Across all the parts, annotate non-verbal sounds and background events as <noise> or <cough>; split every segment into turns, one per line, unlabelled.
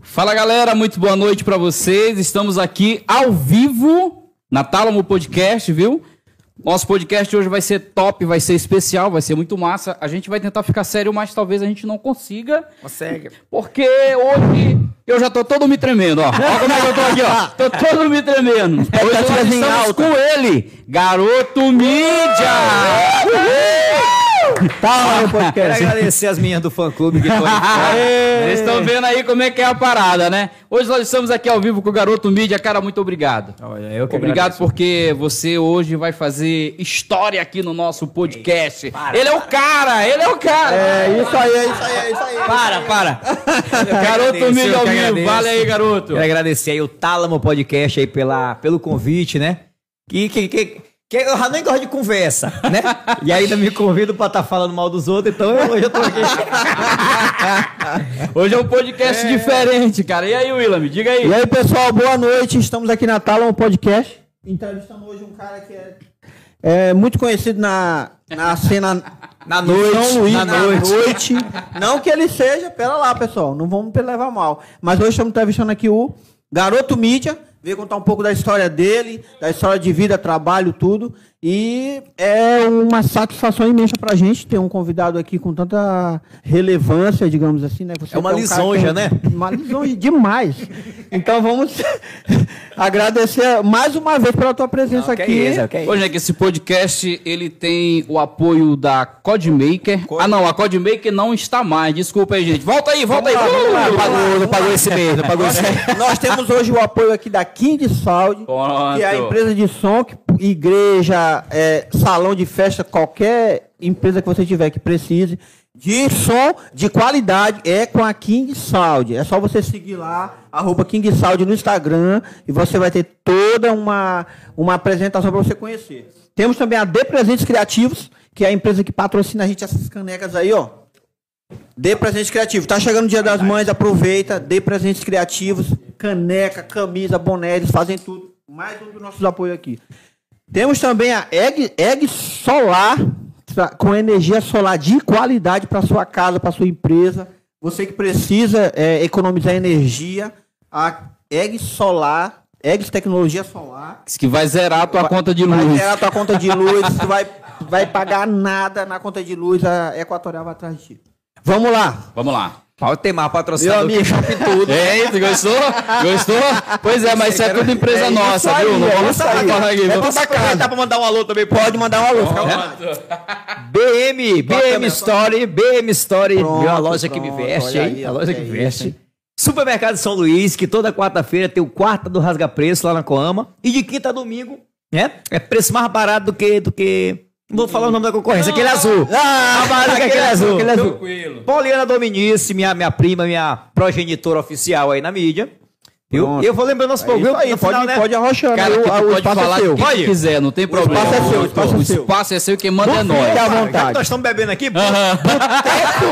Fala galera, muito boa noite pra vocês. Estamos aqui ao vivo na Tálamo Podcast, viu? Nosso podcast hoje vai ser top, vai ser especial, vai ser muito massa. A gente vai tentar ficar sério, mas talvez a gente não consiga,
Consegue.
porque hoje eu já tô todo me tremendo, ó. Olha como é que eu tô aqui, ó. Tô todo me tremendo. Hoje
Expectativas
nós
em
estamos
alta.
com ele, Garoto Mídia!
Tá lá
Quero agradecer as minhas do fã-clube que <laughs> estão aí fora.
Vocês estão vendo aí como é que é a parada, né? Hoje nós estamos aqui ao vivo com o Garoto Mídia. Cara, muito obrigado.
Olha, eu que
Obrigado porque você hoje vai fazer história aqui no nosso podcast. ele é o cara, ele é o cara.
É isso aí, é isso aí, é isso aí.
Para, para.
Garoto
agradeço,
Mídia
eu
ao
que
vivo,
agradeço. É.
vale aí, garoto.
Quero agradecer aí o Tálamo Podcast aí pela, pelo convite, né? Que, que, que, que eu já nem gosto de conversa, né? E ainda me convido pra estar falando mal dos outros, então eu, hoje eu tô aqui.
Hoje é um podcast diferente, cara. E aí, Willam, me diga aí.
E aí, pessoal, boa noite. Estamos aqui na Tala, um podcast. Entrevistando hoje um cara que é, é muito conhecido na, <laughs> na cena
Na
de
noite,
São Luís,
na
na,
noite.
noite. Não que ele seja, pera lá, pessoal, não vamos levar mal. Mas hoje estamos entrevistando aqui o Garoto Mídia. Veio contar um pouco da história dele, da história de vida, trabalho, tudo. E é uma satisfação imensa pra gente ter um convidado aqui com tanta relevância, digamos assim, né? Você
É uma
que um cara que
lisonja,
tem-
né?
uma lisonja demais. Então vamos <laughs> agradecer mais uma vez pela tua presença
que
aqui.
isso, que isso.
Hoje é que esse podcast ele tem o apoio da Codemaker. Ah, não, a Codemaker não está mais. Desculpa aí, gente. Volta aí, volta aí.
Vamos lá, vamos lá,
Uh!
vamos lá.
não pagou esse mês,
<laughs>
não pagou esse mês.
Nós temos hoje o apoio aqui da King Sound,
Pronto.
que é a empresa de som, que igreja, é, salão de festa, qualquer empresa que você tiver que precise de som de qualidade é com a King Sound. É só você seguir lá, arroba King Sound no Instagram e você vai ter toda uma, uma apresentação para você conhecer. Temos também a D Presentes Criativos, que é a empresa que patrocina a gente essas canecas aí, ó. Dê presente criativo. Tá chegando o Dia das Mães, aproveita, dê presentes criativos, caneca, camisa, boné, eles fazem tudo. Mais um dos nossos apoios aqui. Temos também a Egg, Egg Solar, tra- com energia solar de qualidade para sua casa, para sua empresa. Você que precisa é, economizar energia, a Egg Solar, Egg Tecnologia Solar,
Diz que vai zerar a tua conta de
Vai
luz.
zerar a tua conta de luz, <laughs> tu vai, vai pagar nada na conta de luz, a Equatorial vai atrás de ti. Vamos lá.
Vamos lá.
Pode ter mais
Meu
patrocinador.
amigo,
Tudo. Eita, gostou? Gostou? Pois é, mas isso é tudo empresa nossa,
aí,
viu? Não
é
vamos
isso
sair
aí.
correndo aqui.
É
Vamos
pra
sacar.
Dá pra mandar um alô também,
pode mandar uma luz. calma.
<laughs> BM, BM Story, BM Story,
Pronto,
a loja que me
pronto,
veste
olha
aí,
aí,
a
ó,
loja que
que é
me
isso,
veste.
hein?
Supermercado São Luís, que toda quarta-feira tem o quarta do Rasga Preço lá na Coama, e de quinta a domingo, né? É preço mais barato do que do que não vou falar o nome da concorrência, aquele azul. Ah, mais barato que aquele azul. Aquele azul. Poliana Dominici, minha, minha prima, minha progenitora oficial aí na mídia. Eu,
Pronto.
eu vou lembrando nosso
É
povo,
isso aí,
No
pode,
final, né?
pode arrochando.
Cara,
aí,
aqui tu
o, o
pode
espaço
falar
é
o
seu.
que tu quiser, não tem problema.
espaço é seu, o espaço é
O
seu.
espaço é seu e quem manda é
Não fique à
nós.
Cara, que
vontade.
nós estamos bebendo aqui?
<laughs>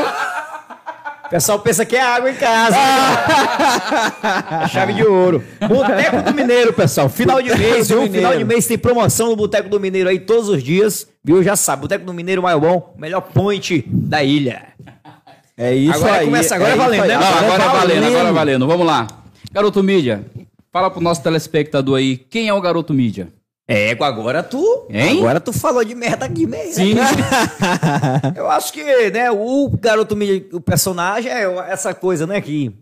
O pessoal pensa que é água em
<laughs>
casa. É Chave de ouro. Boteco do Mineiro, pessoal. Final de mês, viu? Final de mês tem promoção no Boteco do Mineiro aí todos os dias. Viu? Já sabe. Boteco do Mineiro, mais bom. Melhor point da ilha.
É isso
Agora
aí.
começa, agora
é
é
isso
valendo,
aí.
né?
Não, agora é valendo, agora é
valendo.
valendo. Vamos lá. Garoto Mídia, fala pro nosso telespectador aí, quem é o Garoto Mídia?
É, agora tu.
Hein?
Agora tu falou de merda aqui mesmo. <laughs> Eu acho que, né, o garoto mídia, o personagem é essa coisa, né, que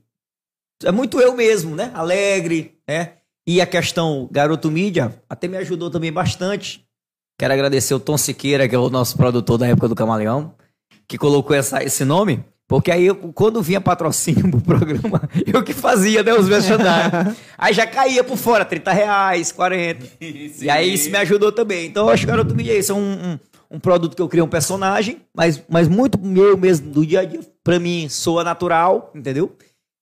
é muito eu mesmo, né? Alegre, né? E a questão garoto mídia até me ajudou também bastante. Quero agradecer o Tom Siqueira, que é o nosso produtor da época do Camaleão, que colocou essa, esse nome, porque aí eu- quando vinha patrocínio pro programa, <laughs> eu que fazia, né, os merchandising. aí já caía por fora, 30 reais, 40. E aí isso me ajudou também. Então eu acho que o Garoto Mídia é isso, é um, um, um produto que eu criei um personagem, mas, mas muito meu mesmo do dia a dia. Pra mim, soa natural, entendeu?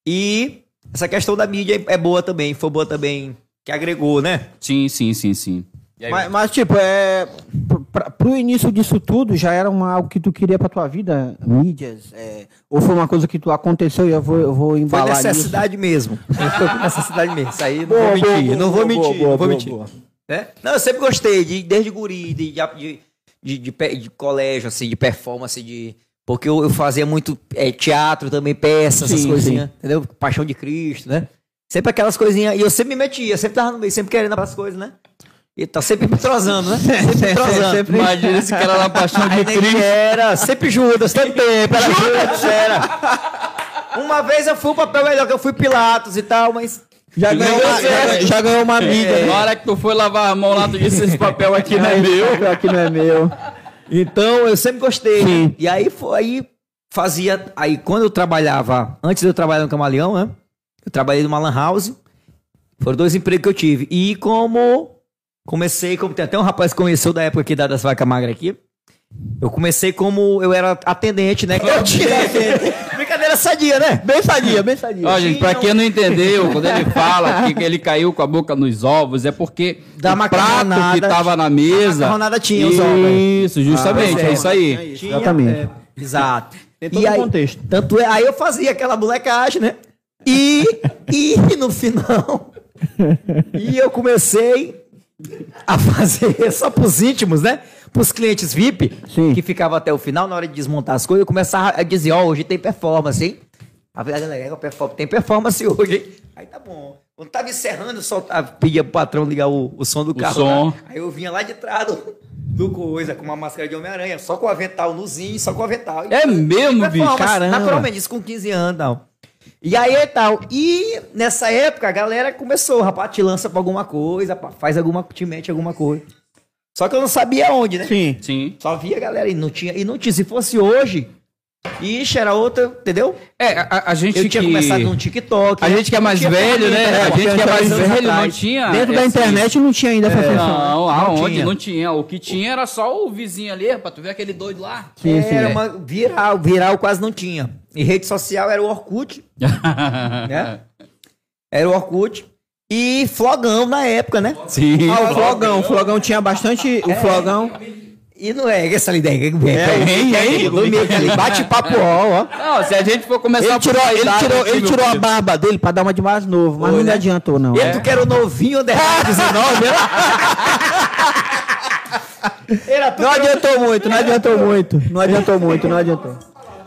E essa questão da mídia é boa também, foi boa também, que agregou, né?
Sim, sim, sim, sim. E aí,
Mas, mas, tipo, é, pra, pro início disso tudo, já era uma, algo que tu queria pra tua vida? Mídias? é, ou foi uma coisa que tu aconteceu e eu vou, eu vou
Foi
embalar nisso?
necessidade mesmo. <laughs> Foi necessidade mesmo. Isso aí não
Boa,
vou mentir,
boa, boa,
não vou
boa,
mentir,
boa,
não vou
boa,
mentir.
boa.
né? Não, eu sempre gostei, de, desde guri, de, de, de, de- de pe- de colégio, assim, de performance, de Porque eu, eu fazia muito é, teatro também, peças, essas
Sim,
coisinhas, entendeu? Paixão de Cristo, né? Sempre aquelas coisinhas. E eu sempre me metia, sempre tava no meio, sempre querendo as coisas, né? E tá sempre me trozando, né? Sempre
<laughs>
me trozando.
É, Sempre-
Imagina esse cara na paixão de
Aí nem que
Cristo.
era, sempre Judas,
<laughs>
sempre, era Judas, era. Uma vez eu fui o papel melhor, que eu fui Pilatos e tal, mas.
Já ganhou, uma, já,
certo.
já ganhou uma né? amiga.
Na hora que tu foi lavar a mão lá, tu disse esse papel aqui não é meu.
Aqui não é meu.
Então, eu sempre gostei.
Sim.
né? E aí, foi, aí fazia. Aí, quando eu trabalhava, antes de eu trabalhar no Camaleão, né? Eu trabalhei numa Lan House. Foram dois empregos que eu tive. E como comecei, como tem até um rapaz que conheceu da época aqui da, das vacas magras aqui. Eu comecei como. Eu era atendente, né? Eu tinha. Brincadeira sadia, né?
Bem sadia, bem sadia.
Ó, gente, pra quem não entendeu, quando ele fala que ele caiu com a boca nos ovos, é porque
Da
o prato que
macarronada-
tava na mesa...
A macarronada tinha os ovos, né?
Isso, justamente,
pois
é,
é,
isso aí.
Tinha,
Exatamente.
é, exato.
Tem todo
E
um
aí-
contexto.
Tanto é, aí eu fazia aquela molecagem, né? E, <laughs> e no final. E eu comecei a fazer <laughs> só pros íntimos, né? Pros clientes VIP,
Sim.
que ficava até o final, na hora de desmontar as coisas, eu começava a dizer, ó, hoje tem performance, hein? A galera, "É, perform- tem performance hoje, hein? Aí tá bom. Quando tava encerrando, eu só ah, pedia pro patrão ligar o, o som do carro.
som.
né? Aí eu vinha lá de trás do, do coisa, com uma máscara de Homem-Aranha, só com o avental nozinho, só com o avental. Então,
É mesmo, bicho?
Performance,
Caramba.
assim, Naturalmente, isso com 15 anos, não. E aí e tal. E nessa época a galera começou, rapaz, te lança pra alguma coisa, pá, faz alguma, te mete alguma coisa. Só que eu não sabia onde, né?
Sim.
Sim.
Só via a galera e não tinha, e não tinha, se fosse hoje, ixi, era outra, entendeu?
É, a- a, a gente
Eu tinha
que...
começado num TikTok.
A
né?
gente que é
Não
mais
tinha
velho,
ferramenta,
né? A
pô?
gente que é mais
Anos
velho não
atrás.
tinha...
Dentro da
esse-
internet né? não tinha ainda essa função.
Não, aonde?
tinha.
Não tinha. O que tinha era só o vizinho ali, pra tu ver aquele doido lá.
Sim, sim.
É, Era uma viral, viral quase não tinha. E rede social era o Orkut, né? Era o Orkut. E flogão na época, né?
<laughs> Sim.
Ah, o Flogão. O Flogão tinha bastante. O Flogão.
E não é essa ideia. É,
hein, hein?
Bate-papo ó, ó.
Não, se a gente for começar
Ele tirou,
a
ele tirou, ele tirou a
barra.
barba dele pra dar uma de mais novo, mas
Foi,
não lhe
né?
adiantou, não.
Ele tu que era o novinho da 19, né? <laughs> Era tu
Não
que era-
adiantou muito, não adiantou muito. Não adiantou muito, não adiantou.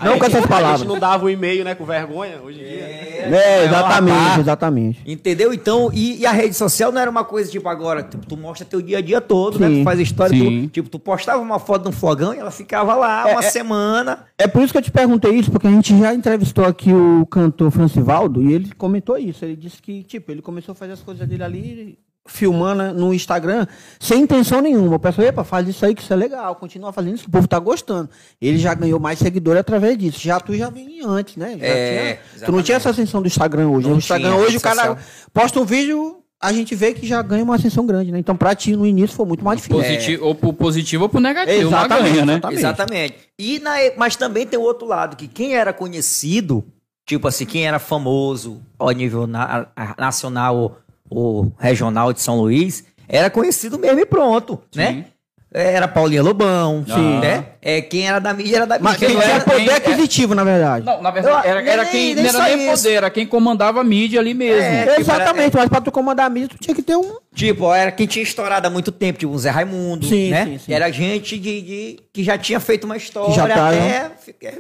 Não com essas
A
palavras.
gente não dava o e-mail, né? Com vergonha, hoje em dia. né?
É, exatamente, exatamente.
Entendeu? Então, e, e a rede social não era uma coisa tipo agora, tipo, tu mostra teu dia a dia todo, né?
Sim.
Tu faz história,
Sim.
tu, tipo, tu postava uma foto de um flogão e ela ficava lá uma semana.
É por isso que eu te perguntei isso, porque a gente já entrevistou aqui o cantor Francivaldo e ele comentou isso. Ele disse que, tipo, ele começou a fazer as coisas dele ali, filmando no Instagram, sem intenção nenhuma. O pessoal, epa, faz isso aí que isso é legal, continua fazendo isso, que o povo tá gostando. Ele já ganhou mais seguidores através disso. Já tu já vinha antes, né? Já
É,
tinha- tu não tinha essa ascensão do Instagram hoje. né?
Não
o Instagram
tinha
hoje o cara
ascensão.
posta um vídeo, a gente vê que já ganha uma ascensão grande, né? Então, pra ti, no início, foi muito mais difícil.
Positivo, Ou pro positivo ou pro negativo. uma
Exatamente,
ganha, né?
exatamente.
E na e- mas também tem o outro lado, que quem era conhecido, tipo assim, quem era famoso ao nível na- a- nacional ou, ou regional de São Luís, era conhecido mesmo e pronto, né? Era Paulinha Lobão,
Sim.
né? É, quem era da mídia era da mídia.
Ah. Mas
quem
ele
não
tinha
era-
poder
nem-
aquisitivo, na verdade.
Não, na verdade,
Eu-
era, era
nem-
quem não
nem
era
só
nem
isso.
poder, era quem comandava a mídia ali mesmo.
É,
Tipo,
Exatamente, mas pra tu comandar a mídia, tu tinha que ter um.
Tipo, era quem tinha estourado há muito tempo, tipo um Zé Raimundo,
Sim,
né?
sim, sim.
Era gente de, de- que já tinha feito uma história
já tá,
até...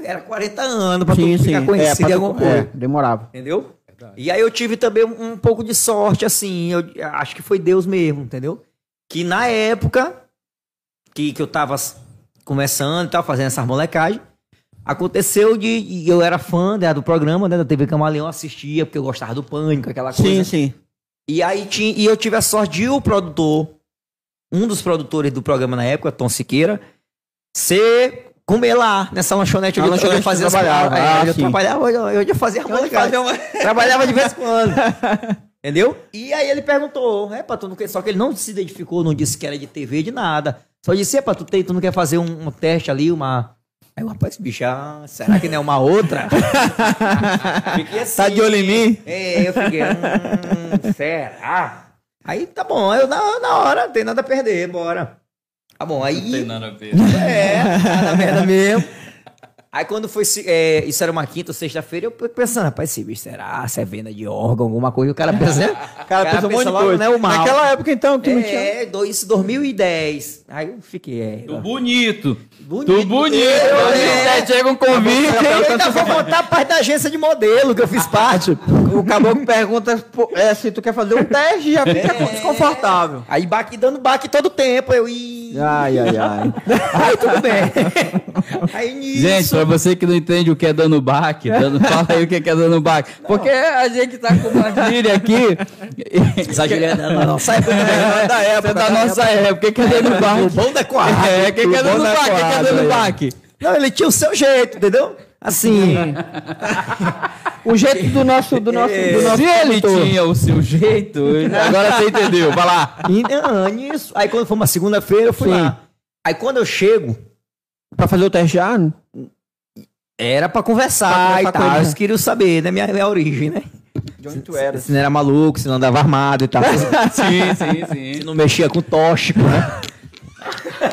Era 40 anos pra tu ficar
É, pra
conhecido
tu-
em alguma
é,
coisa.
demorava.
Entendeu? E aí eu tive também um um pouco de sorte, assim. Eu acho que foi Deus mesmo, entendeu? Que na época que, que eu tava s- começando e tal, fazendo essas molecagens, aconteceu de. e Eu era fã né, do programa, né? Da TV Camaleão, assistia, porque eu gostava do pânico, aquela coisa.
sim.
E aí tinha, e eu tive a sorte de o produtor, um dos produtores do programa na época, Tom Siqueira, ser comer lá nessa lanchonete
A
onde eu-
lanchonete
onde eu fazia
que
as
trabalhava,
paradas. É,
ah,
onde eu
sim.
trabalhava, eu, eu ia fazer a molecada. <laughs> Trabalhava de vez
assim.
em quando. Entendeu? E aí ele perguntou, é, pá, tu não quer... só que ele não se identificou, não disse que era de TV, de nada. Só disse, é, pá, tu, tem, tu não quer fazer um, um teste ali, uma... Aí o rapaz, bicho, ah, será que não é uma
<laughs>
outra? Fiquei assim.
Tá de olho em mim?
É, eu fiquei, hum, será? Aí tá bom, eu na, na hora, não tem nada a perder, bora. Tá bom, aí.
Não tem nada a ver.
É, tá na merda mesmo. Aí quando foi. se- é, isso era uma quinta ou sexta-feira, eu pensando, rapaz, esse bicho, será? Se é venda de órgão, alguma coisa? O cara pensa, né? O
Cara, pensa um monte de
logo,
coisa.
né, o mal.
Naquela época, então, tu não tinha...
É, do- isso 2010. Aí eu fiquei. É,
Tu bonito.
bonito.
Tu bonito.
É.
Chega um
Eu
convite.
ainda vou contar a parte da agência de modelo que eu fiz parte.
O caboclo pergunta pô, é, se tu quer fazer um teste, já fica desconfortável.
Aí baque, dando baque todo tempo. Eu ia.
Ai, ai, ai.
Aí tudo
<laughs>
bem. Aí nisso.
Gente, pra você que não entende o que é dando baque, dando, fala aí o que é dando baque. Porque a gente tá com uma gíria aqui.
Essa gíria é da nossa época.
Da
Você é
época,
tá
da nossa época. O que é dando
O
baque?
bom da quadra.
É, o que é dando baque? O que é dando baque?
Não, ele tinha o seu jeito, entendeu? Assim.
<laughs> O jeito do nosso... Do nosso, do nosso
Se ele
produtor.
tinha o seu jeito, agora você entendeu. Vai lá.
E, ah, nisso. Aí quando foi uma segunda-feira, eu fui
Sim.
lá. Aí quando eu chego,
Pra fazer o teste já? né?
era pra conversar
Pra
e
conversar
tal.
com ele,
Eles
né?
queriam saber, né? Minha, minha origem, né?
De onde tu
Se não era maluco, se não andava armado e <laughs> tal.
Sim, sim, sim.
se não mexia com tóxico, né? <laughs>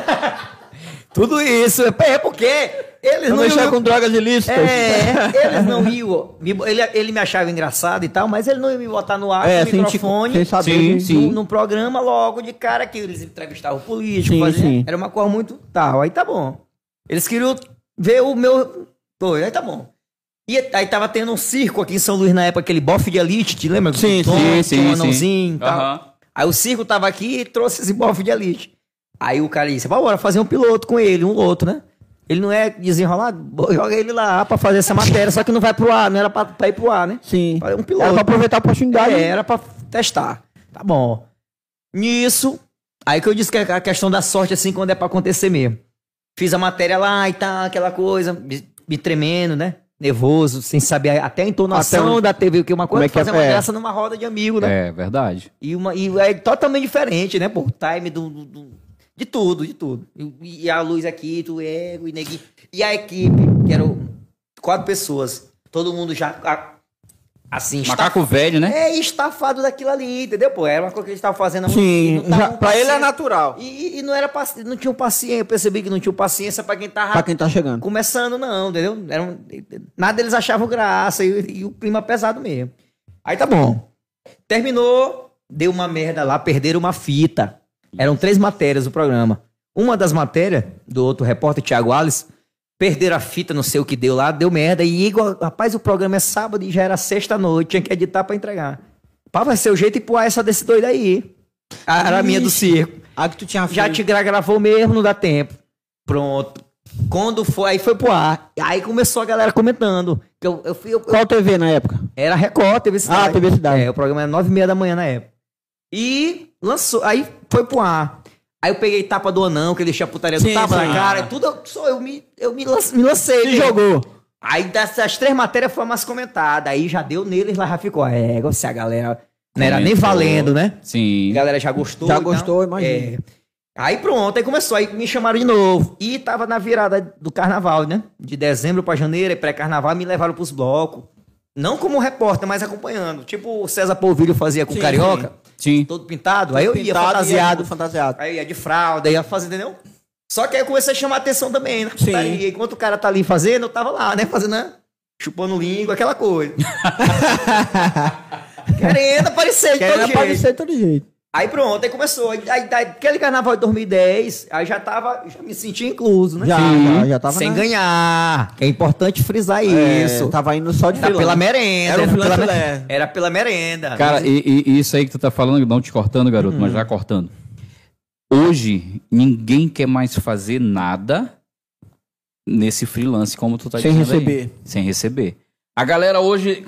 Tudo isso. É porque eles
Não
não,
mexer
iam-
com drogas ilícitas.
É, eles não iam. me bo- Ele, ele me achava engraçado e tal, mas ele não ia me botar no ar
É,
no
sem, te,
microfone.
sem saber.
Sim,
né?
sim.
num, num programa logo de cara que eles entrevistavam político,
Sim,
faziam-
sim.
era uma coisa muito tal. Aí tá bom. Eles queriam ver o meu. Pô, aí tá bom. E aí tava tendo um circo aqui em São Luís na época, aquele bofe de elite, te lembra?
Sim,
Tom,
sim,
tinha
sim,
Um
sim.
anãozinho e tal.
Aham.
Aí o circo tava aqui e trouxe esse bofe de elite. Aí o cara disse, bora fazer um piloto com ele, um outro, né? Ele não é desenrolado, Bo- joga ele lá pra fazer essa matéria, só que não vai pro ar, não era pra, pra ir pro ar, né?
Sim.
Era um piloto.
Era pra aproveitar a oportunidade.
É, era pra testar. Tá bom. Nisso, aí que eu disse que é a questão da sorte, assim, quando é pra acontecer mesmo. Fiz a matéria lá e tal, aquela coisa, me, me tremendo, né? Nervoso, sem saber até a entonação
Até onde-
da TV, que uma
Como
coisa
é que é?
fazer uma
É.
graça numa roda de amigo, né?
É verdade.
E, uma, e é totalmente diferente, né, pô? O time do, do- do- de tudo, de tudo. E, e a luz aqui, tu ego e negui. E a equipe, que eram quatro pessoas. Todo mundo já, a- assim, está
Macaco velho, né?
é estafado daquilo ali, entendeu? Pô, era uma coisa que eles estavam fazendo há muito
Sim,
tempo, não
já-
tavam
pra ele é
paciência.
natural.
E, e não era paci- não tinha paciência, eu percebi que não tinha paciência pra quem tava
Pra quem tá chegando.
começando, não, entendeu? Era um- nada eles achavam graça e, e o clima pesado mesmo. Aí tá bom. Terminou, deu uma merda lá, perderam uma fita. Eram três matérias o programa. Uma das matérias, do outro repórter, Thiago Alves, perderam a fita, não sei o que deu lá, deu merda. E igual, rapaz, o programa é sábado e já era sexta-noite, tinha que editar pra entregar. Pá, vai ser o jeito e pôr essa desse doido aí. A, era a minha do circo.
Ah, que tu tinha
Já te gra- gravou mesmo, não dá tempo. Pronto. Quando foi, aí foi pro ar. Aí começou a galera comentando. Que eu, eu fui, eu- eu-
Qual TV na época?
era Record, TV Cidade.
Ah, TV Cidade.
É, o programa era nove e meia da manhã na época. E lançou, aí foi pro ar. Aí eu peguei tapa do anão, que ele tinha putaria do
Sim,
tapa
sim.
na cara. Tudo, eu- sou, eu me, eu me, lance- me lancei.
Se
né?
jogou.
Aí dessas três matérias foi a mais comentada. Aí já deu neles, lá já ficou. É, igual se a galera não era nem
Comentou.
valendo, né?
Sim.
A galera já gostou.
Já
e tal.
gostou, imagina.
É. Aí pronto, aí começou, aí me chamaram de novo. E tava na virada do carnaval, né? De dezembro pra janeiro, aí pré-carnaval, me levaram pros blocos. Não como repórter, mas acompanhando. Tipo o César Polvilho fazia com o
Sim,
Carioca,
Sim.
todo pintado. Aí eu ia
Pintado e
fantasiado.
ia- fantasiado.
Aí ia de fralda, ia fazer, entendeu? Só que aí eu comecei a chamar atenção também, né?
Sim.
Aí, enquanto o cara tá ali fazendo, eu tava lá, né? Fazendo, né? Chupando língua, aquela
<laughs>
coisa. Querendo aparecer de todo
Querendo
jeito.
aparecer de todo jeito.
Aí pronto, aí começou. Aí, aí, aí, aquele carnaval de 2010, aí já tava, já me sentia incluso, né?
Já,
Sim.
já, já tava
Sem
na-
ganhar. Que é importante frisar
É,
isso.
Tava indo só de
Era pela merenda.
Era um
pela,
filé.
era pela merenda.
é
Cara, e, e- e isso aí que tu tá falando, não te cortando, garoto,
Uhum.
mas já cortando. Hoje, ninguém quer mais fazer nada nesse freelance, como tu tá
Sem
dizendo aí.
receber.
Sem receber. A galera hoje,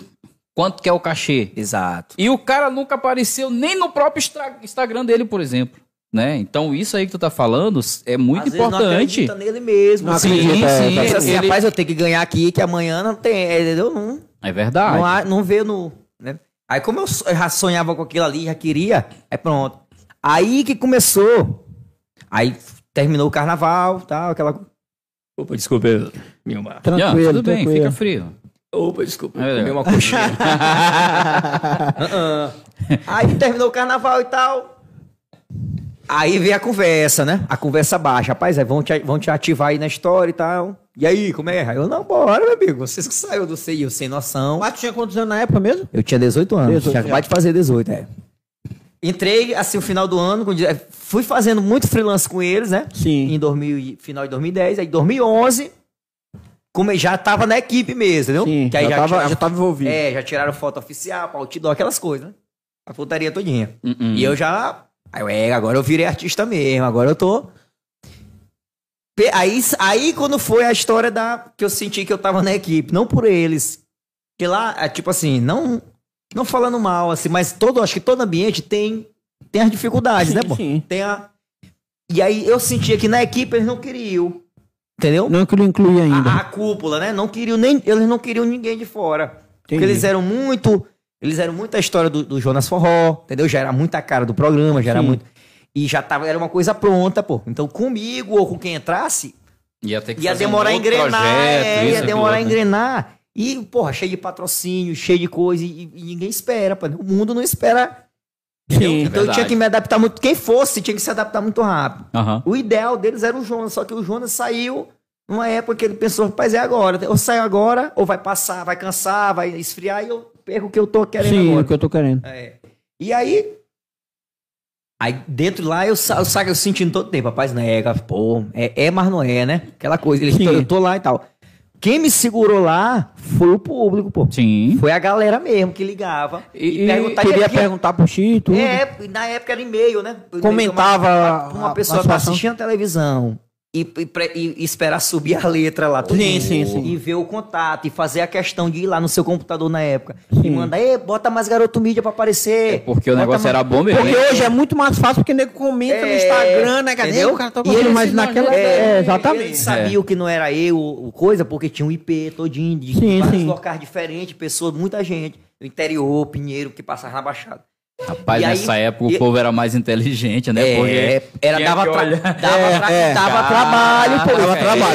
quanto que é o cachê?
Exato.
E o cara nunca apareceu nem no próprio Instra- Instagram dele, por exemplo. Né? Então, isso aí que tu tá falando é muito
Às vezes Não
importante.
acredita nele mesmo.
Não
assim.
sim,
acredita, é,
sim.
tá
Pensa assim,
ele-
rapaz, eu tenho que ganhar aqui, que amanhã não tem. é, Entendeu? Não,
É verdade.
não, há- não vê no. né? Aí, como eu, so- eu já sonhava com aquilo ali, já queria, é pronto. Aí que começou. Aí f- terminou o carnaval, tal, aquela.
<laughs>
Opa, desculpa, minha
Não,
Tranquilo,
Ah, tudo bem,
tranquilo.
fica frio.
Opa, desculpa,
É,
comi
é. <laughs>
uma coxinha.
<laughs>
Ah, ah. Aí terminou o carnaval e tal. Aí vem a conversa, né? A conversa baixa. Rapaz, aí vão te, vão te ativar aí na história e tal. E aí, como é? Aí eu, não, bora, meu amigo. Vocês que saiu do CI, eu sem noção.
Mas tu tinha quantos anos na época mesmo?
Eu tinha 18 anos.
18
tinha
já.
acabado de fazer 18, é. Entrei, assim, o final do ano. com deze- Fui fazendo muito freelance com eles, né?
Sim.
Em 2000, e- final de 2010. Aí, em 2011, como já tava na equipe mesmo, entendeu?
Sim,
Então, que aí
já,
já,
tava,
tira-
já tava envolvido.
É, já tiraram foto oficial, pra outdoor, aquelas coisas, né? A putaria todinha.
Uhum.
E eu já. Aí eu, é, agora eu virei artista mesmo, agora eu tô. Pe- Aí, aí quando foi a história da. que eu senti que eu tava na equipe, não por eles. Porque lá, é, tipo assim, não. Não falando mal, assim, mas todo, acho que todo ambiente tem, tem as dificuldades,
Sim,
né, pô?
sim.
Tem a. E aí eu sentia que na equipe eles não queriam. Entendeu?
Não que ele incluía ainda.
a, a cúpula, né? Não queriam nem, eles não queriam ninguém de fora. Porque
Entendi.
eles eram muito. Eles eram muito a história do, do Jonas Forró, entendeu? Já era muita cara do programa, já era
Sim.
muito. E já tava, era uma coisa pronta, pô. Então comigo ou com quem entrasse,
Ia ter que
ia
fazer um
demorar a
outro
engrenar.
projeto,
é,
isso,
ia
aquilo,
demorar a
né?
engrenar. E, porra, cheio de patrocínio, cheio de coisa. E, e ninguém espera, pô. O mundo não espera. entendeu?
Sim.
então eu tinha
Verdade.
que me adaptar muito. Quem fosse tinha que se adaptar muito rápido.
Aham.
O ideal deles era o Jonas, só que o Jonas saiu numa época que ele pensou, rapaz, é agora. Ou saio agora, ou vai passar, vai cansar, vai esfriar e eu perco o que eu tô querendo
Sim, o
agora.
que eu tô querendo.
É. E aí. Aí dentro lá eu sa- eu saio eu sentindo todo tempo, rapaz, nega, pô, é, é, mas não é, né? Aquela coisa, eles
Sim.
tão- eu tô lá e tal. Quem me segurou lá foi o público, pô.
Sim.
Foi a galera mesmo que ligava
E-
e,
e
perguntava.
Queria
e aqui-
perguntar pro Chi e tudo.
Tá é, na época era e-mail, né? E-mail
Comentava
Uma, uma,
a- a
pessoa tá
situação.
assistindo a televisão e, e pre- e- e esperar subir a letra lá. tudo.
Sim, sim, sim.
E ver o contato, e fazer a questão de ir lá no seu computador na época.
Sim.
E mandar, "Ê, bota mais garoto mídia pra aparecer.
É Porque o
Bota
negócio
mais-
era bom mesmo.
Porque
né?
hoje é muito mais fácil, porque o nego comenta no
É,
Instagram, né, cara?
entendeu?
O cara tá
E
postando,
eles
mas
se
naquela...
imaginam,
É,
né?
Ele
exatamente.
sabia o que não era eu, o coisa, porque tinha um IP todinho, de
Sim,
vários
sim.
locais diferentes, pessoas, muita gente. Do interior, Pinheiro, que passava na Baixada.
Rapaz,
E aí-
nessa época
e-
o povo era mais inteligente, né?
É,
Porque
era,
tinha
dava,
que
tra-
olhar.
dava, tra-
É, é.
dava
Dava
trabalho, pô.
trabalho,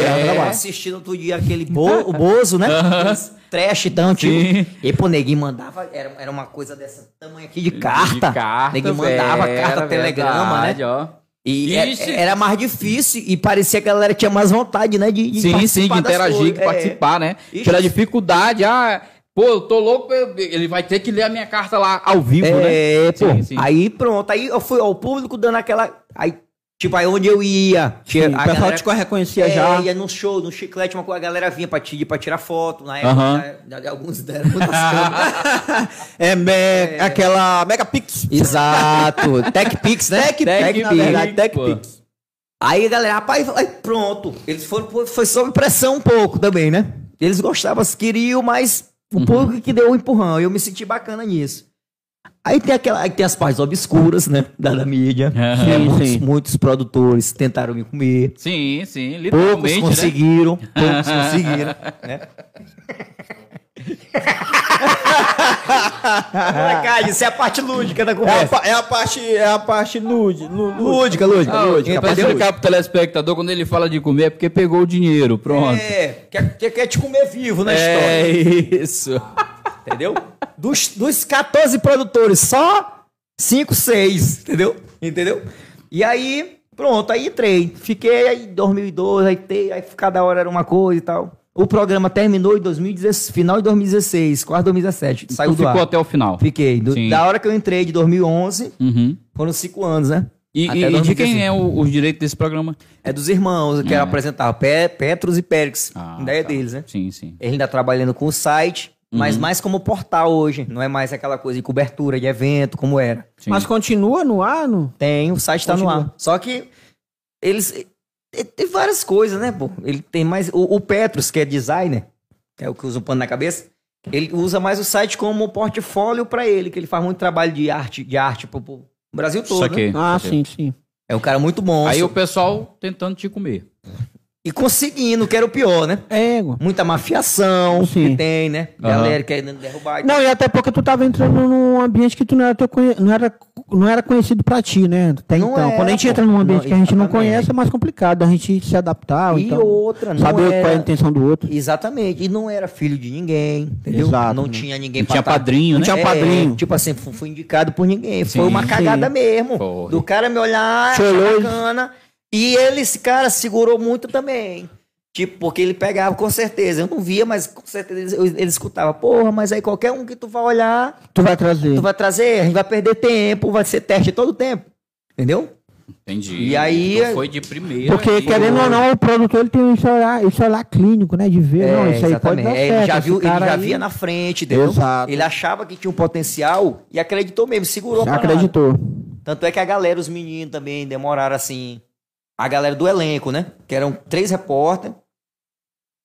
dava trabalho.
assistindo outro dia aquele bo, o Bozo, né? Aqueles Trash, então,
Sim.
tipo. E, pô, neguinho mandava, era, era uma coisa dessa tamanho aqui de carta.
De carta,
neguinho mandava
velho,
carta,
é, era
telegrama,
verdade,
né?
Ó.
E é-
Ixi.
era mais difícil e parecia que a galera tinha mais vontade, né? De, de
Sim, sim,
participar
de
das
interagir,
coisas.
de
É.
participar, né?
Ixi.
Pela dificuldade, ah, pô, eu tô louco, eu- ele vai ter que ler a minha carta lá ao vivo, né?
É, pô.
Sim, sim.
Aí pronto, aí eu fui ao público dando aquela. Aí, tipo, aí onde eu ia.
Sim,
tinha-
o
a
pessoal
galera-
te reconhecia
É,
já.
ia num show, num chiclete, uma coisa, a galera vinha pra, ti- pra tirar foto. Na época,
Aham.
né, alguns deram muitas câmeras.
<laughs> É, me- aquela Megapix. <laughs>
Exato. TechPix, né?
Tech, na
Pix,
verdade,
pô.
TechPix.
Aí a galera, rapaz, aí pronto. Eles foram, foi- foi sob pressão um pouco também, né? Eles gostavam, queriam, mas o público que deu o empurrão. Eu me senti bacana nisso. Aí tem, aquela, aí tem as partes obscuras, né? Da, da mídia.
Aham.
Que
Sim,
muitos,
sim.
muitos produtores tentaram me comer.
Sim, sim,
Poucos
literalmente, né?
conseguiram,
<laughs>
poucos conseguiram. Né? Molecagem, isso é a parte lúdica da
É, a,
conversa.
pa- é a parte, é a parte nude. nu- nu-
Lúdica, lúdica,
Ah,
lúdica.
pra
parte lúdica.
explicar pro telespectador, quando ele fala de comer é porque pegou o dinheiro, pronto.
É, quer, quer, quer te comer vivo na
É,
história.
isso.
Entendeu? Dos, dos 14 produtores, só 5, 6. Entendeu? Entendeu? E aí, pronto, aí entrei. Fiquei aí em 2012, aí, te- aí cada hora era uma coisa e tal. O programa terminou em 2016, final de 2016, quase 2017. Saiu
Tu
do ar.
Então ficou até o final.
Fiquei. Do-
Sim.
da hora que eu entrei, de 2011,
Uhum.
foram cinco anos, né?
E,
Até
e- e de
2015.
quem é o, os direitos desse programa?
É dos irmãos que eu apresentava, Pe- Petros e Périx.
Ah,
Ideia
tá. Uhum.
deles, né?
Sim, sim.
Ele ainda trabalhando com o site, mas mais como portal hoje. Não é mais aquela coisa de cobertura, de evento, como era.
sim.
Mas continua no ar, no...
Tem, o site tá no ar.
Continua.
Só que eles. e- Tem várias coisas, né, pô? Ele tem mais. O, o Petros, que é designer, que é o que usa o pano na cabeça, ele usa mais o site como portfólio pra ele, que ele faz muito trabalho de arte, de arte pro, pro Brasil todo. né?
Saquei,
Ah,
saquei.
sim, sim.
É um cara muito bom.
Aí o pessoal tentando te comer.
E conseguindo, que era o pior, né?
É, igual.
Muita mafiação
Sim.
que tem, né?
Aham.
Galera querendo derrubar. e
Não, e até porque tu tava entrando num ambiente que tu não era, teu conhe- não era não era conhecido pra ti, né? Até
Não
então.
era,
Quando a gente
pô.
entra num ambiente
Não,
que a gente não
exatamente.
conhece, é mais complicado a gente se adaptar. ou
E
então,
outra, não
Saber
era-
qual é a intenção do outro.
Exatamente. E não era filho de ninguém, entendeu?
Exato,
não
né?
tinha ninguém
Não tinha
pra tá-
padrinho, né?
tinha padrinho.
Tipo assim, fu- fui indicado por ninguém.
Sim,
Foi uma cagada
sim.
mesmo.
Foi.
Do cara me olhar, achar
Chorou.
bacana. E ele, esse cara, segurou muito também. Tipo, porque ele pegava, com certeza. Eu não via, mas com certeza ele, ele escutava. Porra, mas aí qualquer um que tu vai olhar,
Tu vai trazer.
tu vai trazer, a gente vai perder tempo, vai ser teste todo o tempo. Entendeu?
Entendi.
E aí- é-
Não foi de primeira.
Porque,
e-
querendo ou não, o produtor ele tem um celular, um celular clínico, né? De ver, não, isso aí pode dar
É,
certo.
ele já,
esse
viu, ele
cara
já
aí-
via na frente, entendeu?
Exato.
Ele achava que tinha um potencial e acreditou mesmo, segurou a
Já
parada.
acreditou.
Tanto é que a galera, os meninos também demoraram assim. A galera do elenco, né? Que eram três repórter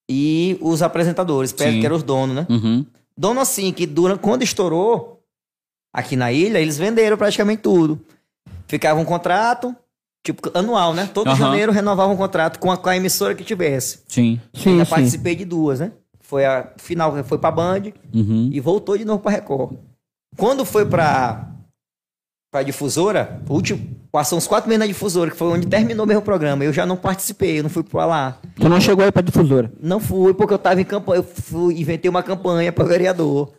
e os apresentadores,
Sim.
que eram os donos, né?
Uhum.
Dono assim, que durante, quando estourou aqui na ilha, eles venderam praticamente tudo. Ficava um contrato, tipo, anual, né? Todo
Aham.
janeiro renovava um contrato com a, com a emissora que tivesse.
Sim.
Sim,
Ainda
sim.
participei de duas, né? Foi a final, foi pra Band
Uhum.
e voltou de novo pra Record. Quando foi pra, pra difusora, o último, passou uns quatro meses na difusora, que foi onde terminou mesmo o programa. Eu já não participei, eu não fui pra lá.
Tu não chegou aí pra difusora.
Não fui, porque eu tava em campanha. Eu fui, inventei uma campanha pra vereador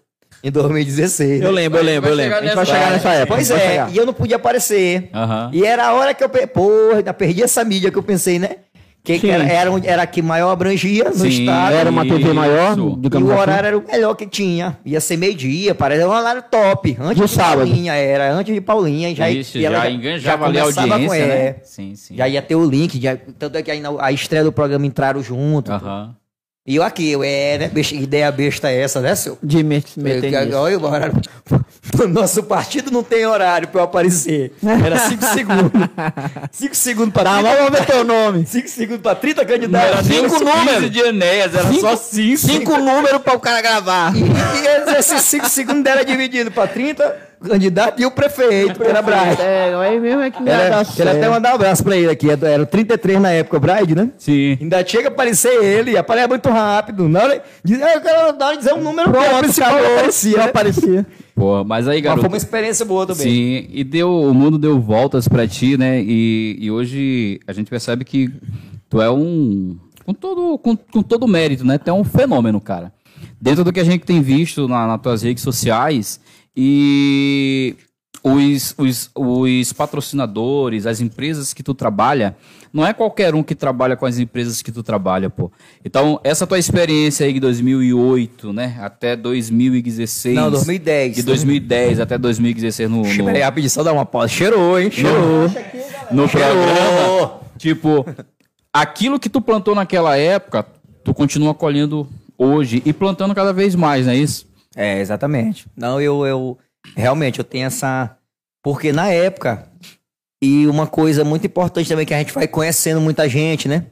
em 2016. né?
lembro, eu lembro,
eu lembro. A gente vai
vai chegar nessa época.
Pois
vai
é,
chegar.
e eu não podia aparecer.
Aham.
E era a hora que eu. pe- Porra, ainda perdi essa mídia que eu pensei, né? Que, que
Sim.
era, era, onde- era a que maior abrangia no
Sim.
estado.
Era uma TV maior,
Isso.
E
digamos
o
assim.
horário era o melhor que tinha. Ia ser meio-dia, parece. Era um horário top. Antes
No
de
sábado.
Paulinha era, antes de Paulinha. Já,
Isso,
e
já,
ela
enganjava ali a
começava com-
audiência,
é,
né? Sim, sim.
Já ia ter o link. Já, tanto é que aí na- a estreia do programa entraram junto.
Aham.
E eu aqui, eu, é, né? besta- ideia besta é essa, né, seu?
De me- se meter
Eu-
nisso.
Olha o horário. <laughs> O nosso partido não tem horário pra eu aparecer. Era
<laughs>
5 segundos. 5 segundos pra
Tá,
30
mas vamos ver teu nome.
5 segundos pra 30 candidatos.
nem os 15 de Enéas, era só
cinco. Cinco números pra o cara gravar.
E, e eles, esses 5 segundos era dividido pra 30 candidatos e o prefeito, que era Braide.
É, aí mesmo é que me
Era,
dá
quero até
certo.
mandar um abraço pra ele aqui. Era o 33 na época, o Braide, né?
Sim.
Ainda chega a aparecer ele, aparece muito rápido. Na hora, de- na hora de dizer um número, o principal aparecia.
Não
né?
aparecia.
Pô, mas aí,
Mas
garoto.
foi uma experiência boa também.
Sim, e deu, o mundo deu voltas pra ti, né? E, e hoje a gente percebe que tu é um. Com todo, com, com todo mérito, né? Tu é um fenômeno, cara. Dentro do que a gente tem visto na, nas tuas redes sociais e os, os, os patrocinadores, as empresas que tu trabalha, não é qualquer um que trabalha com as empresas que tu trabalha, pô. Então, essa tua experiência aí de 2008, né? Até 2016.
Não, 2010.
De 2010 até 2016 no, no,
Peraí, rapidinho, só dá uma pausa. Cheirou, hein? Cheirou.
Uhum. no programa. Tipo, aquilo que tu plantou naquela época, tu continua colhendo hoje e plantando cada vez mais, não é isso?
É, exatamente. Não, eu, eu realmente eu tenho essa. Porque na época, e uma coisa muito importante também que a gente vai conhecendo muita gente, né?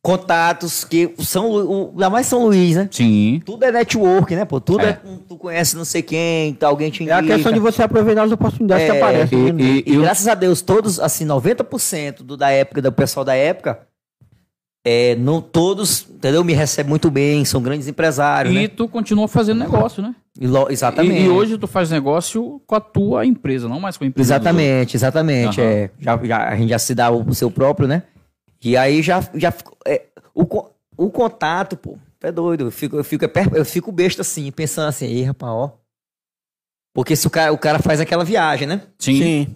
Contatos que são. Lu- o- Ainda mais São Luís, né?
Sim.
Tudo é network, né, pô? Tudo
É.
é. com- tu conhece não sei quem, tá, alguém te
É
indica.
a questão de você aproveitar as oportunidades
É,
que aparecem.
e-
né?
e-
E graças a Deus, todos, assim, 90% do, da época, do pessoal da época, é, não todos, entendeu? Me recebem muito bem, são grandes empresários,
E
né?
tu continua fazendo negócio, né?
E lo- exatamente.
E, e hoje tu faz negócio com a tua empresa, não mais com a empresa.
Exatamente, exatamente.
Aham.
É, já, já- a gente já se dá o seu próprio, né? E aí já, já ficou- é, o, co- o contato, pô, tu é doido. Eu fico, eu, fico, é per- eu fico besta assim, pensando assim, ei, rapaz, ó. Porque se o cara, o cara faz aquela viagem, né?
Sim.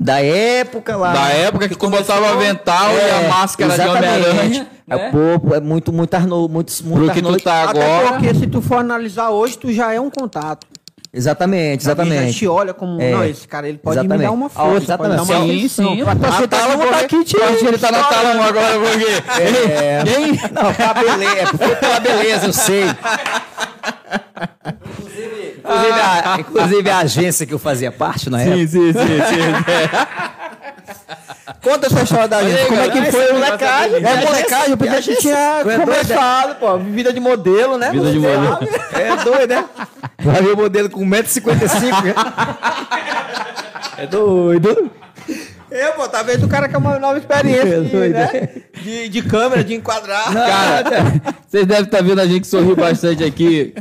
Da época lá.
Da época que tu
começou-
botava o avental e
É,
a máscara de
exatamente.
Homem-Aranha,
É,
né?
pô, é muito, muito Arnold, muito, muito
Pro que tu
Arnold.
tá
Até
agora.
porque se tu for analisar hoje, tu já é um contato.
Exatamente,
A gente
exatamente.
te olha como,
É.
não, esse cara, ele pode me
Exatamente.
dar uma
Ah,
força, pode
exatamente.
dar uma
Sim,
atenção.
sim.
Pra tu
A
aceitar
Thalma
que eu vou
tá-
aqui, te
Hoje ele tá na
Olha,
tala agora porque
É. Não, pra beleza, foi pela beleza, eu sei. Inclusive a, inclusive a agência que eu fazia parte é? na época.
sim, sim, sim.
Conta essa história da gente. Como é que foi?
molecagem?
É
né?
molecagem, porque a gente tinha
é doido,
começado, pô. Vida de modelo, né?
Vida de
Você
modelo.
sabe.
É doido, né? Vai ver o modelo
um
com 1,55m. É doido.
É, pô, talvez o cara quer uma nova <laughs> experiência, de, né? De, de câmera, de enquadrar.
<laughs>
Cara, vocês devem estar vendo a gente sorrir bastante aqui.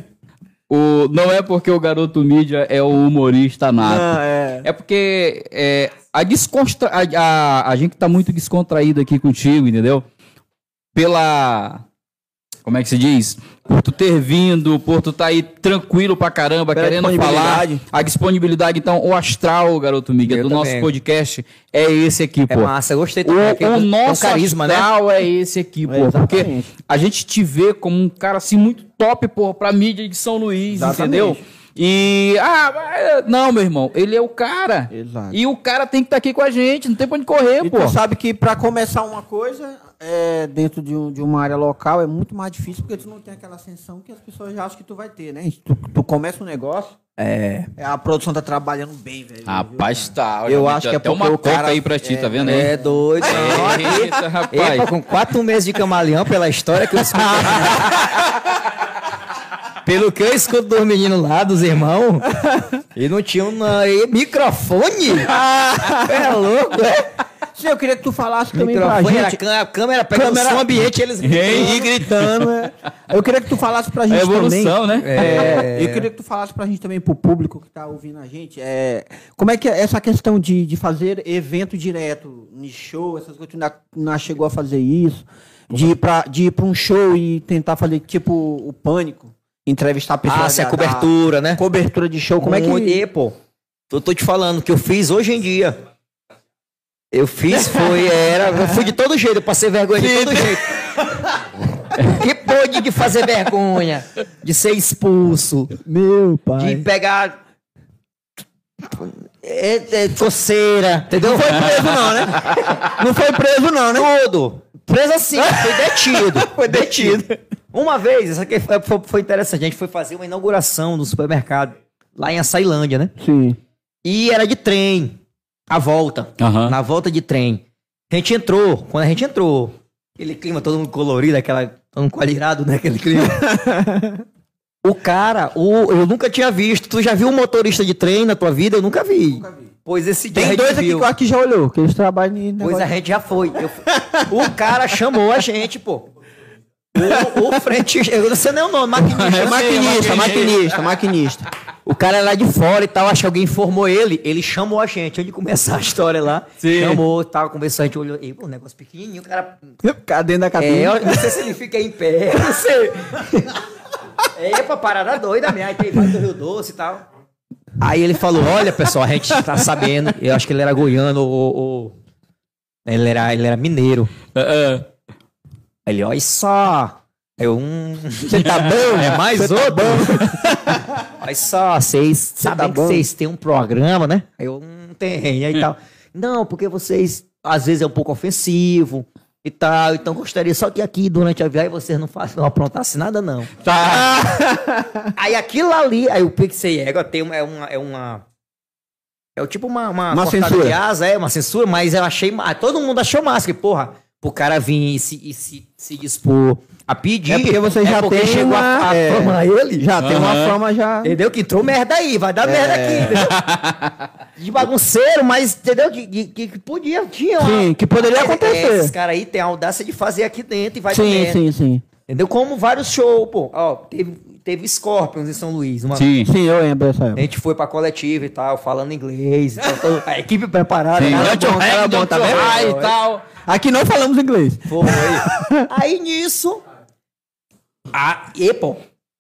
o, não é porque o garoto mídia é o humorista nato.
<laughs> Ah, é.
É porque é, a, descontra... a, a, a gente tá muito descontraído aqui contigo, entendeu? Pela. Como é que se diz? Por tu ter vindo, por tu tá aí tranquilo pra caramba,
Pela
querendo falar.
disponibilidade.
A disponibilidade, então, o astral, garoto mídia,
Eu
do
também.
nosso podcast é esse aqui,
É
pô.
massa, eu gostei também.
O,
aquele-
o
tem um
nosso
carisma, né?
astral é esse aqui, pô.
É,
porque
exatamente.
a gente te vê como um cara assim muito top, pô, pra mídia de São Luís,
Exatamente.
entendeu? E. Ah, mas- não, meu irmão, ele é o cara.
Exato.
E o cara tem que estar aqui com a gente, não tem pra onde correr,
E
É, pô.
tu sabe que pra começar uma coisa é, dentro de, um- de uma área local é muito mais difícil porque tu não tem aquela ascensão que as pessoas já acham que tu vai ter, né? Tu, tu começa um negócio,
É.
é, a produção tá trabalhando bem, velho.
Rapaz, tá.
Eu
já
acho
meti
que é
até uma
porque o
coca
cara- é,
aí pra ti, tá vendo aí?
É doido.
Eita, <laughs>
Epa,
rapaz.
com quatro meses de camaleão, pela história que
<laughs>
eu escuto. Pelo que eu escuto dos meninos lá, dos irmãos, e não tinha um na-
<laughs>
e microfone? é louco, é?
Sim, eu queria que tu falasse também pra
Microfone, era
gente.
câmera, câmera pega
Câmera-
o som ambiente, eles...
E gritando, é. Eu queria que tu falasse pra gente
É evolução,
também.
né?
É, eu queria que tu falasse pra gente também, pro público que tá ouvindo a gente, é, como é que é essa questão de, de fazer evento direto, em show, essas coisas, tu ainda, ainda chegou a fazer isso, de ir, pra, de ir pra um show e tentar fazer, tipo, o pânico, entrevistar pessoas.
Ah, se a
da-
cobertura, né?
da- cobertura de show, como é
Um
que...
olhê, pô. Eu tô te falando que eu fiz hoje em dia. Eu fiz, foi, era. Eu fui de todo jeito, eu passei vergonha de todo jeito. que pôde de fazer vergonha? De ser expulso,
Meu
de pegar. É, é, coceira, entendeu? Não foi preso, não, <laughs> né? Não foi preso, não, né? Tudo. Preso assim, <laughs> foi detido. foi detido. Uma vez, isso aqui foi, foi- foi interessante, a gente foi fazer uma inauguração no supermercado, lá em Açailândia, né?
Sim.
E era de trem. A volta.
Aham.
Na volta de trem. A gente entrou. Quando a gente entrou, aquele clima todo mundo colorido, aquela, todo mundo quadrado, né? Aquele
<laughs>
clima. o cara, o, eu nunca tinha visto. Tu já viu um motorista de trem na tua vida? Eu nunca vi. Pois esse dia. a
Tem
gente
dois aqui que
viu.
eu acho que já olhou, que eles trabalham
Pois é.
em negócio-
a gente já foi. Eu- o cara chamou a gente, pô. O, o frente. Eu não sei nem o nome, maquinista.
<laughs> É maquinista, maquinista, <laughs> maquinista.
O cara é lá de fora e tal, acho que alguém informou ele, ele chamou a gente, antes de começar a história lá,
Sim.
chamou, tal, conversou, a gente olhou, e, pô, um negócio pequenininho, o cara,
Ficar dentro da cabine.
é, eu não sei se ele fica em pé, <laughs> não sei. É, pra parada doida mesmo, aí tem mais do Rio Doce e tal. Aí ele falou, olha, pessoal, a gente tá sabendo, eu acho que ele era goiano ou... ou- Ele, era, ele era mineiro.
Ah, ah.
Aí Ele, olha só. Aí Eu, um. <laughs> Você tá bom? É mais outro? <laughs> olha só, vocês sabem
tá
que
bom?
vocês têm um programa, né? Hum. Aí eu, não tem. Aí tal. Não, porque vocês, às vezes, é um pouco ofensivo e tal. Então, gostaria só que aqui, durante a viagem, vocês não façam, não aprontassem nada, não.
Tá.
Aí aquilo ali, aí o Pixie Ego tem uma, é uma. É uma. É o tipo uma, uma,
Uma
cortada
censura.
de asa, é uma censura, mas eu achei. ma- Todo mundo achou massa, que, porra, pro cara vir e se, e se, se dispor a pedir.
É porque você já
porque
tem
chegou
uma-
a, a
é.
fama ele.
Já tem uma
Aham.
forma já.
Entendeu? Que entrou merda aí, vai
É.
dar merda aqui, entendeu?
<laughs>
De bagunceiro, mas entendeu? Que, que, que- que podia, tinha uma-
Sim, que poderia
Mas, é,
acontecer.
Esses caras aí tem a audácia de fazer aqui dentro e vai pra
Sim,
dentro.
sim, sim.
Entendeu? Como vários shows, pô. Ó, teve, teve Scorpions em São Luís, uma
Sim.
Sim, eu lembro dessa
a
época.
gente foi pra coletiva e tal, falando inglês. então, todo- <laughs> a equipe preparada.
Sim.
cara,
Dante
bom, cara,
O'Hagan,
bom, tá
Dante
vendo?
O'Hagan e tal.
Aqui não falamos inglês.
Foi. Aí nisso. A, e, pô,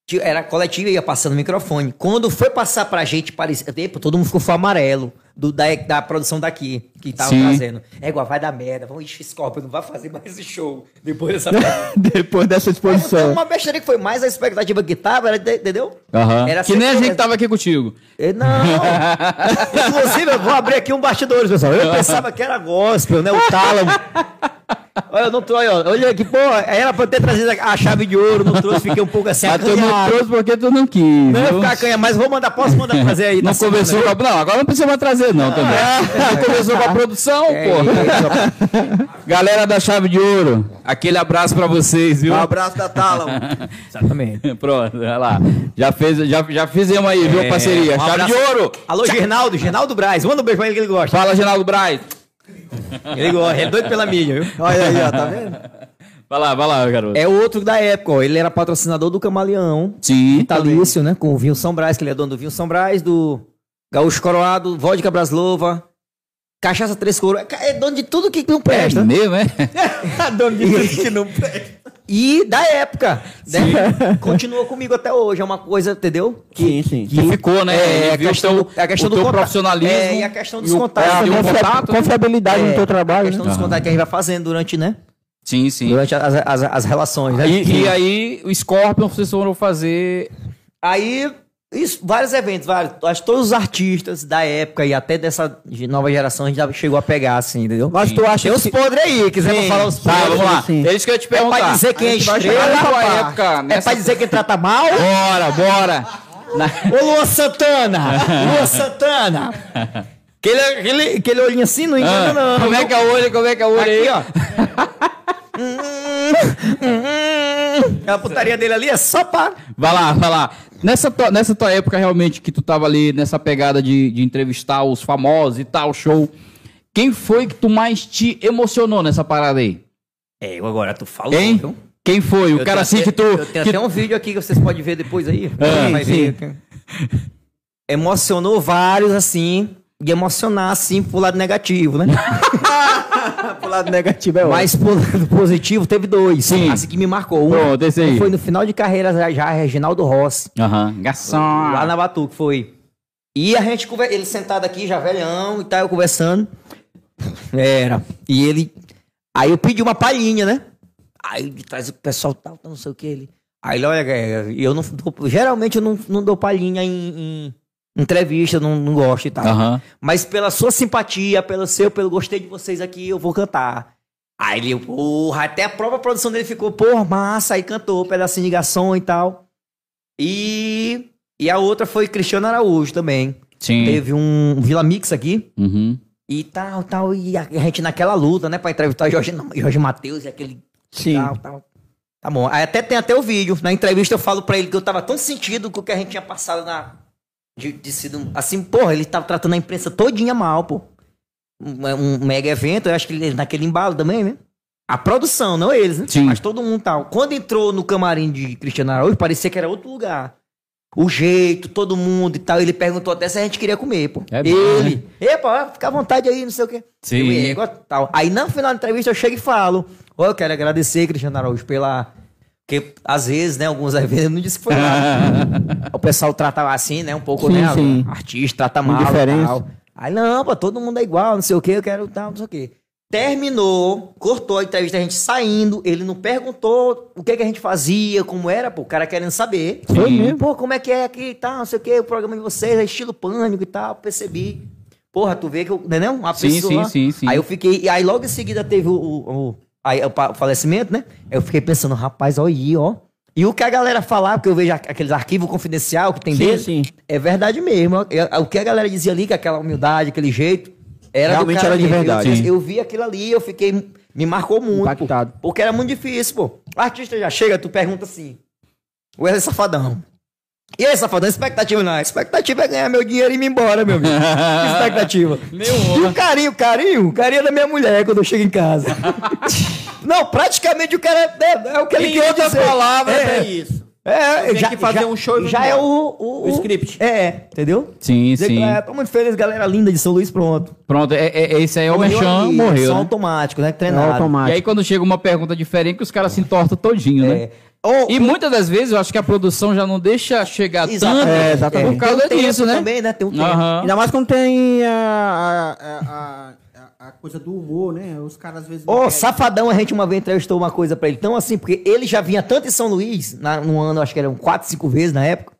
ti- era coletiva, ia passando o microfone. Quando foi passar pra gente, parecia. E, pô, todo mundo ficou foi amarelo do, da, da produção daqui, que tava
Sim.
trazendo. É igual, vai dar merda. Vamos, ixi, Scorpion, não vai fazer mais esse show depois <laughs> dessa merda.
<laughs> Depois dessa exposição.
Uma besteira que foi mais a expectativa que tava, era, de- entendeu?
Aham.
Era
Que nem a
sempre-
gente que tava aqui contigo.
É,
<laughs>
Não! Inclusive, eu vou abrir aqui um bastidores, pessoal. Eu pensava que era gospel, né? O tálamo. Olha, eu não trouxe, olha, olha que porra, era pra eu ter trazido a a chave de ouro, não trouxe, fiquei um pouco assim,
Mas tu não
acanhado.
trouxe porque tu não quis.
Não ia
viu?
ficar canha, mas vou mandar, posso mandar trazer aí?
Não
tá certo,
conversou
né?
com a. Não, agora não precisa mais trazer, não, também. Não conversou com a produção, pô. <laughs> Galera da Chave de Ouro, aquele abraço pra vocês, viu?
Um abraço da Tala.
<laughs>
Exatamente.
Pronto, olha lá. Já, fez, já, já fizemos aí, viu, É, parceria?
um
Chave de
abraço.
Ouro!
Alô, Gernaldo, Gernaldo Braz, manda um beijo pra ele que ele gosta.
Fala, Geraldo Braz.
Ele gosta, ele é doido pela mídia, viu?
Olha aí, ó, tá vendo?
Vai lá, vai lá, garoto.
É outro da época, ó. Ele era patrocinador do Camaleão.
Sim. tá
Vitalício, né? Com o Vinho São Brás, que ele é dono do Vinho São Brás, do Gaúcho Coroado, Vodka Braslova, Cachaça Três Coroas. É dono de tudo que não
É
presta.
mesmo, é?
Tá dono de tudo que não presta. E da época. né? Continua comigo até hoje. É uma coisa, entendeu?
<laughs> Sim, sim.
Que ficou, né?
É,
Ele
a
viu
questão
teu-
do- é a questão
o
do
teu
contato.
profissionalismo.
É, e a questão dos
o-
contatos
é,
também.
e o
Confia-
contato.
Confiabilidade
É,
no teu
A
trabalho,
questão
né?
dos contatos que a gente vai fazendo durante, né?
<laughs> Sim, sim.
Durante as, as, as relações, né?
E, e aí, o Scorpion, vocês foram fazer.
Aí, isso, vários eventos, vários. Acho que todos os artistas da época e até dessa ge- nova geração a gente já chegou a pegar, assim, entendeu?
Mas tu acha
Tem os
que-
podres aí, quiser
Sim.
falar os
Tá,
Tá,
podres.
vamos lá.
sim.
É isso que eu ia te
É
perguntar.
pra dizer quem é estrela,
chegar na tua
rapaz.
época,
É
nessa-
pra dizer quem trata mal?
Bora, bora. Na-
Ô Luan <laughs> Santana! Luan Santana! Aquele, aquele, aquele olhinho assim não engana,
Ah,
não.
<laughs> como é que é o olho? Como é que é o olho aí?
Aqui, ó. A putaria dele ali é só pra.
Vai lá, vai lá. Nessa tua, nessa tua época, realmente, que tu tava ali nessa pegada de, de entrevistar os famosos e tal, show. Quem foi que tu mais te emocionou nessa parada aí?
É, eu agora tu falou,
Hein?
viu?
Quem foi? O cara
Eu tenho
assim
até-
que tu.
Eu tenho
que-
até um vídeo aqui que vocês podem ver depois aí.
Ah,
Vai
sim.
ver. Emocionou vários, assim. E emocionar, assim, pro lado negativo,
<laughs>
né?
Pro lado negativo é
Mas pro lado positivo teve dois.
Sim.
Assim que me marcou. Um
Pronto, esse aí.
foi no final de carreira já, já Reginaldo Rossi.
Aham, garçom.
Lá na Batuque, foi. E a gente, conver- ele sentado aqui, já velhão, e tal, eu conversando. Era. E ele. Aí eu pedi uma palhinha, né? Aí de trás o pessoal tal, tal, não sei o que. Ele... Aí ele, olha, galera, eu não. dou- Geralmente eu não, não dou palhinha em, em entrevista, não, não gosto e tal.
Aham.
Mas pela sua simpatia, pelo seu, pelo gostei de vocês aqui, eu vou cantar. Aí ele, porra, até a própria produção dele ficou, porra, massa, aí cantou, um pedacinho de garçom e tal. E, e a outra foi Cristiano Araújo também.
Sim.
Teve um Vila Mix aqui <laughs>
Uhum.
e tal, tal. E a a gente naquela luta, né, pra entrevistar o Jorge, Jorge Matheus e aquele
Sim.
tal, tal. Tá bom. Aí até tem até o vídeo. Na entrevista eu falo pra ele que eu tava tão sentido com o que a gente tinha passado na. De, de sido. Assim, porra, ele tava tratando a imprensa todinha mal, pô. Um, um mega evento, eu acho que ele, naquele embalo também, né? A produção, não eles, né?
Sim.
Mas todo mundo tal. Quando entrou no camarim de Cristiano Araújo, parecia que era outro lugar. O jeito, todo mundo e tal. Ele perguntou até se a gente queria comer, pô.
É bom,
ele. Epa, ó, fica à vontade aí, não sei o quê.
Sim.
Eu, "É, negócio tal. Aí no final da entrevista eu chego e falo: Ó, eu quero agradecer, Cristiano Araújo, pela. Porque às vezes, né, alguns eventos eu não disse que
<laughs>
foi lá. o pessoal trata assim, né, um pouco,
Sim,
né?
sim.
Artista trata mal.
Indiferença.
Tal. Aí não, pô, todo mundo é igual, não sei o que, eu quero tal, não sei o que. Terminou, cortou a entrevista, a gente saindo, ele não perguntou o que, que a gente fazia, como era, pô, o cara querendo saber.
Foi
Sim.
mesmo.
Pô, como é que é aqui e tal, não sei o que, o programa de vocês, é estilo pânico e tal, percebi. Porra, tu vê que eu, né, não? Uma
Sim,
pessoa.
sim, sim, sim.
Aí eu fiquei, e aí logo em seguida teve o, o, o- aí, o pa- o falecimento, né? Eu fiquei pensando, rapaz, olha aí, ó. E o que a galera falar, porque eu vejo a- aqueles arquivos confidencial que tem
Sim,
dele,
sim.
é verdade mesmo. É- é- O que a galera dizia ali, que aquela humildade, aquele jeito, era do
Realmente
cara
era de
mesmo. Eu
verdade.
disse,
Sim.
Eu, vi aquilo ali, eu fiquei, me marcou muito. pô.
Impactado.
Porque era muito difícil, pô. O artista já chega, tu pergunta assim, o Wesley Safadão. E aí, Safadão, expectativa não. Expectativa é ganhar meu dinheiro e ir embora, meu amigo. Que expectativa.
<laughs>
E o carinho, o carinho, o carinho é da minha mulher quando eu chego em
<laughs>
casa. Não, praticamente o cara é, é o que ele quer dizer. é,
isso.
é,
Tem
já,
que fazer
já-
um show e
já
vamos
é o,
embora.
o,
O script.
É, entendeu?
Sim,
Dizer que,
sim.
ah, tô muito feliz, galera linda de São Luís, pronto.
Pronto, é, é- esse aí é o
Morreu
Merchan,
ali,
morreu.
Só
né?
automático, né?
É
Treinado.
E
automático.
aí quando chega uma pergunta diferente, que os caras se entortam todinho, né?
É. Ou-
E muitas das vezes eu acho que a produção já não deixa chegar
Exatamente.
tanto
É, exatamente.
por causa
Tem um tempo
disso, né?
Também, né? Tem um tempo.
Aham.
Ainda mais quando tem é, a, a, a- a- a coisa do humor, né? Os caras às vezes.
Ô, safadão, a gente uma vez entrevistou uma coisa pra ele. Então, assim, porque ele já vinha tanto em São Luís, na, num ano, acho que eram quatro, cinco vezes na época,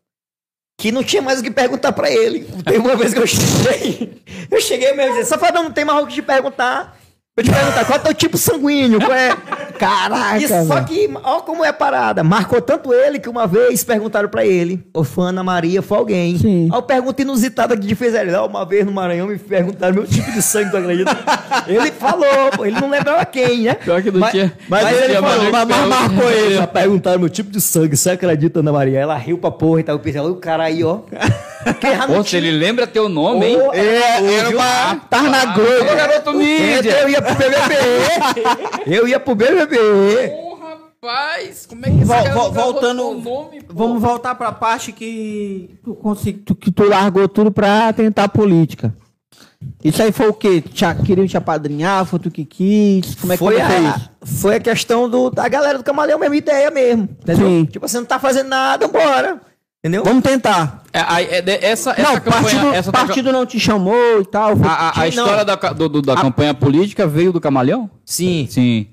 que não tinha mais o que perguntar pra ele. Tem uma vez que eu cheguei, eu cheguei mesmo e disse, safadão, não tem mais o que te perguntar. Eu te perguntar, qual é o teu tipo sanguíneo? Qual é?
Caraca,
E só
velho.
que, ó como é a parada. Marcou tanto ele que uma vez perguntaram pra ele, ou foi Ana Maria, foi alguém.
Sim.
Aí eu pergunta inusitada que fizeram ele, ó, uma vez no Maranhão me perguntaram meu tipo de sangue, tu <laughs> acredita? ele falou, pô, ele não lembrava quem, né?
Pior que não
mas,
tinha-
Mas,
não
ele
tinha
falou,
mais
mas,
nem
mas
pergunta.
<laughs>
marcou ele. Já perguntaram meu tipo de sangue, você acredita, Ana Maria? Ela riu pra porra e tal. Eu pensei, olha o cara aí, ó. Que errar
Pô,
não
se
tinha.
ele lembra teu nome, hein?
Ô,
É,
Viu?
era uma.
Ah,
Tá na Globo.
É,
Ô, garoto mídia!
<laughs>
Eu ia pro BBB. eu ia pro BBB.
Rapaz, como é que esse
Vol-
cara
vol-
não gravou
voltando-
o nome? pô?
Vamos voltar pra parte que tu, consegui- tu- que tu largou tudo pra tentar política. Isso aí foi o quê? Te, a- queriam te apadrinhar? Foi tu que quis? Como é que
foi,
aconteceu
a,
isso?
foi a questão do, da galera do Camaleão, mesma ideia mesmo. Entendeu?
Sim.
Tipo assim, não tá fazendo nada, bora. Entendeu?
Vamos tentar.
É, aí, é de- essa, essa
não, o
campanha-
partido,
essa tá-
partido não te chamou e tal. foi-
a, a- a
Não.
história da, ca- do- do- da campanha política veio do Camaleão?
Sim.
Sim.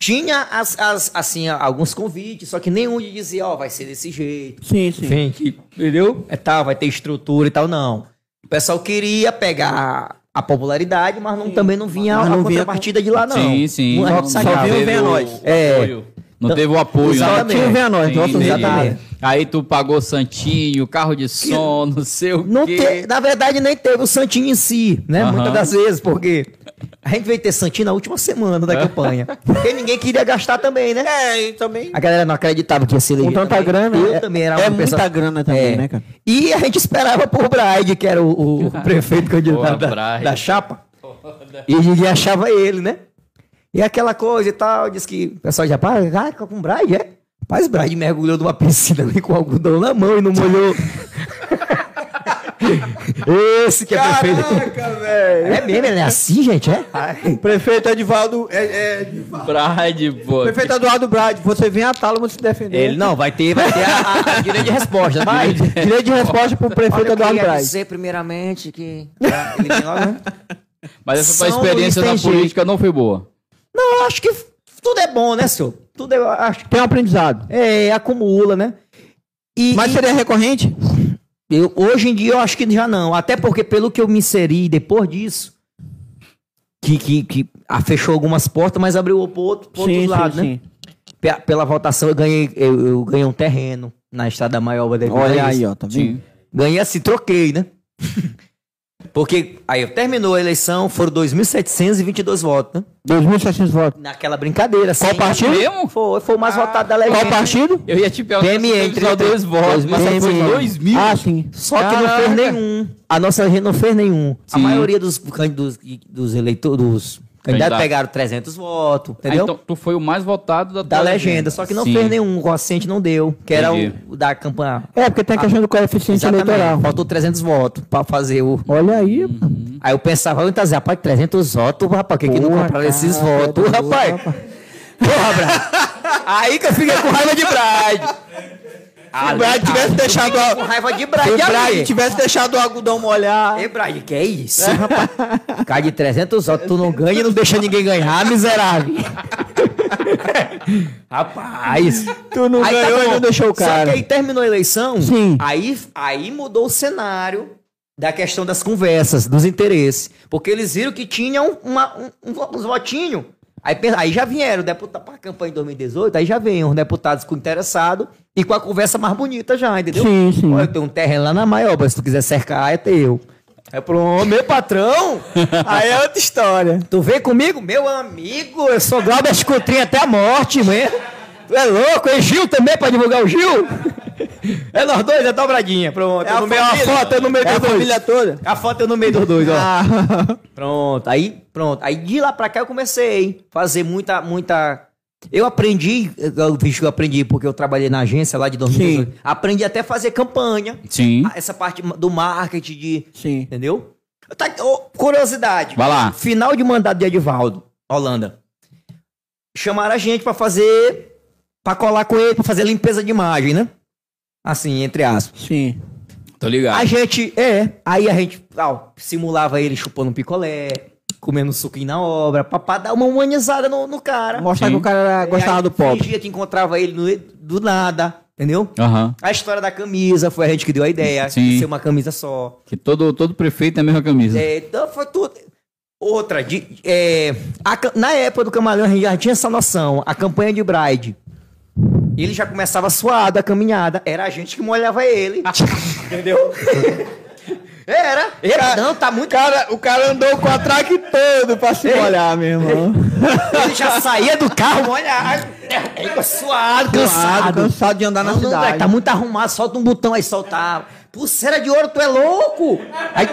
Tinha as, as- assim, alguns convites, só que nenhum de dizer, ó, vai ser desse jeito.
Sim, sim.
Enfim, que- entendeu? É tal, vai ter estrutura e tal, não. O pessoal queria pegar a popularidade, mas não, também não vinha
Mas
a
não vinha com-
contrapartida de lá, não.
Sim, sim.
Não, é a gente
Só-
sacava.
só veio ver
Entendeu?
nós.
É.
Não teve o apoio,
Só
né?
tinha o
Venom,
Sim,
nossa,
entendi.
exatamente.
Aí tu pagou santinho, carro de som, não sei o
Não
quê.
te- na verdade, nem teve o Santinho em si, né?
Aham.
Muitas das vezes, porque a gente veio ter Santinho na última semana da campanha. Porque ninguém queria gastar também, né?
É, e também.
A galera não acreditava que ia se eleger.
Com tanta
também.
grana.
Eu
é,
também era
é
uma
muita
pessoa- É.
grana também, né, cara?
E a gente esperava por Braide, que era o, o- o prefeito
Porra,
candidato da,
Braide.
da chapa. E a gente achava ele, né? E aquela coisa e tal, diz que o pessoal já pá, ah, com Braide, é? Rapaz, Braide mergulhou numa piscina ali com algodão na mão e não molhou. Esse que é prefeito.
velho.
É mesmo, ele é assim, gente, é?
Prefeito Edivaldo. É, é,
Brade, pô.
prefeito Eduardo Brade, você vem a Tálamo se defender.
Ele não, vai ter, vai ter a, a- a direito de
tá?
resposta, vai.
Direito de resposta pro prefeito Eduardo Brade.
primeiramente que... né?
Mas essa tua
São
experiência na
Luís tem jeito.
política não foi boa.
Não, eu acho que tudo é bom, né, senhor? Tudo é, eu acho
Tem um aprendizado.
É, acumula, né? E,
Mas
e
seria recorrente?
eu, hoje em dia eu acho que já não. Até porque, pelo que eu me inseri depois disso, que, que, que ah, fechou algumas portas, mas abriu pro outro, pro outro lado, né? Pe- Pela votação eu ganhei, eu, eu ganhei um terreno na Estrada Maior.
Olha aí, ó, tá vendo?
Sim.
Ganhei assim, troquei, né? <laughs> Porque aí terminou a eleição, foram 2.722 votos, né?
2.700 votos.
Naquela brincadeira. Ah.
Qual
sem-
partido?
Mesmo?
Foi, foi o mais votado da legenda.
Qual partido?
Eu ia te um perguntar
PM
se teve
entre
só dois votos, mas só foi
PM.
dois mil.
Ah, sim.
Só que não fez nenhum. A nossa gente não fez nenhum. A
Sim.
maioria dos, can- dos, dos eleitores, dos
Candidato.
candidatos pegaram 300 votos,
Ah,
entendeu?
então, tu foi o mais votado da,
da legenda, só que não fez nenhum, o quociente não deu, que era
Entendi.
o, o da campanha.
É, porque tem a questão do coeficiente eleitoral.
faltou 300 votos pra fazer o...
Olha aí, mano.
Aí eu pensava, eu trazia, rapaz, 300 votos, rapaz, que que não
Porra,
compraram esses
cara,
votos,
é doido,
rapaz?
rapaz.
Porra, Brad. Aí que eu fiquei com raiva de Brad.
Se o Brad tivesse deixado a-
Com raiva de Brad,
Se o
ia
Brad
ver.
tivesse deixado o algodão molhar.
Ei, Brian, que é isso, <laughs> rapaz? Cai de 300 votos, tu não ganha e não deixa ninguém ganhar, miserável. <laughs> rapaz.
Tu não
Aí tá
ganhou e
bom.
não deixou o
Só
cara.
que aí terminou a eleição,
Sim.
Aí, aí mudou o cenário da questão das conversas, dos interesses. Porque eles viram que tinham uma, um, um vo- uns votinhos. Aí, pensa- aí já vieram deputados para a campanha de 2018, aí já vêm os deputados com interessado e com a conversa mais bonita já, entendeu?
Sim, sim.
Olha, eu tenho um terreno lá na maior, mas se tu quiser cercar, é teu. É pro meu
<laughs>
patrão?
Aí é outra história.
Tu vem comigo? Meu amigo, eu sou Glauber Escutrinha até a morte, né? Tu é louco, hein? Gil também pra divulgar o Gil? É nós dois, é dobradinha, pronto.
a
eu no meio, a
família.
foto é no meio
É a
dos
família
dois.
toda.
A foto é no meio dos dois, ó.
Ah,
Pronto, aí, pronto. Aí de lá pra cá eu comecei a fazer muita, muita... Eu aprendi, eu, vixe, eu aprendi porque eu trabalhei na agência lá de 2018. Aprendi até a fazer campanha.
Sim.
Ah, Essa parte do marketing, de,
sim.
entendeu? Tá, ô, curiosidade.
Vai
Ah.
lá.
Final de mandato de Edivaldo, Holanda. Chamaram a gente pra fazer. pra colar com ele, pra fazer limpeza de imagem, né? Assim, entre aspas.
Sim.
Tô
Ah.
ligado.
A gente. É. Aí a gente ó, simulava ele chupando um picolé, comendo suquinho na obra, pra, pra dar uma humanizada no, no cara.
Mostrar
Sim.
que o cara era- gostava
Aí
do pop.
Fingia que encontrava ele no- do nada, entendeu?
Aham.
A história da camisa foi a gente que deu a ideia
Sim.
de ser uma camisa só.
Que todo, todo prefeito é a mesma camisa.
É, então foi tudo. Outra, de, é, a ca- na época do Camaleão a gente já tinha essa noção. A campanha de Bride. Ele já começava suado a caminhada. Era a gente que molhava <laughs> ele. Entendeu? era, era. Não, tá muito. Cara,
O cara andou com a traque todo pra se molhar, meu irmão.
ele já saía do carro molhado. Ele Suado,
Cansado,
cansado.
cansado de andar na
Não, tá não,
cidade.
velho, tá muito arrumado, solta um botão aí, soltava. Pulseira de ouro, tu é louco? Aí,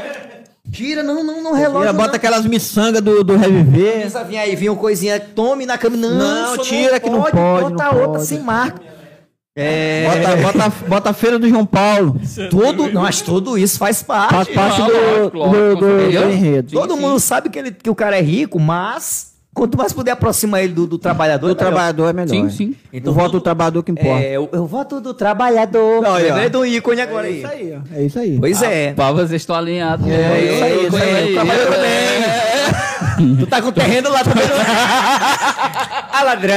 Gira, não, não, não, relógio.
Tira,
não.
bota aquelas miçangas do, do reviver.
Começa a vir aí, vinha uma coisinha, tome na cama. Não,
Não,
só
tira que não pode,
Bota
não
outra
pode.
sem marca. É.
Bota, bota, bota a feira do João Paulo.
Tudo, não, mas tudo isso faz parte.
Faz parte
Não,
do,
lógico,
do,
com
do-
certeza.
do enredo.
Sim,
Todo
sim.
mundo sabe que, ele, que o cara é rico, mas quanto mais puder aproximar ele do, do trabalhador, melhor.
Do trabalhador é melhor.
Sim, sim.
Então, o voto do trabalhador que importa.
É, eu, eu voto do trabalhador.
Não, aí, ó.
Lembrei do ícone agora aí.
aí, ó. É isso aí.
Pois é.
Pá, vocês estão alinhados. É,
isso aí, isso aí. O trabalho
<laughs>
Tu tá com terreno lá também. ah, ladrão.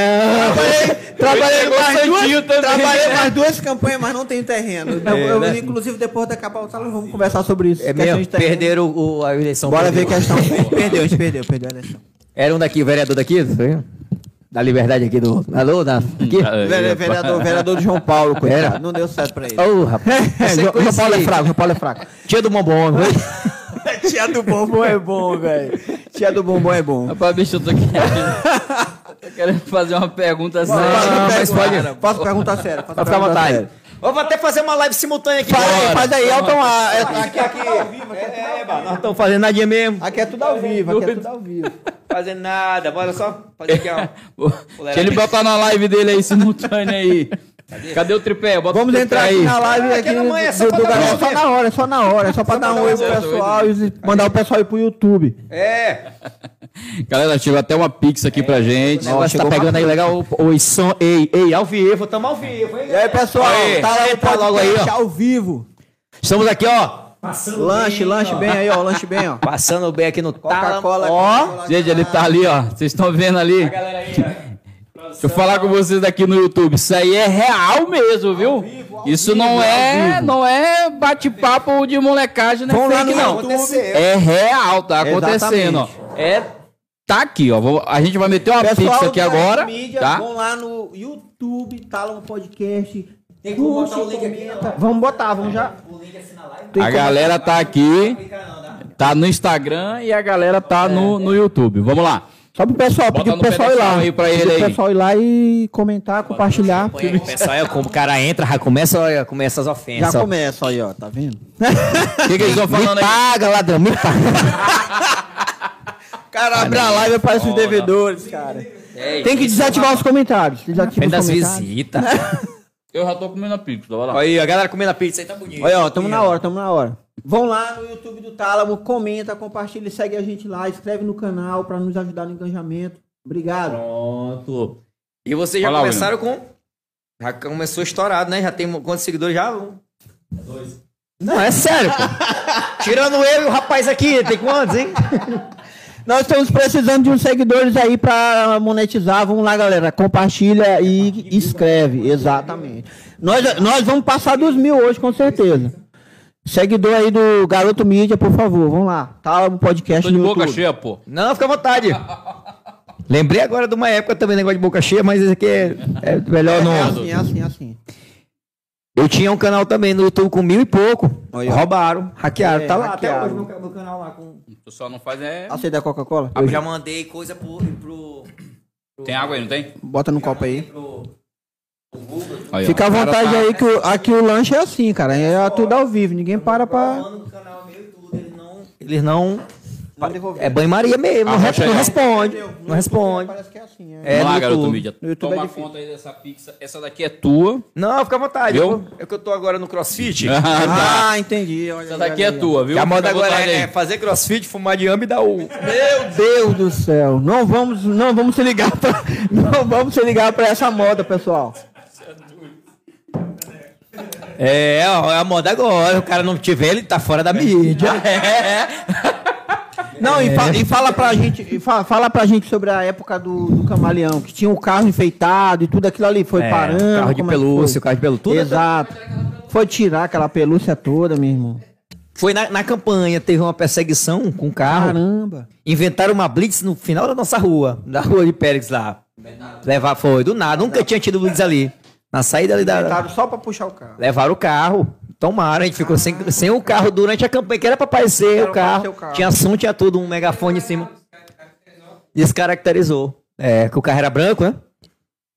Trabalhei
Pegou
mais,
santinho
duas,
também.
trabalhei mais duas campanhas, mas não tenho terreno. Eu- eu,
né?
Inclusive, depois de acabar o salão, vamos conversar sobre isso.
É
Questão de
mesmo,
terreno.
perderam o- o- a eleição.
Bora ver
perdeu.
<laughs> questão. perdeu, a gente perdeu, perdeu a eleição.
Era um daqui, o vereador daqui? foi? Da liberdade aqui do. Alô, da. Aqui?
Vere- é Vereador, vereador do João Paulo, coitado. Não deu certo pra ele.
Ô, rapaz. <laughs>
João João Paulo é fraco, João Paulo é fraco.
Tia do Mombom, viu?
<laughs> Tia do bombom é bom, velho. Tia do bombom é bom.
Rapaz, bicho, eu tô querendo,
<laughs>
tô querendo fazer uma pergunta séria.
não, mas pode-
Posso perguntar sério? Posso
Pra ficar à
perguntar
vontade.
sério.
Vou até fazer uma live simultânea aqui.
Faz
Bora.
aí, faz aí, Elton. ah, é-
Aqui, aqui. É, é, nós não estamos fazendo nadinha mesmo.
Aqui é tudo ao vivo, aqui é tudo ao vivo.
Fazendo nada. Bora só fazer aqui, ó.
Deixa ele botar na live dele aí, simultânea aí. Cadê o tripé? Bota o
Vamos
tripé
entrar aqui na live
Ah,
aqui
aqui na manhã, é só
do,
pra
do
dar
Garoto.
um
só na hora, é só na hora, é só pra dar um oi pro pessoal e mandar o pessoal ir pro YouTube.
É.
Galera, chegou até uma pix aqui pra gente.
Nossa, tá pegando aí legal o som. Ei, ei, ao vivo. Tamo ao vivo, hein?
E aí, pessoal,
Aí,
tá lá no
entra logo aí,
podcast ao vivo.
Estamos aqui, ó.
Lanche, lanche bem aí, ó, lanche bem, <laughs> ó.
Passando bem aqui no
Coca-Cola.
Ó.
Gente, ele tá ali, ó. Vocês estão vendo ali. Deixa eu falar com vocês aqui no YouTube. Isso aí é real mesmo, viu? Isso não é, não é bate-papo de molecagem, né?
Vamos lá
fake,
no
não.
YouTube.
É real, tá acontecendo, ó. É tá aqui, ó. Vou- a gente vai meter uma pix aqui
da
agora,
mídia,
tá?
Vão lá no YouTube, tá lá no podcast. Tem como botar o link aqui? Vamos botar, vamos já.
A galera tá aqui, tá no Instagram e a galera tá no,
É.
no YouTube. Vamos
<laughs>
lá.
Só pro pessoal,
Bota
pedir pro
no
pessoal ir lá.
pedestal aí pra
Pedir
ele aí.
pro pessoal ir lá e comentar, compartilhar.
Pessoal, é como o cara entra, já começa, olha, começa as
Já
ofensas.
começa aí, ó, tá vendo?
O que, que eles estão falando aí?
Paga, ladrão, me <laughs> paga.
Cara, abre a live e aparece os devedores, cara.
É
Tem que desativar os comentários. Desativa
Vem
os
das
comentários.
visitas.
Eu já tô comendo a pizza, tá? vai lá.
Aí, a galera comendo a pizza aí tá bonito.
Olha, ó, tamo na hora, tamo na hora. Vão lá no YouTube do Tálamo, comenta, compartilha, segue a gente lá, inscreve no canal pra nos ajudar no engajamento. Obrigado.
Pronto. E vocês já
Vai lá,
começaram com. Já começou estourado, né? Já tem mo- quantos seguidores já? Dois. Não, é sério, pô. Tirando eu e o rapaz aqui, tem quantos, hein?
Nós estamos precisando de uns seguidores aí pra monetizar. Vamos lá, galera. Compartilha e escreve. Exatamente. Nós, nós vamos passar dos mil hoje, com certeza. Seguidor aí do Garoto Mídia, por favor. Vamos lá. Tálamo Podcast
Tô de
no
boca
YouTube.
cheia, pô.
Não, fica à vontade. Lembrei agora de uma época também, negócio de boca cheia, mas esse aqui é, é melhor
É
não.
assim, é assim, é assim.
Eu tinha um canal também no YouTube com mil e pouco. Roubaram, hackearam.
É,
tá lá até
hackearam.
hoje meu, meu canal lá com.
O pessoal não faz é.
Aceita a Coca-Cola?
Ah, Eu já mandei coisa pro. pro,
Tem água aí, não tem?
Bota no copo aí.
pro-
Aí, ó.
Fica à
O cara
vontade
tá-
aí que o- aqui o lanche é assim, cara. É tudo ao vivo, ninguém para pra.
Mano, o canal meu e tudo, eles não. Eles não. É banho-maria mesmo,
Ah,
não,
rocha
re- não
é-
responde. Não responde.
Parece que é assim, é.
É,
Vamos lá,
no
garoto
YouTube.
mídia.
No YouTube é
Toma
difícil.
conta aí dessa pizza. Essa daqui é <laughs> tua.
Não, fica à vontade.
Viu?
eu- É que eu tô agora no <laughs> crossfit.
Ah, entendi. Olha,
Essa
aí,
daqui
olha
é
aí,
tua, viu?
Que a
Fica
moda
à
agora
vontade
é, é
aí.
fazer crossfit, fumar de ame e dar o.
ó. Meu Deus do céu. Não vamos, não vamos se ligar pra, <laughs> não vamos se ligar pra essa moda, pessoal.
<laughs> É, ó, é a moda agora. O cara não tiver, ele tá fora da <laughs> mídia. É.
Não, e, fa- e fala pra gente, e fa- fala pra gente sobre a época do, do camaleão, que tinha o carro enfeitado e tudo aquilo ali foi
É,
parando.
carro de
como é que
pelúcia,
foi?
carro de pelúcia, tudo. né?
Exato. Foi tirar aquela pelúcia toda, meu irmão.
Foi na, na campanha, teve uma perseguição com o carro.
Caramba.
Inventaram uma blitz no final da nossa rua, da rua de Pérez lá. Levar foi, do nada. Nunca tinha tido blitz ali. Na saída ali da.
Inventaram só pra puxar o carro.
Levaram o carro, tomaram, a gente ficou sem, sem o carro durante a campanha, que era pra aparecer o carro.
aparecer o carro.
Tinha som, tinha tudo, um megafone em cima. Descaracterizou. É, que o carro era branco, né?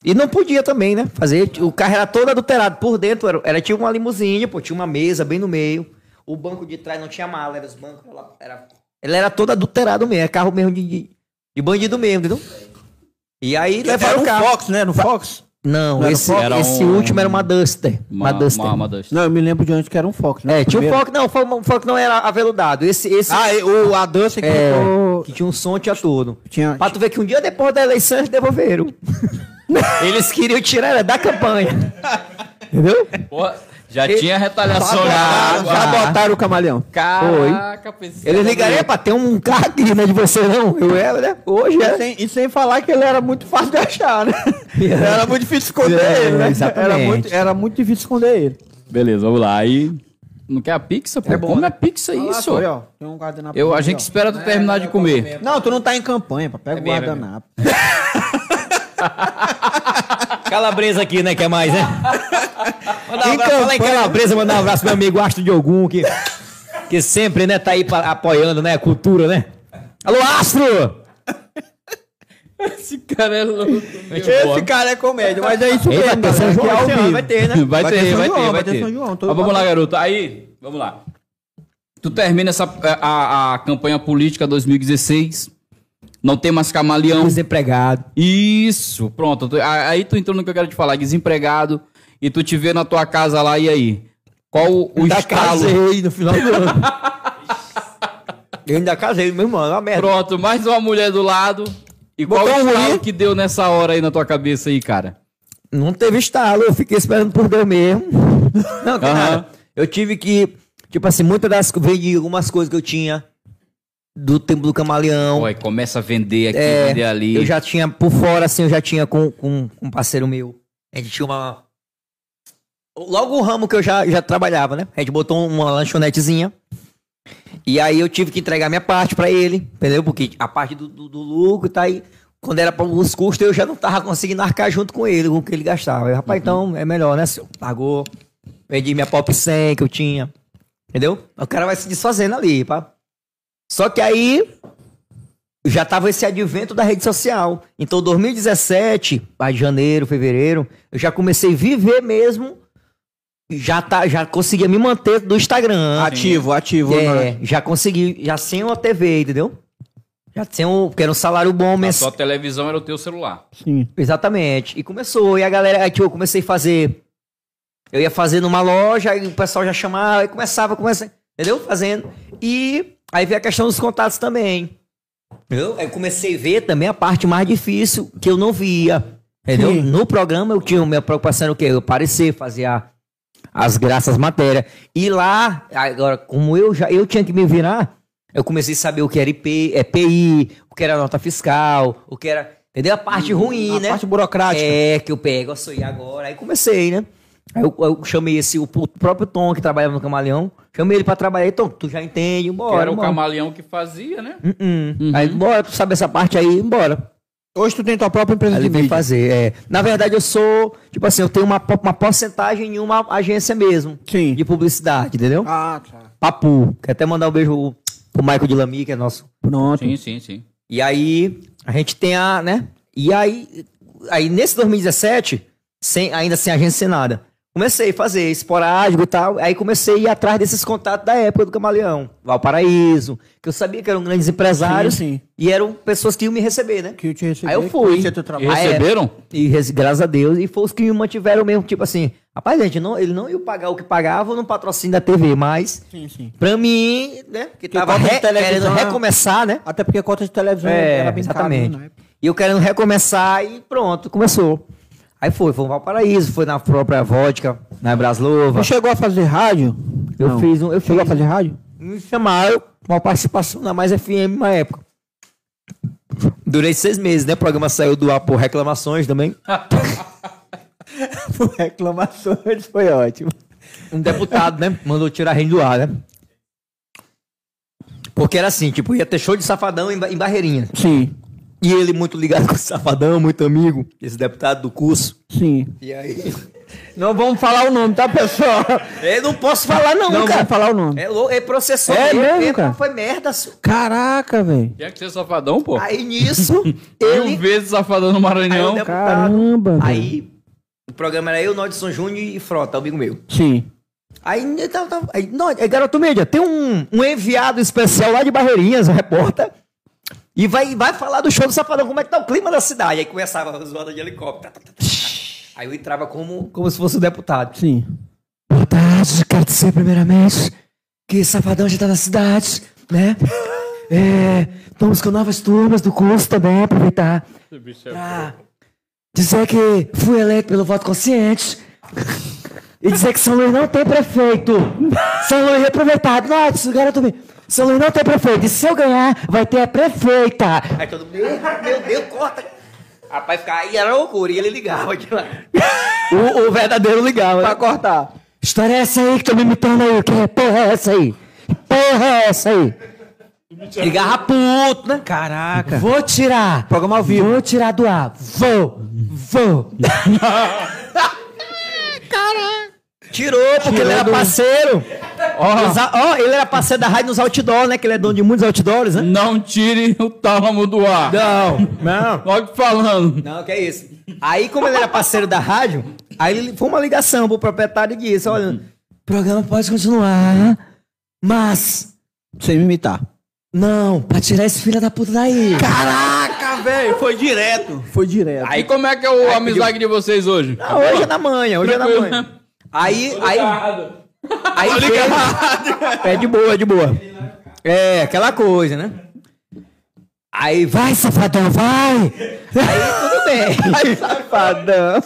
E não podia também, né? Fazer. O carro era todo adulterado. Por dentro era, era- tinha uma limusine, pô, tinha uma mesa bem no meio. O banco de trás não tinha mala, era os bancos. Ela era, ele era todo adulterado mesmo, é carro mesmo de, de, de bandido mesmo, entendeu? E aí levaram
Era
o
um
carro.
Fox, né? No Fox?
Não,
Não era
esse,
Fox?
Era
esse
um-
último era uma Duster. Uma, Duster.
Uma, uma Duster.
Não, eu me lembro de onde que era um Fox, né?
É, tinha um
Primeiro.
foco, não, foi um foco não era aveludado. Esse, esse
Ah, e o a dança que
é,
ficou-
que tinha um som tinha tudo.
Tinha,
Pra tu ver que um dia depois da eleição eles devolveram. <laughs> Eles queriam tirar ela da campanha. Entendeu?
Porra, já tinha retaliação
Só-
de
já,
água.
já
ah.
botaram o camaleão.
Caraca, pensei.
Eles ligariam pra ter um carro aqui, né, de você não. Eu era, né? Hoje
E
é.
sem, e sem falar que ele era muito fácil de achar, né? Era muito difícil esconder
É,
ele, né? Era
exatamente.
muito, era muito difícil esconder ele.
Beleza, vamos lá. Aí. Não quer a pizza?
É
Pô? Come
né?
a pizza
Ah,
aí,
Isso.
senhor.
Tem um guardanapo.
Eu, a
ali,
gente
ó.
espera tu terminar de comer.
Não, tu não tá em campanha, pá. Pega o guardanapo.
Calabresa aqui, né, que é mais, né? Mandar um
Em
abraço, falar em
campanha.
Calabresa, mandar um abraço pro meu amigo Astro de Ogum, que, que sempre, né, tá aí pa- apoiando, né, a cultura, né? Alô, Astro!
Esse cara é louco.
cara é comédia, mas é isso
Ei, vai ter São João esse ano, vai ter, né?
Vai,
Vai
ter,
ter São
vai
João,
ter, vai
vai ter
ter.
São João, todo
Mas vamos
mundo-
lá, garoto. Aí, vamos lá. Tu termina essa, é, a, a- a campanha política 2016. Não tem mais camaleão.
Desempregado.
Isso, pronto. Tu- a- Aí tu entrou no que eu quero te falar, desempregado. E tu te vê na tua casa lá, e aí? Qual o, o
Ainda
estalo?
casei no final do ano.
Eu <laughs> ainda casei, meu irmão, é uma merda.
Pronto, mais uma mulher do lado. E qual
Botou
o
um
estalo
i.
que deu nessa hora aí na tua cabeça aí, cara?
Não teve estalo, eu fiquei esperando por Deus mesmo. Não, tem
Aham.
nada. Eu tive que, tipo assim, muitas das co- vendi algumas coisas que eu tinha do tempo do camaleão.
Ué, começa a vender aqui,
É,
vender ali.
Eu já tinha, por fora, assim, eu já tinha com, com, com um parceiro meu. A gente tinha uma. Logo o ramo que eu já, já trabalhava, né? A gente botou uma lanchonetezinha. E aí eu tive que entregar minha parte pra ele, entendeu? Porque a parte do, do, do lucro tá aí. Quando era para os custos, eu já não tava conseguindo arcar junto com ele, com o que ele gastava. Eu, rapaz, então é melhor, né, senhor? Pagou. Vendi minha Pop 100 que eu tinha. Entendeu? O cara vai se desfazendo ali, pá. Só que aí já tava esse advento da rede social. Então, 2017, a de janeiro, fevereiro, eu já comecei a viver mesmo. Já, tá, já conseguia me manter do Instagram.
Ativo, ativo.
É,
né?
já consegui, já sem uma TV, entendeu? Já sem um, porque era um salário
Tá
bom
A
mens...
sua televisão era o teu celular.
Sim.
Exatamente. E começou, e a galera, aí, tipo, eu comecei a fazer. Eu ia fazer numa loja, aí o pessoal já chamava, aí começava, começava, entendeu? Fazendo. E aí veio a questão dos contatos também. Entendeu? Aí eu comecei a ver também a parte mais difícil que eu não via. Entendeu?
Sim.
No programa eu tinha, minha preocupação era o quê? Eu aparecer, fazer a- as graças matéria. E lá, agora, como eu já eu tinha que me virar, eu comecei a saber o que era IP, é PI, o que era nota fiscal, o que era. Entendeu? A parte ruim,
Hum, a
né?
parte burocrática.
É, que eu pego, eu sou e agora. Aí comecei, né? Aí eu, eu chamei esse, o, o próprio Tom, que trabalhava no Camaleão. Chamei ele pra trabalhar. E, Tom, tu já entende,
Que
bora.
era o
bora.
camaleão que fazia, né?
Hum. Aí, bora, tu sabe essa parte aí, bora.
Hoje tu tem tua própria empresa
Aí
de
ele vem
mídia.
fazer. é. Na verdade, eu sou, tipo assim, eu tenho uma, po- uma porcentagem em uma agência mesmo.
Sim.
De publicidade, entendeu?
Ah, tá.
Papu. Quer até mandar um beijo pro Michael de Lamy, que é nosso
Pronto.
Sim, sim, sim.
E aí, a gente tem a, né? E aí, aí nesse 2017, sem, ainda sem agência, sem nada, comecei a fazer esporádico e tal. Aí comecei a ir atrás desses contatos da época do Camaleão, Valparaíso, que eu sabia que eram grandes empresários
Sim, sim.
e eram pessoas que iam me receber, né?
Que eu te recebi.
Aí eu fui.
Conhecia teu
E
trabalho.
Ah, é.
receberam?
E res- graças a Deus, e foi os que me mantiveram mesmo, tipo assim, rapaz, gente, não, ele não ia pagar o que pagava no patrocínio da TV, mas
Sim, sim.
pra mim, né, que
Que
tava
cota de
re, querendo
televisão é-
recomeçar, né?
Até porque a cota de televisão
É,
era bem cara,
exatamente.
né?
E eu querendo recomeçar e pronto, começou. Aí foi, foi um Valparaíso, foi na própria vodka, na Braslova.
Tu chegou a fazer rádio?
Eu
Não.
fiz um. Eu
Chegou a
fiz um-
fazer rádio?
Me chamaram pra uma participação na Mais FM na época. Durei seis meses, né? O programa saiu do ar por reclamações também.
<laughs> Por reclamações, foi ótimo.
Um deputado, né? Mandou tirar a rede do ar, né? Porque era assim, tipo, ia ter show de safadão em, Ba- em Barreirinha.
Sim,
E ele muito ligado com o safadão, muito amigo. Esse deputado do curso.
sim.
E aí?
Não vamos falar o nome, tá, <laughs> pessoal?
Eu É, não posso falar, não,
Não
cara.
vamos falar o nome.
É louco, ele processou
É
ele,
mesmo,
ele
cara?
Foi merda, senhor.
Caraca, velho.
Tinha é que ser safadão, pô.
Aí
<laughs>
nisso,
Mil
ele.
vezes safadão no
aí, o
Maranhão.
deputado-
Caramba, velho.
aí o programa era eu, Nodson Júnior e Frota, amigo meu.
Sim.
Aí, tá, tá, aí, não, é garoto mídia, tem um, um enviado especial lá de Barreirinhas, um repórter, e vai, vai falar do show do Safadão, como é que tá o clima da cidade. Aí começava a zoada de helicóptero. tá, tá, tá, tá. Aí eu entrava como, como se fosse o deputado.
Sim.
Boa tarde, quero dizer primeiramente que Safadão já tá na cidade, né? É, estamos com novas turmas do curso também, aproveitar pra dizer que fui eleito pelo voto consciente e dizer que São Luís não tem prefeito. São Luís é aproveitado. Nossa, garoto me... São Luís não tem prefeito. E se eu ganhar, vai ter a prefeita. Aí todo mundo, meu Deus, corta. Rapaz, ficava aí, era loucura. E ele ligava de <laughs> lá.
O, o verdadeiro ligava.
né?
Pra cortar.
História é essa aí que estão me imitando aí? Que porra é essa aí? Que porra é essa aí? Ligava puto, né?
Caraca.
Vou tirar.
Programa ao vivo.
Vou tirar do ar. Vou. Vou. Tirou, porque ele era
do-
parceiro. Ó, ele era parceiro da rádio nos outdoors, né? Que ele é dono de muitos outdoors, né?
Não tire o tálamo do ar.
Não, não.
Logo falando.
Não, que é isso. Aí, como ele era parceiro da rádio, aí ele- foi uma ligação pro proprietário e disse: olha, o programa pode continuar, mas
Sem me imitar.
não, pra tirar esse filho da puta daí.
Caraca, velho, foi direto.
Foi direto.
Aí como é que é o amizade de vocês hoje?
Ah, hoje é na manhã, hoje é na
Tranquilo,
manhã.
né?
Aí, aí,
Errado.
aí veio- É de boa, de boa. É, aquela coisa, né? Aí, vai, safadão, vai! Aí,
<laughs>
tudo bem.
Safadão.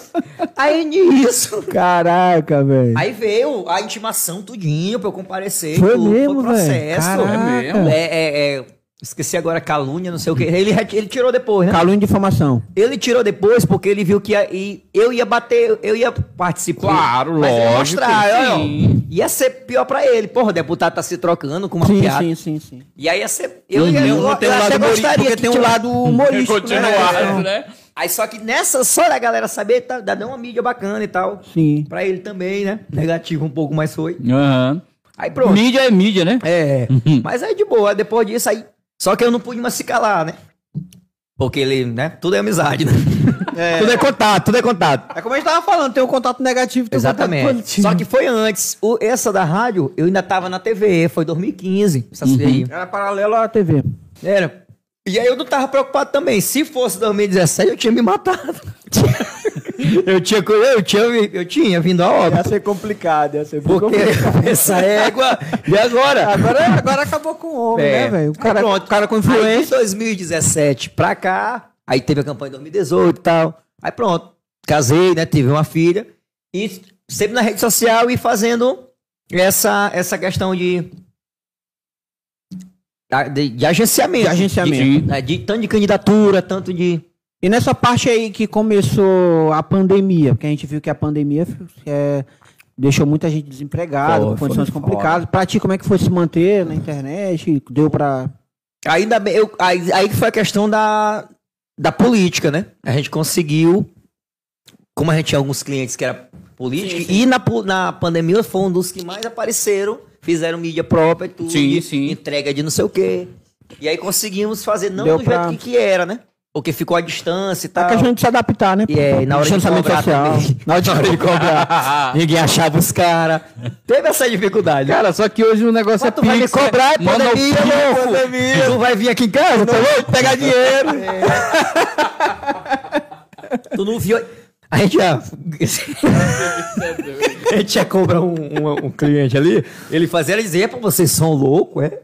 Aí, nisso,
Caraca, velho.
Aí veio a intimação tudinho pra eu comparecer.
Foi
tudo,
mesmo,
processo.
velho.
É mesmo.
É, é, é, esqueci agora, calúnia, não sei o que. Ele, reti- ele tirou depois, né?
Calúnia de informação.
Ele tirou depois porque ele viu que ia- e eu ia bater, eu ia participar.
Claro,
mas eu ia
lógico,
Mostrar, eu-
sim.
ia ser pior pra ele. Porra, o deputado tá se trocando com uma
Sim,
piada.
sim, sim, sim.
E aí ia ser. Eu, ia,
Não,
eu,
não tem
eu
um
até
lado humori-
gostaria
porque
que
tem um
tinha-
lado humorístico.
é
né?
Continuar, né?
Aí só que nessa só da galera saber, tá, dá uma mídia bacana e tal.
Sim.
Pra ele também, né? Negativo um pouco, mas foi.
Aham.
Aí pronto.
Mídia é mídia, né?
É, mas aí de boa, depois disso aí. Só que eu não pude mais se calar, né? Porque ele, né? Tudo é amizade, né? <laughs>
Tudo é contato, tudo é contato.
É como a gente tava falando, tem um contato.
Contato negativo, tem um contato
Exatamente.
positivo.
é Só que foi antes. O- essa da rádio, eu ainda tava na TV, foi 2015. Essas aí.
Era paralelo
Pela TV.
Era. E aí eu não tava preocupado também. Se fosse 2017, eu tinha me matado. <laughs> eu tinha, eu tinha, eu tinha vindo a
Ia
óbito.
ser complicado, ia ser
Porque essa égua. E é agora?
Agora, agora acabou com o homem,
É.
né, velho? O cara,
Pronto.
o cara com
Aí de
influência.
2017 pra cá, aí teve a campanha de 2018 e tal. Aí pronto, casei, né? Tive uma filha. E sempre na rede social e fazendo essa, essa questão de, da- de, de agenciamento.
De
De-
agenciamento.
né, de- tanto de candidatura, tanto de.
E nessa parte aí que começou a pandemia, porque a gente viu que a pandemia é, deixou muita gente desempregada,
Foi,
com condições
foi
complicadas. Pra ti, como é que foi se manter na internet? Deu pra.
Ainda bem, eu, aí, aí que foi a questão da, da política, né? A gente conseguiu, como a gente tinha alguns clientes que era política, e na, po- na pandemia foi um dos que mais apareceram, fizeram mídia própria, e tudo,
Sim,
de-
sim.
entrega de não sei o quê. E aí conseguimos fazer, não
Deu
do
pra- Tá
jeito que, que era, né? Porque ficou à distância e
É A
tal.
questão de se adaptar, né?
E é, e na hora de
Distanciamento
cobrar
social.
também.
<laughs> Na hora de cobrar.
<laughs> Ninguém achava os caras. Teve essa dificuldade.
Cara, só que hoje o negócio
Mas
é
tu vai me
Pix, né?
cobrar, é
Manda o
pandemia,
Pix.
louco. Tu vai vir aqui em casa, tá louco? Pegar dinheiro.
É.
Tu não viu... A gente
<laughs>
já... a gente já cobra um, um- um cliente ali, ele fazia ele dizer, "Pô, vocês são loucos, é?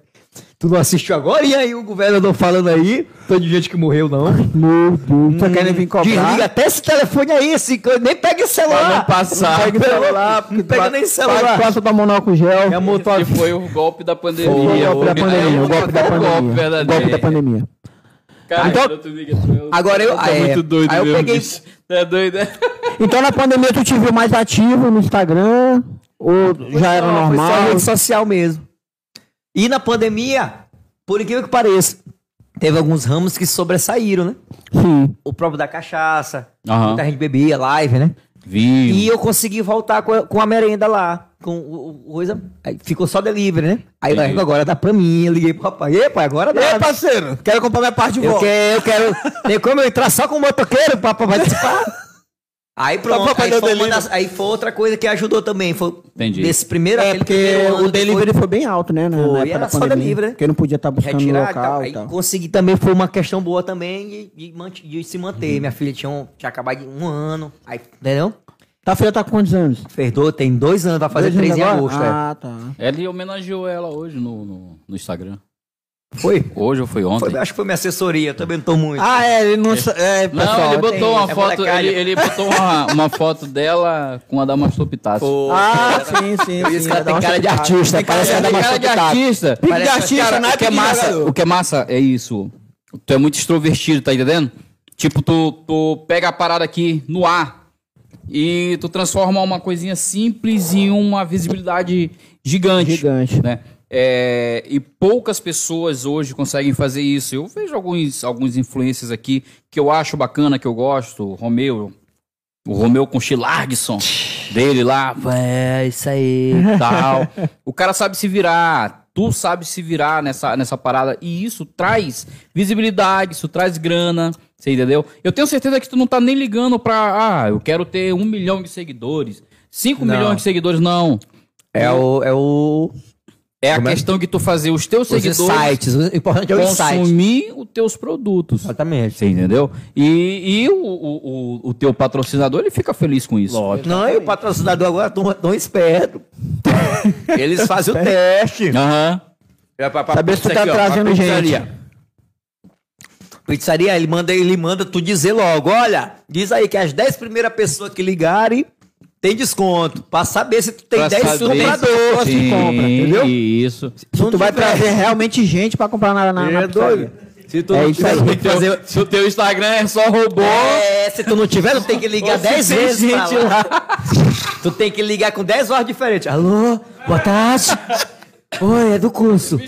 Tu não assistiu agora? E aí o governador falando aí, tanto de gente que morreu, não.
Meu Deus, tá querendo vir cobrar.
Desliga até esse telefone aí, esse, co- nem pega esse celular.
Pra não passar.
Não pega o celular, porque não pega nem celular.
Passa da mão no álcool gel.
É motor-
Que foi o golpe da pandemia.
Foi o golpe da pandemia. O golpe da
É O um golpe
pandemia. O
verdadeiro.
golpe da pandemia.
Cara,
Então-
garoto, liga, tu é-
Agora eu-
tu
é,
é muito doido
aí eu
mesmo,
peguei-
bicho. Tu É doido, é?
Então na pandemia tu te viu mais ativo no Instagram? Ou já era
Não, foi Só
normal?
rede social mesmo. E na pandemia, por incrível que pareça, teve alguns ramos que sobressaíram, né?
Sim.
O próprio da cachaça,
Aham.
muita gente bebia, live, né? E
Vi.
eu consegui voltar com a, com a merenda lá, com o, o- o coisa. Aí ficou só delivery, né? Aí eu,
Entendi.
agora dá pra mim, eu liguei pro rapaz. Ei, pai, agora dá. né?
parceiro, quero comprar minha parte de
<laughs> eu, quero, eu quero. Tem como eu entrar só com o motoqueiro pra, pra participar? Aí pronto,
pra
aí
fazer o
foi, uma
delivery.
das- aí foi outra coisa que ajudou também. Foi
Entendi.
Desse primeiro,
É,
aquele
porque
primeiro ano
o delivery foi bem alto, né? Na,
Foi,
na época
era
da
só
pandemia.
delivery, né?
Porque não podia estar buscando no
retirar e tal.
local
Aí
e tal.
consegui também, foi uma questão boa também de, de mant- de se manter. Minha filha tinha, um- tinha acabado de um ano, aí, entendeu?
Tá filha tá com quantos anos?
Ferdou, tem dois anos, vai fazer
Dois
três
anos
em
agora?
agosto. é.
Ah, tá.
Ele homenageou ela hoje no, no, no Instagram.
Foi?
Hoje ou foi ontem?
Foi- Acho que foi minha assessoria, também não tô muito.
Ah, é, ele não... sa- É,
Não,
pessoal,
ele
tem-
botou uma
é
foto. Ele,
molecagem.
ele botou uma, uma foto dela com a da Mastropitácio.
Ah, sim, sim. sim,
Esse cara
vai dar
tem
uma
cara de
chupada.
artista,
Tem
parece
cara
que
de
é da
cara de artista.
Pique
Parece
de
que-
artista,
cara,
não é
o que é
pique de
massa,
jogador.
O que é massa é isso. Tu é muito extrovertido, tá entendendo? Tipo, tu, tu pega a parada aqui no ar e tu transforma uma coisinha simples em uma visibilidade gigante.
Gigante.
Né? É, e poucas pessoas hoje conseguem fazer isso. Eu vejo alguns, alguns influencers aqui que eu acho bacana, que eu gosto. Romeu, o Romeu com Largson dele lá, é isso aí, tal. o cara sabe se virar, tu sabe se virar nessa, nessa parada e isso traz visibilidade, isso traz grana, você entendeu? Eu tenho certeza que tu não tá nem ligando pra, ah, eu quero ter um milhão de seguidores, cinco
Não.
milhões de seguidores, não.
É o. É o
É a
Como é?
questão que tu fazer os teus
os
seguidores
insights. O importante é o insight.
consumir os teus produtos.
Exatamente.
Você entendeu? E, e o, o, o- o teu patrocinador, ele fica feliz com isso.
Não, e o patrocinador agora tão, tão esperto. Eles fazem o teste.
Aham.
Saber se tu tá trazendo gente.
Pizzaria, ele manda, ele manda tu dizer logo, olha, diz aí que as 10 primeiras pessoas que ligarem tem desconto, pra saber se tu tem
Pra
10
saber
compradores
se-
que compra,
Sim,
entendeu?
Isso.
Se tu vai trazer realmente gente pra comprar na, na, na
É doido. Se tu
É
não
isso
tiver,
aí.
tem que fazer...
se o teu Instagram é só robô.
É, se tu não tiver, tu tem que ligar 10 vezes pra lá. Tu tem que ligar com 10 horas diferentes. Alô, boa tarde. Oi, é do curso.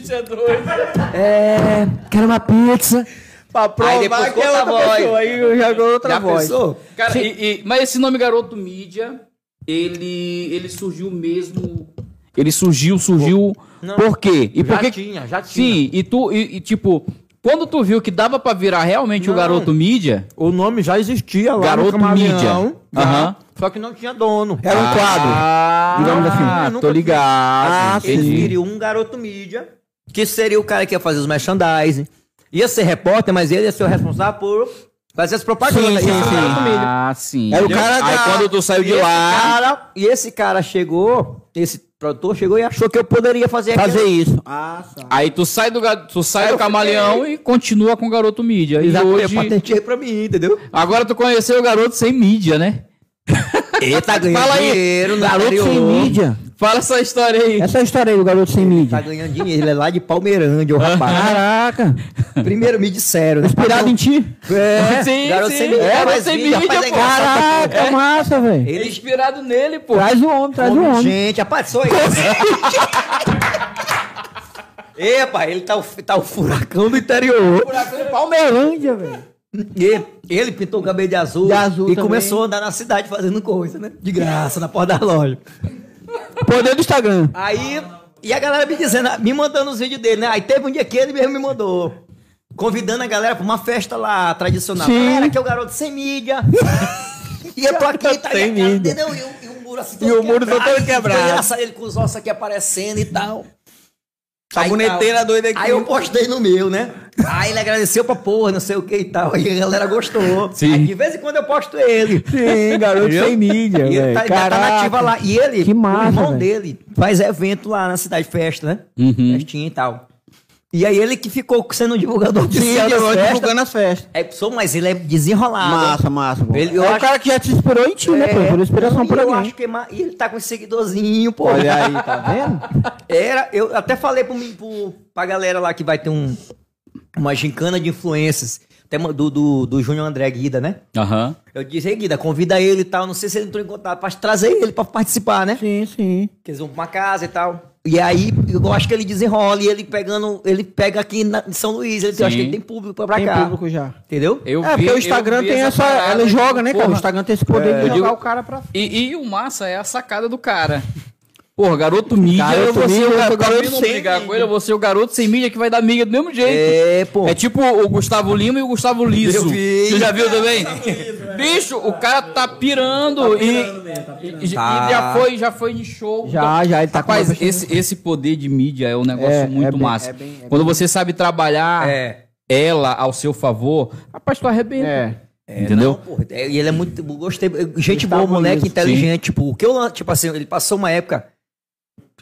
É, quero uma pizza.
Pra
Aí depois
provar que é
outra
outra
voz.
pessoa. Aí eu já ganhou outra
Já
voz.
pensou?
Cara, e- e- mas esse nome Garoto Mídia, ele, ele surgiu mesmo. Ele surgiu, surgiu.
Não.
por quê? E
Já
por que-
tinha, já
Sim, e tu, e, e, tipo, quando tu viu que dava pra virar realmente o
Não.
Garoto Mídia,
O nome já existia lá
Garoto Mídia.
já,
Aham.
Só que não tinha dono.
Era um quadro.
Ah,
Digamos assim. Ah,
ah,
Eu nunca
tô
vi.
ligado.
Eles
entendi.
queriam um garoto mídia, que seria o cara que ia fazer os merchandising. Ia ser repórter, mas ele ia ser o responsável por fazer as propagandas.
Sim,
Ia ser
sim,
o garoto mídia.
Ah, sim.
Era o
Entendeu?
cara
Aí
da-
quando tu saiu de
E esse
lá.
cara- e esse cara chegou, esse produtor chegou e achou que eu poderia fazer
Fazer
aquilo.
isso. Ah, tá.
Aí tu sai do, ga- tu sai
Aí
do
eu
camaleão e continua com o garoto mídia. E hoje,
Eu patenteei pra mim, entendeu?
agora tu conheceu o garoto sem mídia, né?
Ele tá ganhando
Fala aí,
dinheiro no
Garoto sem
interior.
mídia.
Fala essa história aí.
Essa é a história aí do garoto sem
Tá
mídia.
ganhando dinheiro, ele é lá de Palmeirândia, o rapaz.
Caraca.
Primeiro me disseram, né?
<laughs>
Inspirado em ti.
É,
Ah. Sim,
garoto
sim,
sem mídia,
garoto
rapaz,
sem
mídia,
mídia,
rapaz, é
pô.
engraçado.
Caraca, massa, velho.
Ele é inspirado nele, pô.
Traz o homem,
Tá
traz o
Homem,
homem.
Gente, rapaz, só isso. <laughs> Ei, rapaz, ele tá o, tá o furacão do interior.
Palmeirândia, velho.
E ele pintou o cabelo de azul,
De azul
e
também.
começou a andar na cidade fazendo coisa, né? De graça, na porta da loja.
Poder do Instagram.
Aí, e a galera me dizendo, me mandando os vídeos dele, né? Aí teve um dia que ele mesmo me mandou. Convidando a galera pra uma festa lá tradicional.
Sim.
Galera, que é o garoto sem
<laughs>
mídia. e eu tô aqui, tá
Sem
ligado?
mídia.
Não, e, o- e o muro assim
E o muro todo quebrado.
Foi engraçado ele com os ossos aqui aparecendo e tal.
A
Aí,
boneteira
tal.
doida aqui.
Aí eu postei no meu, né? Aí ele agradeceu pra porra, não sei o que e tal. Aí a galera gostou.
Sim.
Aí de vez em quando eu posto ele.
Sim, garoto sem mídia,
E ele
velho.
tá, ainda tá nativa lá. E ele,
Que massa,
o irmão
velho.
dele, faz evento lá na cidade, festa, né?
Uhum.
Festinha e tal. E aí ele que ficou sendo um divulgador
Sim,
oficial das
agora
festas.
divulgando as festas.
É, sou, mas ele é desenrolado.
Massa, massa. pô.
Ele- eu
é o
acho-
cara que já te inspirou em ti, né,
É,
pô? Por inspiração
e
por
eu
alguém.
acho que é ma- e ele tá com esse seguidorzinho, pô.
Olha aí, tá vendo?
Era, eu até falei pro, mim- pro, pra galera lá que vai ter um, uma gincana de influências. Até ma- do, do, do Júnior André Guida, né?
Aham.
Eu disse, "Ei, Guida, convida ele e tal. Não sei se ele entrou em contato pra trazer ele pra participar, né?
Sim, sim.
Que eles vão pra uma casa e tal. E aí, eu acho que ele desenrola e ele pegando. Ele pega aqui na, em São Luís. Ele, eu acho
Sim.
que ele tem público pra, pra
Tem
cá.
público já.
Entendeu?
Eu
é, porque
vi-
o Instagram
eu vi
tem essa.
parada
ela
aí,
joga, né, cara?
porra.
O Instagram tem esse poder de
eu
jogar
digo-
o cara pra.
E, e o massa é a sacada do cara. Porra, garoto mídia,
Garoto
eu vou ser
mídia,
o
eu
garoto,
sou garoto
também não
sem
brigar com
mídia.
ele, eu vou ser o garoto sem mídia que vai dar mídia do mesmo jeito.
É, pô.
É, tipo o Gustavo Lima e o Gustavo Liso.
Eu vi.
Você já viu também?
é.
Bicho, o cara tá pirando, e, e- e
Tá.
já foi, já foi de show.
Já, já, ele tá com
Rapaz,
uma-
esse, esse poder de mídia é um negócio
É, é
muito
bem-
massa.
é bem- é bem-
Quando você sabe trabalhar
É.
ela ao seu favor, rapaz, tu arrebenta.
É.
Entendeu?
Não, porra, é, e ele é muito. eu Gostei. Gente
Ele tá
boa, moleque
bonito,
inteligente. Tipo, o que eu. lan- Tipo assim, ele passou uma época.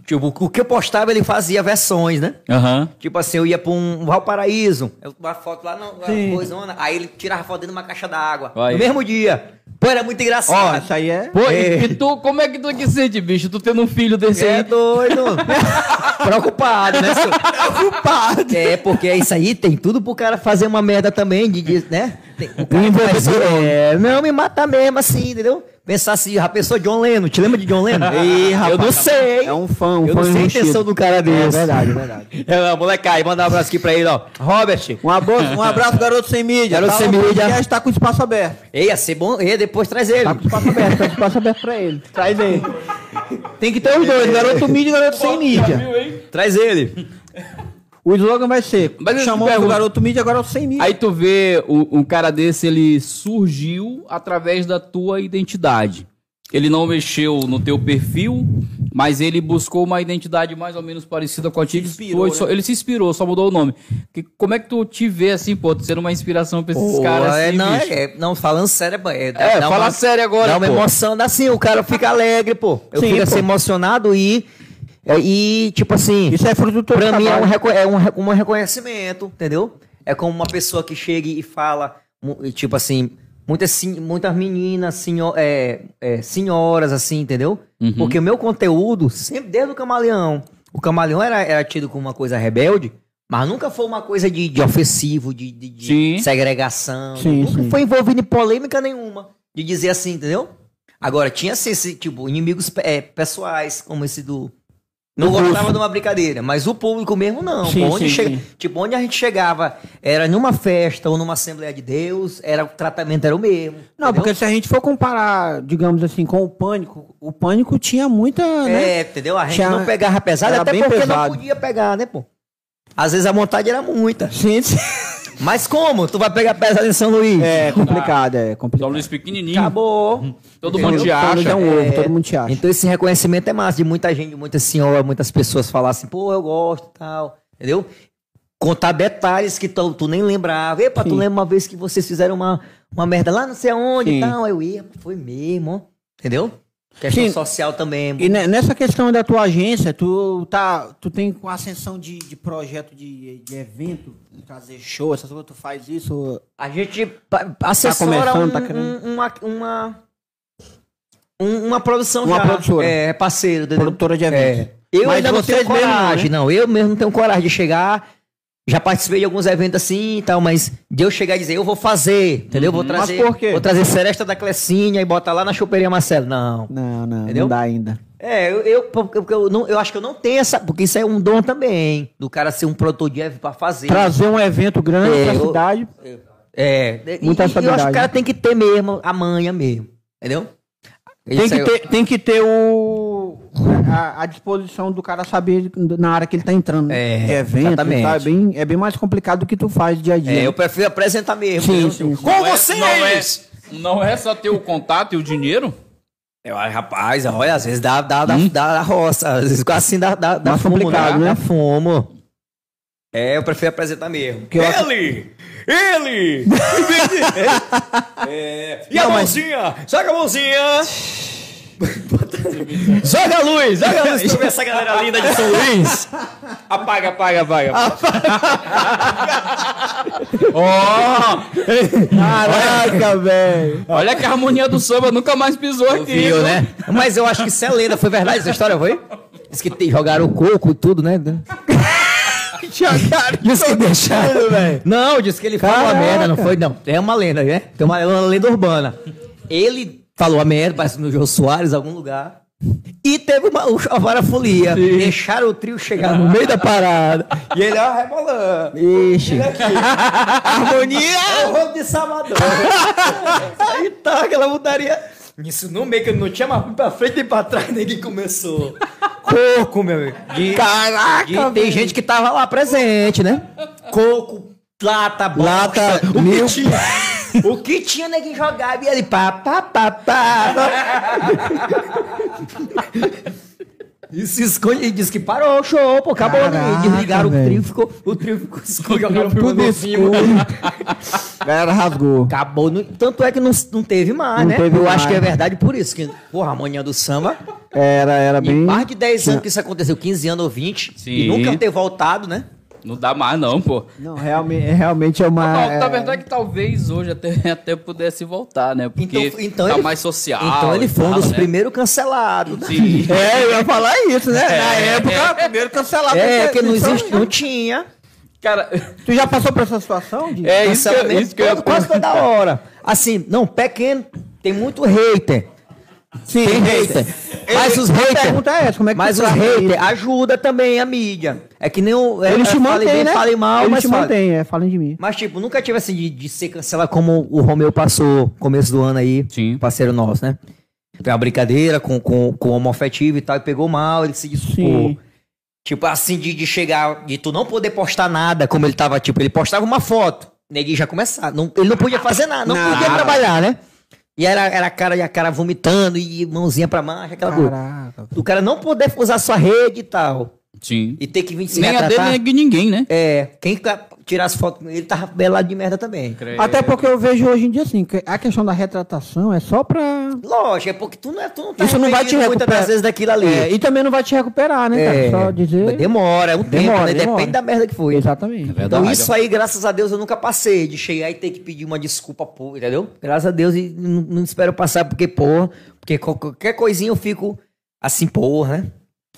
Tipo, o que eu postava, ele fazia versões, né?
É,
Aham.
Tipo assim, eu ia pra um Valparaíso, eu tomava foto lá na
Sim.
coisona, aí ele tirava foto dentro de uma caixa d'água.
Vai.
No mesmo dia. Pô, era muito
Ó,
engraçado.
isso aí é.
Pô, e- e tu, como é que tu que sente, bicho? Tu tendo um filho desse
Você é
aí.
doido. <laughs> Preocupado, né, senhor? Preocupado. É, porque isso aí tem tudo pro cara fazer uma merda também, de, de- né? Tem, o cara faz- é, não, me matar mesmo assim, entendeu? Pensar assim, a pessoa John Lennon, te lembra de John
<laughs>
Lennon? eu
Ih,
não
rapaz,
sei.
É um fã, um
eu
fã
não sei a intenção
enrustido.
do cara
É
desse.
verdade, é verdade.
É, não, moleque, aí, manda um abraço aqui pra ele, ó. Robert,
Um abraço, um abraço, garoto sem mídia.
Garoto
Tá,
sem
o
mídia.
podcast Tá com espaço aberto.
Ei, ia ser bom. Ei, depois traz ele.
Tá com espaço aberto, tá com espaço aberto pra ele. Traz ele. Tem que ter os dois, garoto mídia e garoto sem mídia.
Traz ele.
O slogan vai ser:
Mas eu te
chamou o
pergunto-
garoto mídia, agora o sem
É.
mídia.
Aí tu vê o- um cara desse, ele surgiu através da tua identidade. Ele não mexeu no teu perfil, mas ele buscou uma identidade mais ou menos parecida com a tua. Foi
né?
só- Ele se inspirou, só mudou o nome. Que- como é que tu te vê assim, pô, tu sendo uma inspiração pra esses
Pô,
caras
é,
assim,
não,
bicho?
é, não, falando sério, é,
É,
dá
fala
uma-
sério agora,
Dá uma
pô.
emoção, dá assim, o
<laughs>
cara fica alegre, pô. Eu
Sim,
fico assim,
pô.
emocionado e, é, e, tipo assim,
Isso é fruto do teu
pra mim é, um,
trabalho.
reco- é um, re- um reconhecimento, entendeu? É como uma pessoa que chega e fala, mu- e, tipo assim, muitas, sen- muitas meninas, senho- é, é, senhoras, assim, entendeu?
Uhum.
Porque o meu conteúdo, sempre desde o Camaleão, o Camaleão era, era tido como uma coisa rebelde, mas nunca foi uma coisa de, de ofensivo, de, de- de
Sim.
segregação.
Sim,
nunca
sim.
foi envolvido em polêmica nenhuma. De dizer assim, entendeu? Agora, tinha assim, esse, tipo, inimigos pe- é, pessoais, como esse do. Não
Do
gostava
Russo.
de uma brincadeira, mas o público mesmo não.
Sim,
Pô, onde
sim,
chega-
sim.
Tipo, onde a gente chegava, era numa festa ou numa Assembleia de Deus, era, o tratamento era o mesmo.
Não, porque se a gente for comparar, digamos assim, com o Pânico, o Pânico tinha muita, né?
É, entendeu? A gente
Tinha-
não pegava pesado,
era
até
bem
porque
pesado.
não podia pegar, né, pô? Às vezes a vontade era muita.
Gente,
Mas como? Tu vai pegar pesado em São Luís?
<laughs> é uhum. complicado, é
Só um
complicado.
Luiz pequenininho,
Acabou.
todo mundo te
Entendeu? Todo mundo
acha.
Então
é um ovo,
É.
todo mundo te acha.
Então esse reconhecimento é massa, de muita gente, de muitas senhoras, muitas pessoas falar assim, pô, eu gosto e tal, entendeu? Contar detalhes que tu, tu nem lembrava. Epa, tu
Sim.
lembra uma vez que vocês fizeram uma, uma merda lá não sei aonde
Sim.
e tal. Aí Eu ia, foi mesmo, ó. entendeu? Questão
Sim.
social também.
E ne- nessa questão da tua agência, tu tá, tu tem com ascensão de, de projeto de, de evento, fazer show, essas coisas, tu faz isso.
A gente pa- assessora
começando,
um-
tá
um-
querendo?
uma, uma, um- uma produção
Uma
já.
produtora.
É, parceiro, entendeu?
Produtora de eventos.
Eu
Mas
ainda não
vocês
tenho
mesmo não,
é coragem, né? não, Eu mesmo não tenho coragem de chegar. Já participei de alguns eventos assim e tal, mas de eu chegar e dizer, eu vou fazer, entendeu? Vou
Mas
trazer,
por quê?
Vou trazer Seresta da Clecinha e botar lá na choperia Marcelo. Não.
Não, não,
Entendeu?
não dá ainda.
É, eu, eu, porque eu, não, eu acho que eu não tenho essa. Porque isso é um dom também, do cara ser um produtor de evento pra fazer.
Trazer um evento grande
É,
pra
eu-
cidade.
É, e-
Muita
e eu acho que o
habilidade.
cara tem que ter mesmo a manha mesmo, entendeu? é
Tem que, ter, tem que ter o. A, a disposição do cara saber na área que ele tá entrando.
É,
de evento,
exatamente.
tá? É bem, é bem mais complicado do que tu faz dia a dia.
É, eu prefiro apresentar mesmo.
Sim,
entendeu?
sim, sim.
Com
Não é-
vocês!
não é- não é só ter o contato e o dinheiro?
Eu, ai, rapaz, olha, às vezes dá, dá, dá, dá, dá roça, às vezes assim dá, dá, dá
Mais
fumo,
Hum? complicado,
Dá
né?
fumo. É, eu prefiro apresentar mesmo.
Porque eu ac-
Ele!
<laughs>
Ele! é. E a
Não, mas-
mãozinha? Joga a mãozinha!
<laughs>
Joga a luz, joga a
Deixa eu ver essa galera linda de São
<laughs>
Luís! Apaga, apaga, apaga.
Ó,
Caraca, velho!
olha que a harmonia do samba nunca mais pisou aqui.
Viu,
viu?
né? Mas eu acho que isso é lenda, foi verdade essa história, foi? Diz que te- jogaram o coco e tudo, né? Diz que deixaram. Não, diz que ele falou a
Caraca.
merda, não foi? Não, é uma lenda, né? Tem uma, é uma lenda urbana. Ele falou a merda, parece no Jô Soares, algum lugar. E teve uma, o- a varafolia. Deixaram o trio chegar no meio da parada. E ele, ó, rebolando.
Ixi!
<laughs> Harmonia! É o roubo de <laughs> Salvador. Aí tá, aquela mudaria. Isso no meio que não tinha mais pra frente nem pra trás, ninguém começou. Coco, meu amigo. De-
Caraca,
de- tem gente que tava lá presente, né? Coco, lata, bosta,
Lata,
o
mil-
que tinha. O que tinha, né, que jogava e ele pá, pá, pá, pá. <laughs> E se esconde e diz que parou o show, pô, acabou, né? E desligaram
velho.
o trio, ficou, o trio ficou escondido.
Jogaram pro
tudo
golfinho.
Galera rasgou.
Acabou. no- Tanto é que não, não teve mais,
Não
né?
teve
Eu
mais.
acho que é verdade por isso. Que, porra, a manhã do samba.
Era, era
E
bem.
mais de 10 anos que isso aconteceu, 15 anos ou 20.
Sim.
E nunca ter voltado, né?
Não dá mais, não, pô.
Não, realmente, realmente é uma.
Não, na
é-
verdade é que talvez hoje até, <laughs> até pudesse voltar, né? Porque
Então- então
tá
ele-
mais social.
Então ele
e
foi um
tal,
dos
né?
primeiros cancelados. né?
Sim.
É, eu ia falar isso, né? Na época, primeiro cancelado.
É, porque não,
Então,
existe,
um-
não tinha.
<laughs> Cara,
Tu já passou por essa situação? Di?
é isso que, eu-
Cancelamento
isso que eu ia
todo, quase toda hora. Assim, não, pequeno, tem muito hater.
Sim,
Tem hater. Mas os
A
haters.
pergunta é essa, como é que
Mas
tu
os
trata
haters
isso?
ajuda também a mídia. É que nem o. é,
Eles te
é,
mantêm,
falem bem,
né?
Falem mal,
Eles
mas
te
falem.
mantêm, é, falem de mim.
Mas, tipo, nunca tive assim de, de ser cancelado como o Romeu passou começo do ano aí,
Sim.
parceiro nosso, né? Foi uma brincadeira com, com, com homoafetivo e tal, e pegou mal, ele se desculpou.
Sim.
Tipo, assim, de, de chegar, de tu não poder postar nada, como ele tava, tipo, ele postava uma foto, neguinho já começava. Não, ele não podia fazer nada, não podia trabalhar, né? E era, era a cara e a cara vomitando e mãozinha pra marcha, aquela coisa.
Caraca.
O cara não poder usar sua rede e tal.
<laughs> Sim.
E ter que vir se
Nem a dele,
retratar.
nem a de ninguém, né?
É, quem ca- tirar as fotos com ele tava belado de merda também.
Até porque eu vejo hoje em dia assim, que a questão da retratação é só pra.
Lógico, é porque tu não, é, tu não tá
Isso não vai te
arrependido muitas
recuperar.
das vezes daquilo ali.
É, e também não vai te recuperar, né, cara?
É.
Só
Mas
dizer.
Demora, é um tempo,
Demora,
né?
demora.
Depende da merda que foi.
Exatamente.
Então isso aí, graças a Deus, eu nunca passei de chegar e ter que pedir uma desculpa, pô, entendeu? Graças a Deus, e não, não espero passar porque, porra, porque qual- qualquer coisinha eu fico assim, porra, né?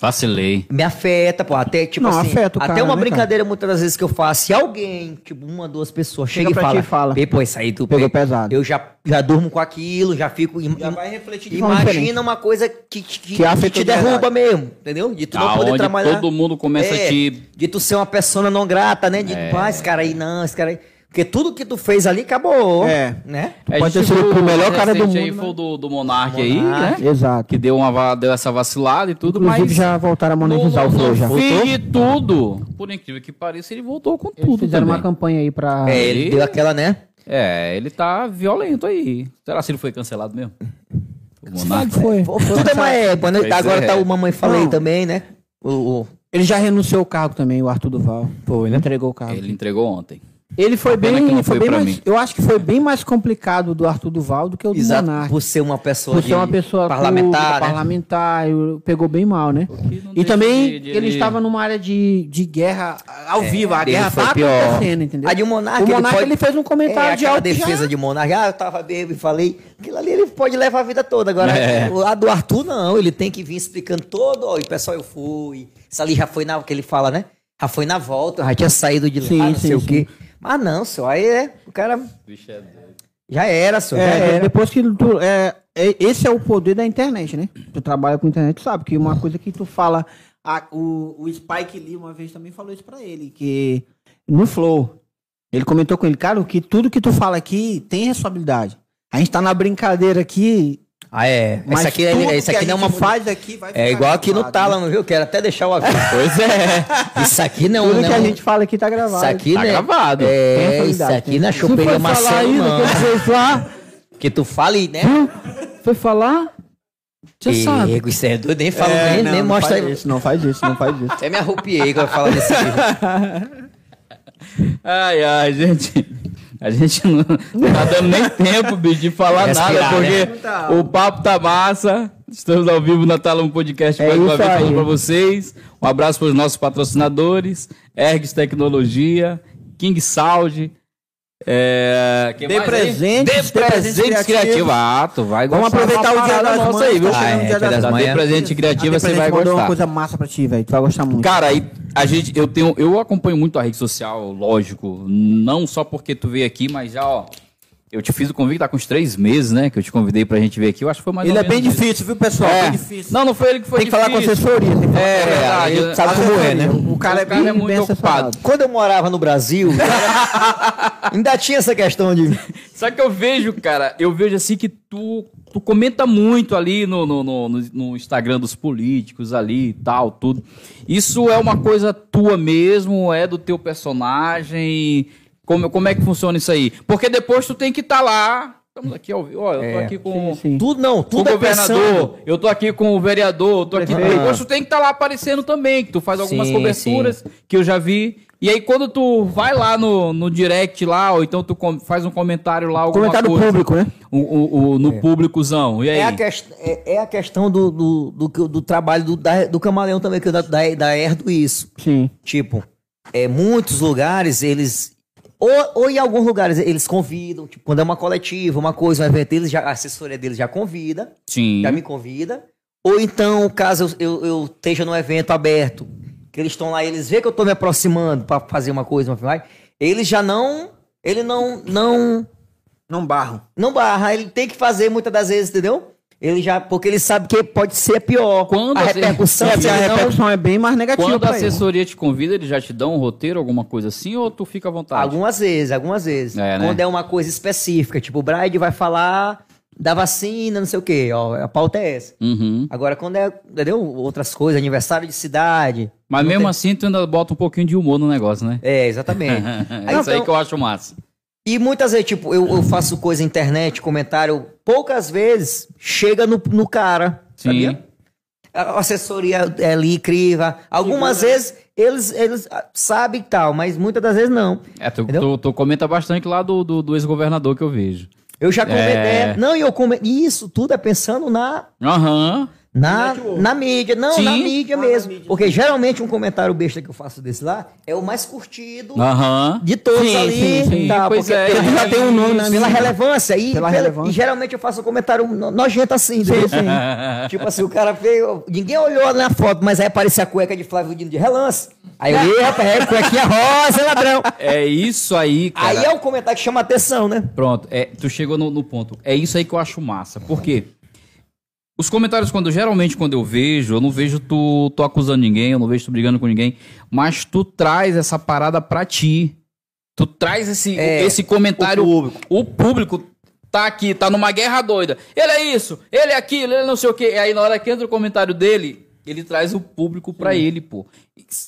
Vacilei.
Me afeta, pô, até tipo
Não,
assim,
afeta o
até
cara,
uma
né,
brincadeira muitas das vezes que eu faço, e alguém, tipo uma, duas pessoas, chega,
Chega pra ti
e
e fala.
fala, "Ei, pô, isso aí tu
Pegou
pe-
pesado.
Eu já, já durmo com aquilo, já fico. im-
Já
im-
vai refletir de
forma
Imagina
diferente.
uma coisa que, que, que
afeta
te
de verdade.
derruba mesmo, entendeu? De tu não poder
Aonde
trabalhar.
todo mundo começa
É,
a te... É.
De tu ser uma persona não grata, né? De, pá, esse cara aí não, esse cara aí. Porque tudo que tu fez ali acabou.
É.
Né?
A gente
Pode ter sido
viu
o melhor
mais
cara do
recente aí
mundo, né?
foi o do, do Monark aí, né?
Monark.
É? Exato.
Que deu, uma, va- deu essa vacilada e tudo,
Inclusive
mas...
já voltaram a monetizar o flow já.
No fim de tudo, por incrível que pareça, ele voltou com
Eles
tudo
fizeram
também.
uma campanha aí pra.
É, ele
Aí-
deu aquela, né?
É, ele tá violento aí. Será se ele foi cancelado mesmo? O Monark.
Ah, Foi.
Tudo é uma época, né?
Pois
Agora
é.
tá o Mamãe Falei
Não.
também, né? O, o-
Ele já renunciou o cargo também, o Arthur Duval. Foi, né? Entregou o cargo.
Ele entregou ontem.
Ele foi
Pena
bem,
que não foi
foi bem
pra
mais,
mim.
eu acho que foi bem mais complicado do Arthur Duval do que o do
Exato.
Monark.
Por ser uma pessoa.
Por ser
de-
é uma pessoa
parlamentar.
culta,
né?
parlamentar, eu- pegou bem mal, né?
que não
E
deixa
também
de- de-
ele
de-
estava numa área de, de guerra ao vivo, a
dele
guerra
É, foi
tá
pior.
acontecendo, entendeu?
A de Monark,
o
ele
Monark ele,
pode-
fez um comentário
É,
de
aquela
alto já.
defesa de Monark, ah, eu tava bêbado e falei. Aquilo ali ele pode levar a vida toda. Agora,
É.
o- a do Arthur, não. Ele tem que vir explicando todo. Ó, e pessoal, eu fui. Isso ali já foi na. que ele fala, né? Já foi na volta, eu já tinha saído de lá,
Sim,
não
sim,
sei o
sim.
quê. Mas não, senhor. Aí é. O cara.
Bicho é doido.
Já era, senhor. já
É,
era.
depois que tu, é, é, esse é o poder da internet, né? Tu trabalha com internet, tu sabe que uma coisa que tu fala, a- o, o Spike Lee uma vez também falou isso pra ele, que no flow, ele comentou com ele, cara, que tudo que tu fala aqui tem responsabilidade. A gente tá na brincadeira aqui,
Ah, é.
mas
Isso aqui, é-
tudo
é, isso
que
aqui
a
não é uma.
gente faz aqui vai
É
ficar
igual aqui no
gravado, né?
Tala, não viu? Quero até deixar o aviso.
<laughs> Pois é.
Isso aqui não,
Tudo
não.
que a gente fala aqui né? tá gravado.
Isso aqui,
Tá
né?
gravado.
Tem
É, isso
responsabilidade,
aqui
tem.
na
Se for
chopeira
falar
Marcelo,
aí do
não.
que ele fez lá,
Que tu fala e, né?
foi falar, você sabe.
Ego, isso é doido, nem fala,
É,
nem,
não,
nem
não
mostra.
faz isso, não faz isso, não faz isso.
Até me arrupiei quando eu falo desse livro.
Ai, ai, gente. A gente não não tá dando nem tempo, bicho, de falar
Respirar,
nada,
né?
porque o papo tá massa. Estamos ao vivo na Tala um Podcast mais uma
É isso
vez falando
aí.
pra vocês. Um abraço para os nossos patrocinadores, Ergs Tecnologia, King Sound. É... quem
Dê
mais aí?
presentes,
Dê presentes
dê presentes
criativos.
criativos.
Ah, tu vai
Vamos
gostar de uma
aproveitar o dia
parada
das
nossa
mães,
aí, viu?
viu?
Ah,
Chegando o
é,
dia
dia das
das
Dê
mães.
presente criativo, você vai
mandou
gostar.
uma coisa massa pra ti, velho. Tu vai gostar muito.
Cara, aí a gente, eu tenho, eu acompanho muito a rede social, lógico, não só porque tu veio aqui, mas já, ó, eu te fiz o convite, tá com uns três meses, né, que eu te convidei pra gente vir aqui, eu acho que foi mais
ele
ou
é bem
menos isso.
difícil, viu, pessoal?
É.
Bem difícil.
Não, não foi ele que foi
Tem que falar com a
difícil.
assessoria. Tem que falar
É,
com a
verdade,
assessoria.
sabe como
Assessoria,
é, né?
O cara é,
O cara
bem,
é muito
bem
ocupado.
ocupado.
Quando eu morava no
<laughs>
Brasil, ainda tinha essa questão de.
Só que eu vejo, cara, eu vejo assim que tu tu comenta muito ali no, no, no, no- no Instagram dos políticos ali e tal, tudo. Isso é uma coisa tua mesmo? É do teu personagem? Como, como é que funciona isso aí? Porque depois tu tem que estar lá. Estamos aqui ao vivo. Ó, eu tô aqui com.
Tudo não,
com o
tudo é pensando.
governador, eu tô aqui com o vereador, eu tô aqui. Depois tu tem que estar lá aparecendo também, que tu faz algumas
Sim,
coberturas que eu já vi. E aí, quando tu vai lá no, no direct lá, ou então tu com- faz um comentário lá, alguma
Comentário
coisa,
público, né?
o- o- o- no públicozão. E aí?
É a, quest- é- é a questão do, do, do, que- do trabalho do, da- do camaleão também, que eu da, da, da herdo isso.
Sim.
Tipo, é, muitos lugares eles. Ou, ou em alguns lugares eles convidam, tipo, quando é uma coletiva, uma coisa, um evento, eles já, a assessoria deles já convida,
Sim.
já me convida. Ou então, caso eu, eu, eu esteja num evento aberto, que eles estão lá, eles veem que eu tô me aproximando pra fazer uma coisa, uma filmagem, ele já não. Ele não. não
Não barro.
não barra, ele tem que fazer muitas das vezes, entendeu? Ele já, porque ele sabe que pode ser pior.
Quando
a
você-
repercussão
<laughs> É, porque a
não-
repercussão é bem mais negativa
Quando a
pra ele.
assessoria te convida, eles já te dão um roteiro, alguma coisa assim, ou tu fica à vontade?
Algumas vezes, algumas vezes.
É, né?
Quando é uma coisa específica, tipo, o Bride vai falar da vacina, não sei o quê, ó, a pauta é essa.
Uhum.
Agora, quando é, entendeu? Outras coisas, aniversário de cidade.
Mas mesmo assim, tu ainda bota um pouquinho de humor no negócio, né? <laughs>
É, exatamente.
É,
Aí,
isso aí
então-
que eu acho massa.
E muitas vezes, tipo, eu, eu faço coisa na internet, comentário, poucas vezes chega no, no cara,
Sim.
sabia? A assessoria é ali, criva. Algumas vezes eles, eles ah, sabem e tal, mas muitas das vezes não.
É, tu,
Entendeu?
tu- tu comenta bastante lá do, do- do ex-governador que eu vejo.
Eu já comentei.
É.
Não, e eu comentei. Isso tudo é pensando na
Aham.
Na, na mídia, não,
Sim.
Ah, na mídia mesmo. Porque geralmente um comentário besta que eu faço desse lá é o mais curtido
Aham.
de todos
Sim,
ali.
sim, sim.
e tal,
Pois
porque
é,
pela-
ele já tem um nome, né?
Pela relevância. E,
Pela
pela-
relevância.
e geralmente eu faço um comentário no- nojento assim. entendeu? tipo assim, o cara veio. Ninguém olhou na foto, mas aí aparecia a cueca de Flávio Dino de relance. Aí eu, "Ih, rapaz, é cuequinha rosa, ladrão.
É isso aí, cara.
Aí é um comentário que chama atenção, né?
Pronto, é, tu chegou no, no ponto. É isso aí que eu acho massa. Por quê? Os comentários, quando geralmente quando eu vejo, eu não vejo tu, tu acusando ninguém, eu não vejo tu brigando com ninguém, mas tu traz essa parada pra ti. Tu traz esse,
É,
esse comentário. O público. tá aqui, tá numa guerra doida. Ele é isso, ele é aquilo, ele não sei o quê. E aí na hora que entra o comentário dele, ele traz o público pra ele, pô.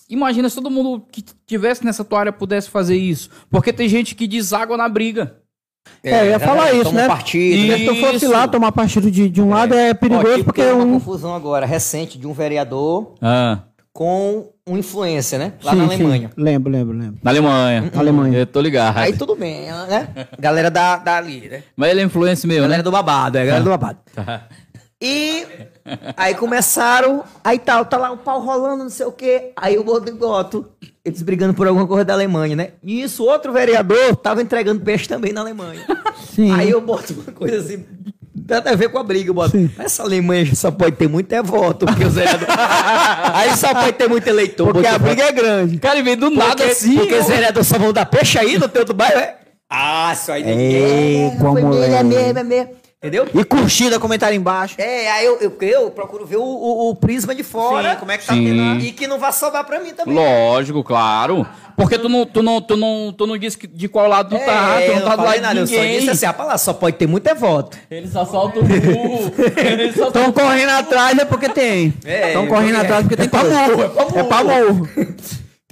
Imagina se todo mundo que tivesse nessa tua área pudesse fazer isso. Porque tem gente que deságua na briga.
É, eu ia falar isso,
toma
né?
Partido,
E-
Se tu fosse
Isso.
lá tomar partido de, de um lado é
Ó,
perigoso
aqui
porque
teve uma
um.
confusão agora recente de um vereador
Ah,
com um influencer, né? Lá
Sim,
na
sim.
Alemanha.
Lembro, lembro, lembro.
na Alemanha.
Na Alemanha.
Eu tô ligado.
Aí tudo bem, né? Galera da, da ali, né?
Mas ele é influência meu, né?
Galera do babado, é, galera do babado. E aí começaram, aí tal, tá lá o pau rolando, não sei o quê. Aí o Goto, eles brigando por alguma coisa da Alemanha, né? E isso, outro vereador tava entregando peixe também na Alemanha.
Sim.
Aí eu boto uma coisa assim, nada a ver com a briga, eu boto. Essa Alemanha só pode ter muito é voto, porque os vereadores... <laughs> aí só pode ter muito eleitor.
Porque a briga é
grande.
Cara, ele veio do assim,
Porque, porque os vereadores só vão dar peixe aí no teu do bairro, é? Ah, isso aí
Ei,
foi
como
mesmo,
é.
é mesmo, é mesmo. Entendeu?
E curtida, comentário embaixo.
É, aí eu, eu, eu procuro ver o, o- o prisma de fora. como é que
tá Sim. tendo a-
E que não vai sobrar pra mim também.
Lógico, claro. Porque tu não, tu não, tu não, tu não disse que- de qual lado tu
É,
tá, tu não
eu
tá do lado
falei nada,
de
eu só
ninguém.
disse assim, rapaz, lá só pode ter muito é voto.
Ele só solta o
<laughs>
burro. Ele só
Estão correndo atrás é porque tem.
É,
Estão correndo
é.
atrás porque tem pra morro. É pra morro.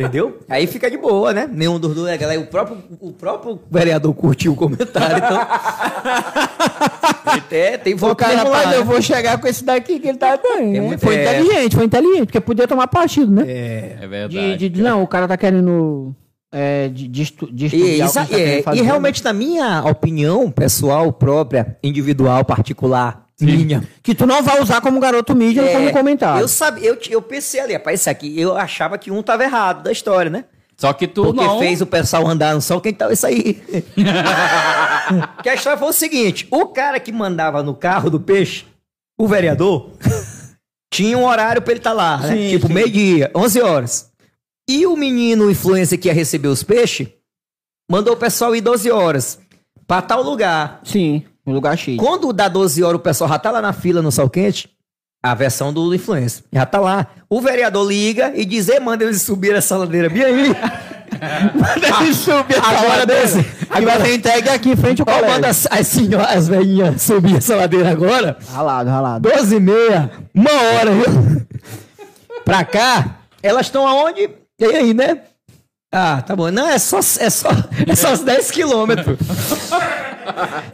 Entendeu? Aí fica de boa, né? Nenhum dos dois é galera. O próprio, o próprio vereador curtiu o comentário,
<laughs>
então... Até tem
O
voto
cara
mesmo lá,
fala,
né?
eu vou chegar com esse daqui que ele tá bem.
Tem
né?
muito-
Foi
é.
inteligente, foi inteligente, porque podia tomar partido, né?
É
de,
verdade.
de- de- não, o cara tá querendo é, de, de, estu, de estudar
E,
o
isso
que ele tá
é,
querendo fazer,
e realmente, na minha opinião pessoal, própria, individual, particular, minha.
né? Que tu não vai usar como garoto mídia ou como comentário.
É, Eu, sabe, eu, ti- eu pensei ali, rapaz, isso aqui, eu achava que um tava errado da história, né?
Só que tu
Porque
não.
fez o pessoal andar no sol, quem tava isso aí? que a história foi o seguinte: o cara que mandava no carro do peixe, o vereador, tinha um horário pra ele estar lá, né?
Sim,
tipo,
sim.
meio-dia, 11 horas. E o menino o influencer que ia receber os peixes mandou o pessoal ir 12 horas pra tal lugar.
Sim, um lugar cheio.
Quando dá 12 horas, o pessoal já tá lá na fila no sol quente. A versão do
<laughs>
influencer. Já tá lá. O vereador liga e diz: "Ei, manda eles subir essa ladeira bem aí.
Deve subir a
Agora
cadeira.
desse.
Que vai ser entregue aqui em frente ao
Ó,
colégio.
manda as, as senhoras, as velhinhas subir essa ladeira agora.
Ralado, ralado.
12 e meia, uma
<laughs>
hora, viu? pra cá,
Elas estão aonde?
e aí, né?
Ah, tá bom. Não, é só, é só, é só uns 10 quilômetros.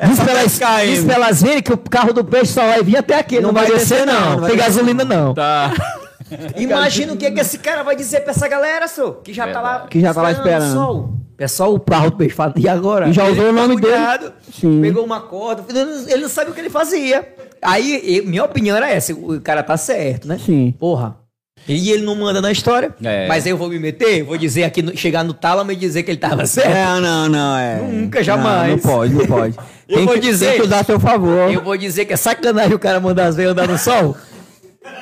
É
Diz pra, elas, diz pra elas verem que o carro do peixe só vai vir até aqui. Não, vai descer, não. Não tem gasolina, não.
Tá.
Imagina o que, é que esse cara vai dizer pra essa galera, senhor. Que já tá lá.
Que já tá lá esperando.
o sol.
É
Pessoal, o carro do peixe fala, e agora?
E já usou o nome dele.
Cuidado.
Sim.
Pegou uma corda, ele não- ele não sabe o que ele fazia. Aí, eu- minha opinião era essa, o cara tá certo, né?
Sim.
Porra. E ele não manda na história.
É.
Mas eu vou me meter, vou dizer aqui, no- chegar no tálamo e dizer que ele tava certo.
É, não, não, é.
Nunca,
Não,
jamais.
Não, pode, não <laughs> pode.
Eu vou
que,
dizer.
Tem que usar a seu favor.
Eu vou dizer que é sacanagem o cara mandar as veias andar no sol?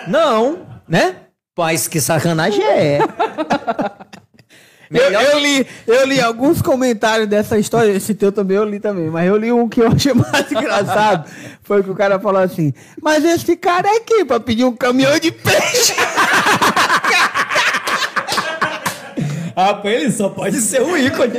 Não, né? Mas que sacanagem é.
Eu,
Melhor-
eu li, eu li alguns comentários dessa história, esse teu também eu li também, mas eu li um que eu achei <laughs> mais engraçado. Foi que o cara falou assim, mas esse cara é aqui pra pedir um caminhão de peixe.
Ah, pra ele só pode ser um <laughs> ícone.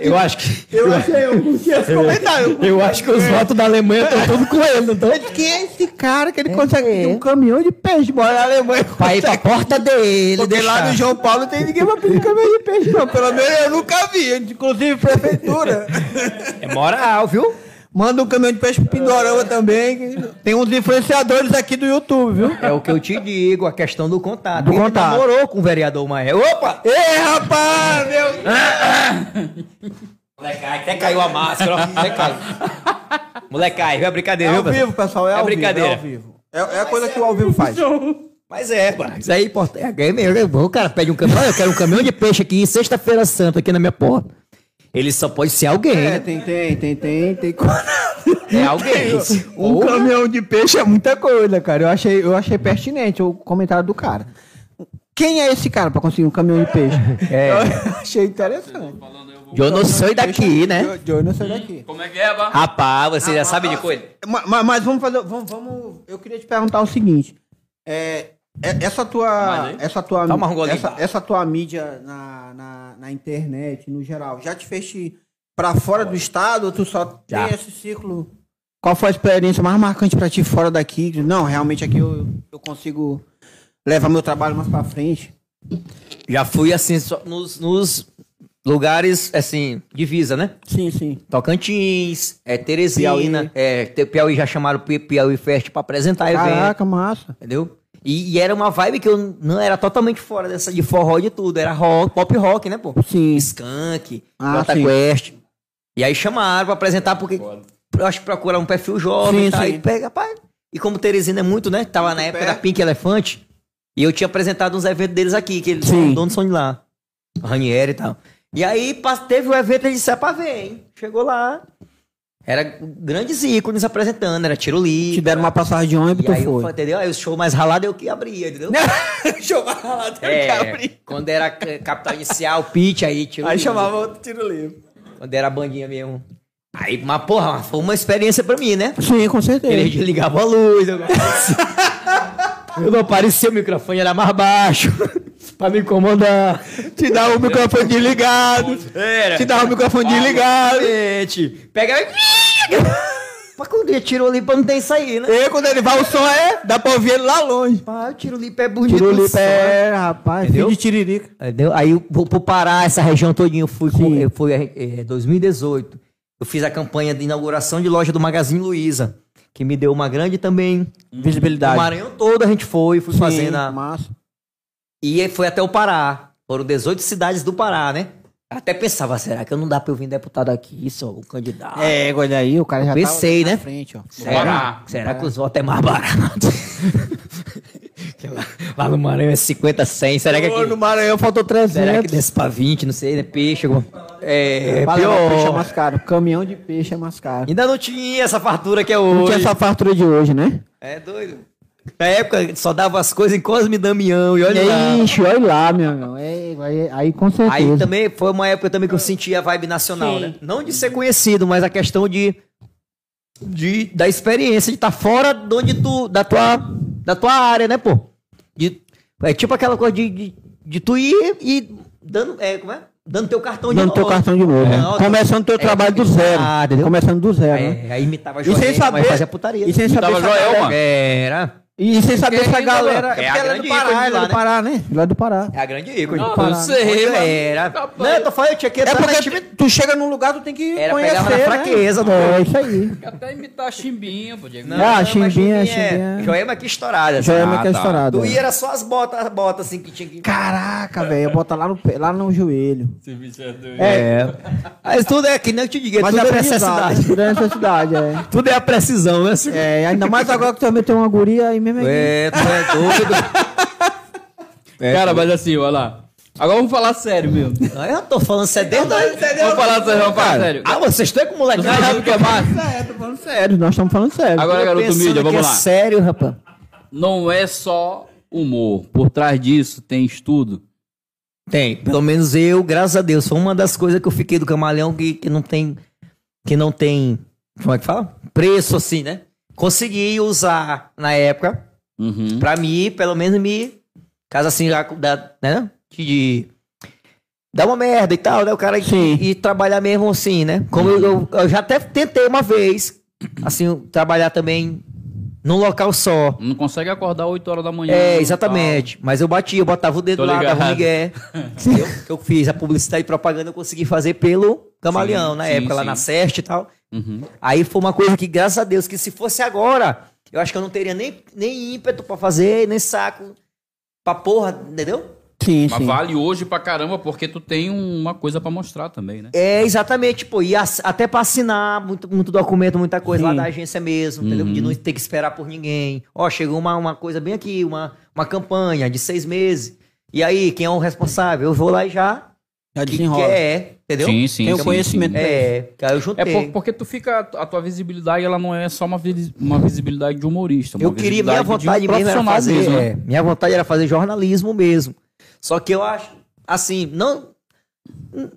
Eu acho que.
É Eu achei, <laughs> um, eu curti esse comentário.
Eu acho que os votos da Alemanha estão tudo com ele, não tão?
Quem é esse cara que ele consegue pedir um caminhão de peixe? Bora na Alemanha. <laughs>
Pra ir pra porta dele.
Porque lá no João Paulo tem ninguém pra pedir caminhão de peixe, não. Pelo menos eu nunca vi, inclusive <laughs> prefeitura.
É moral, viu?
Manda um caminhão de peixe pro Pindorama também. que Tem uns influenciadores aqui do YouTube, viu?
É o que eu te digo, a questão do contato.
Do
ele
contato.
namorou com o vereador Maé. Opa!
Ei, rapaz, meu...
Até caiu a máscara, ó. Até caiu. Molecai, viu? É brincadeira,
É ao
viu,
vivo, pessoal. É,
É
ao
brincadeira.
Vivo, é ao vivo. É, é a coisa que o ao vivo faz.
Mas é, né? pá.
Isso aí, porta. É game, eu- eu- o cara pede um caminhão, eu quero um caminhão de peixe aqui, sexta-feira santa, aqui na minha porta.
Ele só pode ser alguém,
É,
né?
tem, tem, tem, tem, tem.
<laughs>
É alguém.
<laughs> Um caminhão de peixe é muita coisa, cara. Eu achei, eu achei pertinente o comentário do cara. Quem é esse cara pra conseguir um caminhão de <laughs> peixe?
É.
Eu achei interessante.
Eu não sou daqui, né?
Eu, eu não sei daqui.
Como é que é, Bá?
Rapaz, você já sabe de coisa?
Ma- ma- Mas, vamos fazer. Vamos, vamos. Eu queria te perguntar o seguinte. É, é- essa
Mais
tua.
aí?
Essa tua,
Dá uma arrugolinha.
essa, essa tua mídia na, na, na internet, no geral, já te fez te- pra fora do estado? Ou tu só
Já.
tem esse ciclo? Qual foi a experiência mais marcante pra ti fora daqui? Não, realmente aqui eu, eu consigo levar meu trabalho mais pra frente.
Já fui assim, só nos, nos lugares, assim, divisa, né?
Sim, sim.
Tocantins, é Teresina,
Piauí.
é Te- Piauí já chamaram Pi- Piauí Fest pra apresentar evento,
Caraca, massa.
entendeu? E, e era uma vibe que eu não era totalmente fora dessa de forró e de tudo, era rock, pop rock, né, pô?
Sim.
Skunk,
Ah,
Jota
sim.
Quest. E aí chamaram pra apresentar porque eu acho que procuraram um perfil jovem
Sim,
e tal,
sim.
e pega, pá. E como Teresina é muito, né? Tava na época da Pink Elefante. E eu tinha apresentado uns eventos deles aqui, que eles
Sim.
são donos são de lá. Ranieri e tal. E aí pas- teve o evento, ele disse, é pra ver, hein? Chegou lá. Era grandes ícones apresentando, era tiro
Te
livre.
deram uma passagem de ônibus,
E
tu
aí, eu,
foi.
fa- entendeu? Aí o show mais ralado eu que abria, entendeu? <laughs>
Show mais ralado, eu quero
É,
abrir.
quando era eh, capital inicial, pitch, aí tiro
Aí
livre.
chamava outro um tiro livre.
Quando era bandinha mesmo. Aí, mas porra, foi uma experiência pra mim, né?
Sim, com certeza.
Eles desligavam a luz. Eu, <laughs>
Eu não aparecia, o microfone era mais baixo,
<laughs>
pra me incomodar.
Te dá o microfone desligado.
Era.
Te dá o microfone desligado.
Gente, pega. <laughs> Mas quando ele tiro ali pra não ter isso aí, né?
E quando ele vai, o som é, dá pra ouvir ele lá longe.
Pá, o tiro limpo é bonito.
Tirou
só.
pé, rapaz.
Entendeu?
Filho de tiririca.
Entendeu? Aí eu vou pro Pará, essa região todinha, eu fui, com,
Sim.
eu fui eh, eh, 2018. Eu fiz a campanha de inauguração de loja do Magazine Luiza, que me deu uma grande também. O
Hum. Visibilidade.
Maranhão todo a gente foi, fui fazendo a,
Massa.
E foi até o Pará. Foram 18 cidades do Pará, né? Até pensava, será que eu não dá pra eu vir deputado aqui, sou o candidato?
É, olha aí, o cara já
Pensei,
tá
né?
na frente, ó.
será
Pará.
será que os votos é mais barato? <laughs> Que lá, lá no Maranhão é 50, 100. Será que
Pô, no
aqui,
Maranhão faltou
será que
300.
desce pra 20? Não sei, né? Peixe, alguma... É,
Fala, mas peixe é
pior.
mais caro. Caminhão de peixe é mais caro.
Ainda não tinha essa fartura que é
Não
hoje.
tinha essa fartura de hoje, né?
É doido. Na época só dava as coisas em Cosme e Damião e olha lá.
Ixi, olha lá, meu irmão. É, aí, aí com certeza.
Aí também foi uma época também que eu senti a vibe nacional, né? Não de ser conhecido, mas a questão de, de da experiência de estar fora de onde tu da tua da tua área, né, pô? De- é tipo aquela coisa de, de, de tu ir e dando, é, como é? Dando teu cartão de
Dando teu
novo.
cartão de novo. né?
Não, é,
Começando teu trabalho do zero.
Ah, entendeu?
Começando do zero, né?
É, aí imitava
E sem
Joelma,
saber.
mas fazia putaria.
E sem saber
Tava
se a galera-
Joelma.
Era.
E sem saber
Porque
se a
ainda
galera.
agora-
É
é a
porque ela é do
grande
Pará,
ícone
ela é
lá,
do
né?
Pará, né? Ela é do Pará.
É a grande ícone.
Ah,
Pará.
eu sei,
Pois é,
mano.
Era. Não, eu tô falando, eu tinha que
É
entrar na
porque
time-
tu- tu chega num lugar, tu tem que
Era
conhecer.
pegar na
né?
fraqueza do
É
povo.
isso aí.
Até imitar chimbinha, pô, Diego.
Não,
Ah,
mas
chimbinha,
é-
chimbinha.
Joelma que estourada. assim.
Joelma
Ah,
que é
tá.
estourado.
Do
né?
I era só as botas, as botas assim que tinha que.
Caraca, velho, bota lá no, pé- lá no joelho.
É. Mas tudo é que nem eu te digo, é tudo é necessidade.
Tudo é necessidade, é.
Tudo é a precisão, né? senhor?
É, ainda mais agora que também tem uma guria aí mesmo. É.
É, tu é doido.
Cara, mas assim, olha lá. Agora vamos falar sério mesmo.
Não, eu tô falando, você é dentro da.
Vamos falar sério, vamos falar sério.
Ah, vocês estão com moleque.
Não sabe o que é massa?
Sério, nós estamos falando sério.
Agora, garoto mídia, vamos lá.
é sério, rapaz.
Não é só humor. Por trás disso tem estudo.
Tem. Pelo menos eu, graças a Deus, foi uma das coisas que eu fiquei do camaleão que, que não tem. Que não tem. Como é que fala? Preço, assim, né? Consegui usar na época.
Uhum.
Pra mim, pelo menos me. Caso assim, já dá, né? Que de. Dá uma merda e tal, né? O cara
Sim.
e trabalhar mesmo assim, né? Como eu, eu- eu já até tentei uma vez, assim, trabalhar também num local só.
Não consegue acordar 8 horas da manhã. né?
É,
não,
exatamente. Mas eu bati, eu botava o dedo
Tô
lá, dava um
ligado. <laughs>
migué. Entendeu? Que eu fiz a publicidade e propaganda, eu consegui fazer pelo Camaleão,
Sim,
na
sim,
época, lá
sim.
na SEST e tal.
tal. Uhum.
Aí foi uma coisa que, graças a Deus, que se fosse agora, eu acho que eu não teria nem, nem ímpeto pra fazer, nem saco pra porra, entendeu?
Sim,
Mas
sim.
vale hoje pra caramba, porque tu tem uma coisa pra mostrar também, né?
É, exatamente, pô. E ass- até pra assinar muito, muito documento, muita coisa lá
Sim.
da agência mesmo, entendeu?
Uhum.
De não ter que esperar por ninguém. Ó, chegou uma, uma coisa bem aqui, uma, uma campanha de seis meses. E aí, quem é o responsável? Eu vou lá e já.
Já
Que quer, né, entendeu?
Sim, sim.
Tem o
sim,
conhecimento.
sim.
É, que aí eu
É
juntei.
por- porque tu fica. A tua visibilidade, ela não é só uma, vis- uma visibilidade de humorista. uma
Eu queria, minha
visibilidade de um
vontade mesmo era
profissional
fazer.
mesmo, né?
é, minha vontade era fazer jornalismo mesmo. Só que eu acho, assim, não.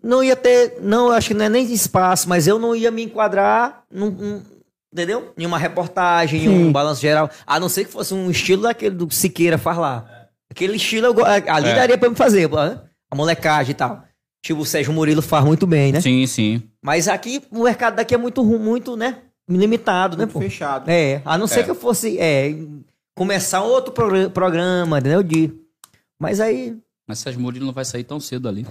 Não ia ter. Não, eu acho que não é nem espaço, mas eu não ia me enquadrar num. num- entendeu? Em uma reportagem, em um balanço geral. A não ser que fosse um estilo daquele do Siqueira faz lá. Aquele estilo eu go- ali
É.
daria pra me fazer, né? a molecagem e tal. Tipo, o Sérgio Murilo faz muito bem, né?
Sim, sim.
Mas aqui, o mercado daqui é muito, ru- muito, né? Limitado, né, pô?
Fechado.
É, a não ser
É.
que eu fosse é, começar outro progr- programa, entendeu? De... Mas aí.
Mas Sérgio Murilo não vai sair tão cedo ali.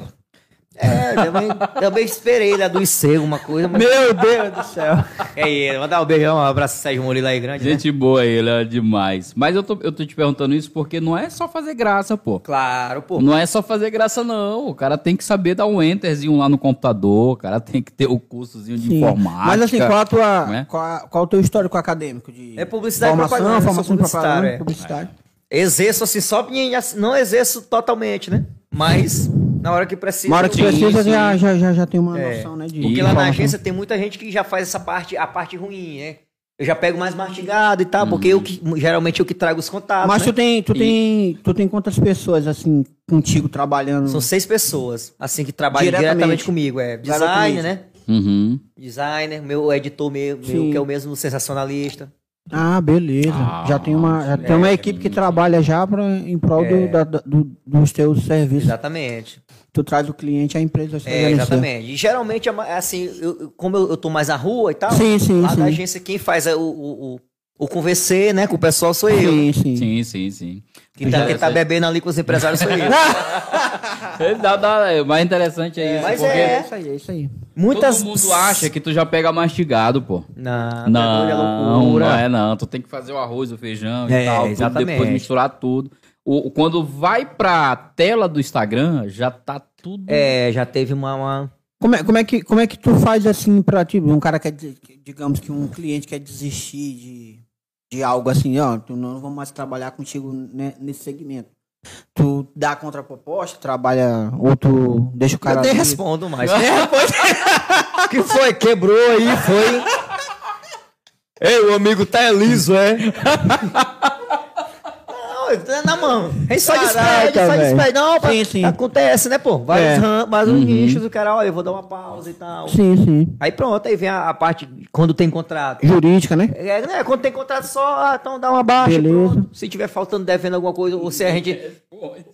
É, também, <laughs> também esperei ele adoecer alguma coisa. Mas...
Meu <laughs> Deus do céu.
É ele, mandar um beijão, um abraço, Sérgio Murilo aí grande. né?
Gente boa ele, é demais. Mas eu tô, eu tô te perguntando isso porque não é só fazer graça, pô.
Claro, pô.
Não é só fazer graça, não. O cara tem que saber dar um enterzinho lá no computador, o cara tem que ter o cursozinho de
Sim.
informática.
Mas assim, qual, a tua,
né?
qual, a- qual o teu histórico acadêmico? De
É publicidade e
formação,
propaganda,
Formação
sou
de propaganda,
publicitário, é.
publicidade.
Exerço assim, só minha- não exerço totalmente, né? Mas na hora que precisa.
Na hora que
Sim,
eu-
precisa,
sim.
já, já, já, já tem uma
É.
noção, né? De
Porque
E
lá na
informação.
agência tem muita gente que já faz essa parte, a parte ruim, né? Eu já pego mais mastigado e tal, porque eu que, geralmente eu que trago os contatos.
Mas
né?
tu tem, tu,
E-
tem, tu tem quantas pessoas, assim, contigo trabalhando?
São seis pessoas, assim, que trabalham
Hum. Diretamente.
diretamente, comigo. É
Garoto
designer,
Mídia.
né?
Uhum.
Designer, meu editor meu, meu,
Sim.
que é o mesmo sensacionalista.
Ah, beleza.
Ah,
já tem uma, já tem uma
é.
equipe que trabalha já pra, em prol do- da- da- do- dos teus serviços.
Exatamente.
Tu traz o cliente à empresa. se
É,
organiza.
exatamente. E geralmente, é ma- assim, eu- eu- como eu, eu tô mais na rua e tal,
Sim, sim,
lá
sim.
na agência quem faz é o, o, o, o convencer, né, com o pessoal sou eu.
Sim, sim.
Sim, sim, sim.
Quem tá, quem tá bebendo ali com os empresários
<laughs>
sou eu.
Dá, dá, é, o mais interessante é, isso.
mas
porque
É
É.
isso aí, é isso aí.
Muitas...
Todo mundo acha que tu já pega mastigado, pô.
Ah, Não,
Não,
não,
não,
loucura.
é não. Tu tem que fazer o arroz, o feijão e
É,
tal. tudo,
exatamente.
depois misturar tudo. O, o- quando vai pra tela do Instagram, já tá tudo.
É, já teve uma... uma-
Como é, como, é que, como é que tu faz assim pra tipo, um cara quer, des- que- digamos que um cliente quer desistir de, de algo assim, ó, tu não vamos mais trabalhar contigo né, nesse segmento. Tu dá a contraproposta, trabalha, ou tu deixa o cara.
eu nem
ali.
respondo mais. <laughs> que foi? Quebrou aí, foi...
Ei, o amigo tá é liso, é?
Não, é na mão. A gente só
Caraca,
despede, só
velho.
despede. Não, pá,
Sim, sim.
acontece, né, pô? Vários,
É.
ram- vários nichos do cara, olha, eu vou dar uma pausa e tal.
Sim, sim.
Aí pronto, aí vem a, a parte de quando tem contrato.
Jurídica, né?
É, né, quando tem contrato só, ah, então dá uma baixa,
Beleza.
pronto. Se tiver faltando, devendo alguma coisa, ou se a gente...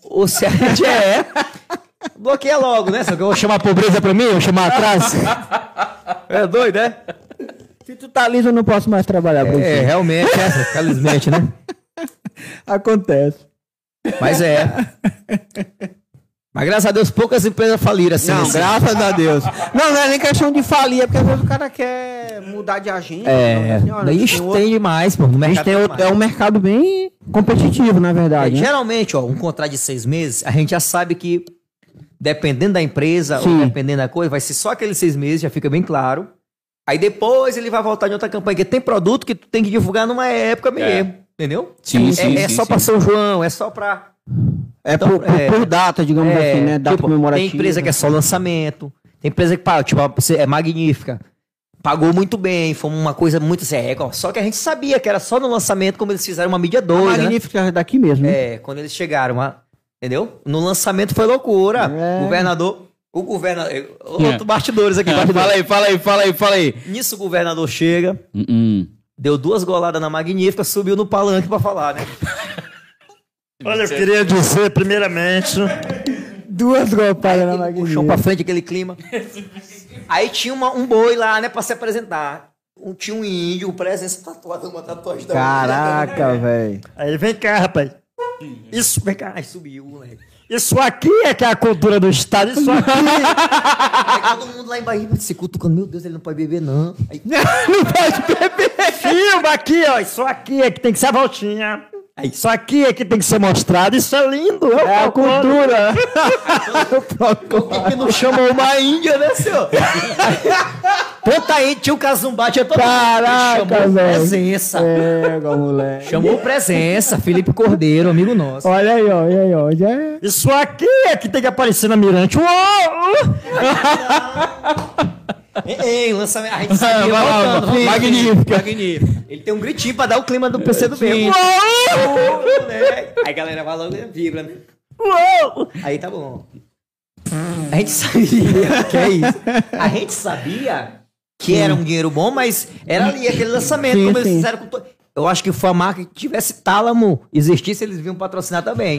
ou se a gente é... <laughs> Bloqueia logo, né? Só que eu vou chamar.
Chamar pobreza pra mim? Eu chamar atraso?
<laughs> É doido, né?
Se tu tá liso, eu não posso mais trabalhar, Bruno.
é, realmente, é, felizmente, né?
Acontece.
Mas é. Mas graças a Deus, poucas empresas faliram assim.
Não,
assim.
graças a Deus. Não, não é nem questão de falir, é porque às vezes o cara quer mudar de agenda.
É,
fala assim, olha,
daí
tem outro-
estende mais, pô. No
A gente
mercado
tem outro- é um mercado bem competitivo, na
É,
verdade. né?
geralmente, ó, um contrato de seis meses, a gente já sabe que, dependendo da empresa ou
Sim.
dependendo da coisa, vai ser só aqueles seis meses, já fica bem claro. Aí depois ele vai voltar em outra campanha, porque tem produto que tu tem que divulgar numa época mesmo, entendeu?
Sim, sim,
é é
sim,
só
sim.
pra São João, é só pra...
É,
Então,
por, por-
é.
por data, digamos
é,
assim, né? Data
tipo,
comemorativa.
tem empresa que é só lançamento, tem empresa que, pá, tipo, você é magnífica. Pagou muito bem, foi uma coisa muito... Assim, é, ó, só que a gente sabia que era só no lançamento, como eles fizeram uma mídia doida, né?
magnífica daqui mesmo. né?
É, quando eles chegaram, a- entendeu? No lançamento foi loucura.
É.
Governador. O governador.
É.
Outro bastidores aqui.
Fala aí, fala aí, fala aí, fala aí.
Nisso o governador chega,
Hum, hum.
deu duas goladas na magnífica, subiu no palanque pra falar, né?
<laughs> Olha, eu queria dizer, primeiramente,
Duas golpadas na
Ele puxou
magnífica.
pra frente aquele clima. Aí tinha uma- um boi lá, né, pra se apresentar. Um- tinha um índio, um presença tatuada, uma tatuagem da
<laughs> Caraca, velho.
aí vem cá, rapaz.
Isso, vem cá. Aí subiu, moleque.
Isso aqui é que é a cultura do Estado. Isso aqui
Aí todo mundo lá em Bahia se cutucando, meu Deus, ele não pode beber, não.
<laughs>
Aí,
filma aqui, ó. Isso aqui é que tem que ser a voltinha. Isso aqui é que tem que ser mostrado. Isso é lindo. É,
a cultura.
que não chamou uma índia, né, senhor? Puta índia, tinha o Cazumbá, tinha todo
Caraca,
Chamou
velho.
presença.
É.
Pega, moleque.
Chamou presença, Felipe Cordeiro, amigo nosso.
Olha aí, ó, olha aí, ó. Já é-
Isso aqui é que tem que aparecer na Mirante. Uou!
Ei, ei, lançamento. A gente sabia, voltando, voltando.
Magnífico. Magnífico.
Ele tem um gritinho pra dar o clima do PC do B. Uou, né? Aí a galera vai logo e vibra, né? Aí tá bom. A gente sabia. que é isso? A gente sabia que era um dinheiro bom, mas era ali aquele lançamento,
Sim,
como eles
sim.
fizeram com to... Eu acho que foi a marca que tivesse tálamo, existisse, eles vinham patrocinar também.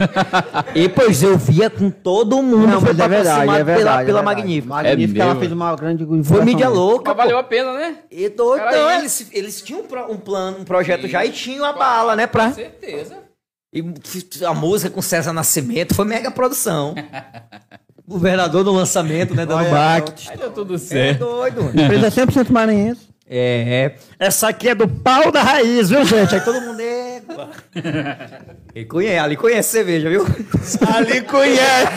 e pois eu via com todo mundo.
Não,
foi
mas é verdade,
patrocinado
é verdade.
Pela, pela
é verdade.
Magnífica.
Magnífica,
É
ela
meu,
fez uma grande...
Foi mídia
divulgação.
louca.
Mas valeu a pena, né?
E do-
Cara,
então,
aí-
eles, eles tinham um pro- um plano, um projeto já e tinham a bala, né? Pra...
Certeza.
E a música com César Nascimento foi mega produção. <laughs> Governador no lançamento, né? Dando baque.
Aí deu tudo
É
certo.
doido.
Empresa 100% maranhense.
É.
Essa aqui é do pau da raiz, viu, gente?
Todo mundo é. <laughs> E conhece, ali conhece cerveja, viu?
Ali conhece.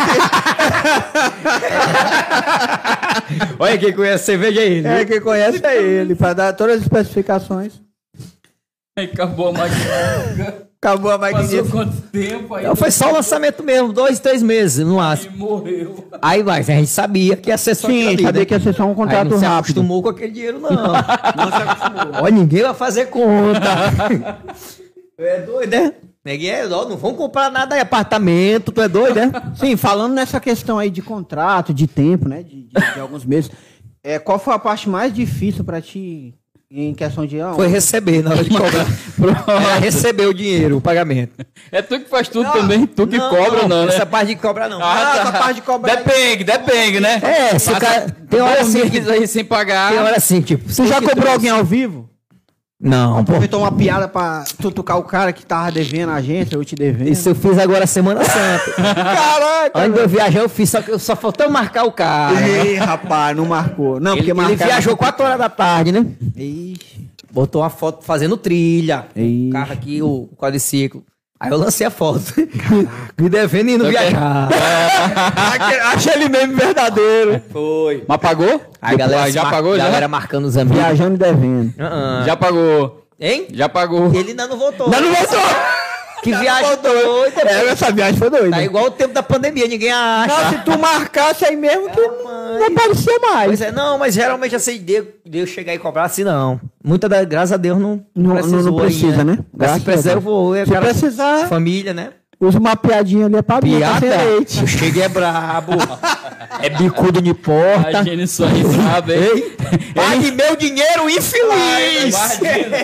<laughs> Olha quem conhece cerveja aí. né?
É, quem conhece é ele, pra dar todas as especificações.
Aí É. acabou a
<laughs>
magnífica.
Acabou a
Passou
magnífica.
quanto tempo aí?
Então foi só o lançamento mesmo, dois, três meses, no
E
máximo.
morreu.
Aí vai, a gente sabia que ia ser só aquilo
Sim,
ali,
sabia
né?
que ia ser só um
Aí
contrato
não se
rápido.
acostumou com aquele dinheiro, não. não se acostumou. Ó, ninguém vai fazer conta. é doido, né? Ninguém é, ó, não vão comprar nada em apartamento, tu é doido, né?
Sim, falando nessa questão aí de contrato, de tempo, né? De, de- de alguns meses. É, qual foi a parte mais difícil pra ti em questão de. ah,
Foi receber na hora de cobrar. Ela recebeu o dinheiro, o pagamento.
É tu que faz tudo também, tu que cobra, não, né?
Essa parte de cobrar não.
Ah,
essa
tá.
parte de cobrar.
Depende, depende, né?
É, se o
Passa
cara- tem hora
dois
assim que-
meses aí sem pagar.
Tem hora assim, tipo.
Tu já cobrou alguém ao vivo?
Não, pô.
Aproveitou uma piada pra tutucar o cara que tava devendo a agência, eu te devendo.
Isso eu fiz agora Semana Santa. <laughs> Caraca! Antes de eu viajar, eu fiz, só que eu só faltou marcar o carro.
Ih, né? rapaz, não marcou. Não,
Ele,
porque marcou.
ele viajou 4 horas da tarde, né?
Ixi.
Botou uma foto fazendo trilha.
Ixi.
O carro aqui, o quadriciclo. Aí eu lancei a foto. <laughs> Me devendo e indo
<laughs>
viajar.
Achei ele mesmo verdadeiro.
Foi.
Mas pagou?
A galera,
já
mar-
pagou, já?
galera marcando os amigos.
Viajando e devendo.
Ah, ah.
Já pagou.
Hein?
Já
<laughs>
pagou.
Ele ainda não voltou.
Não voltou!
Que viagem doida.
É, essa viagem foi doida.
Tá igual o tempo da pandemia, ninguém acha.
Não, se tu marcasse aí mesmo, tu não não aparecia mais.
Pois é, não, mas geralmente assim, de de eu chegar e cobrar assim, não. Muita da, graças a Deus não,
Não- não- não
precisou
precisa, né?
Mas
Graças
se precisar,
a
eu
Deus.
vou. Eu
Se
cara,
precisar-
Família, né?
Usa uma piadinha ali é pra abrir, pra
Piada?
ser leite.
Eu cheguei é <laughs> brabo.
É bicudo de porta.
A gente só aí sabe, hein?
Pague meu dinheiro, infeliz!
Imagina.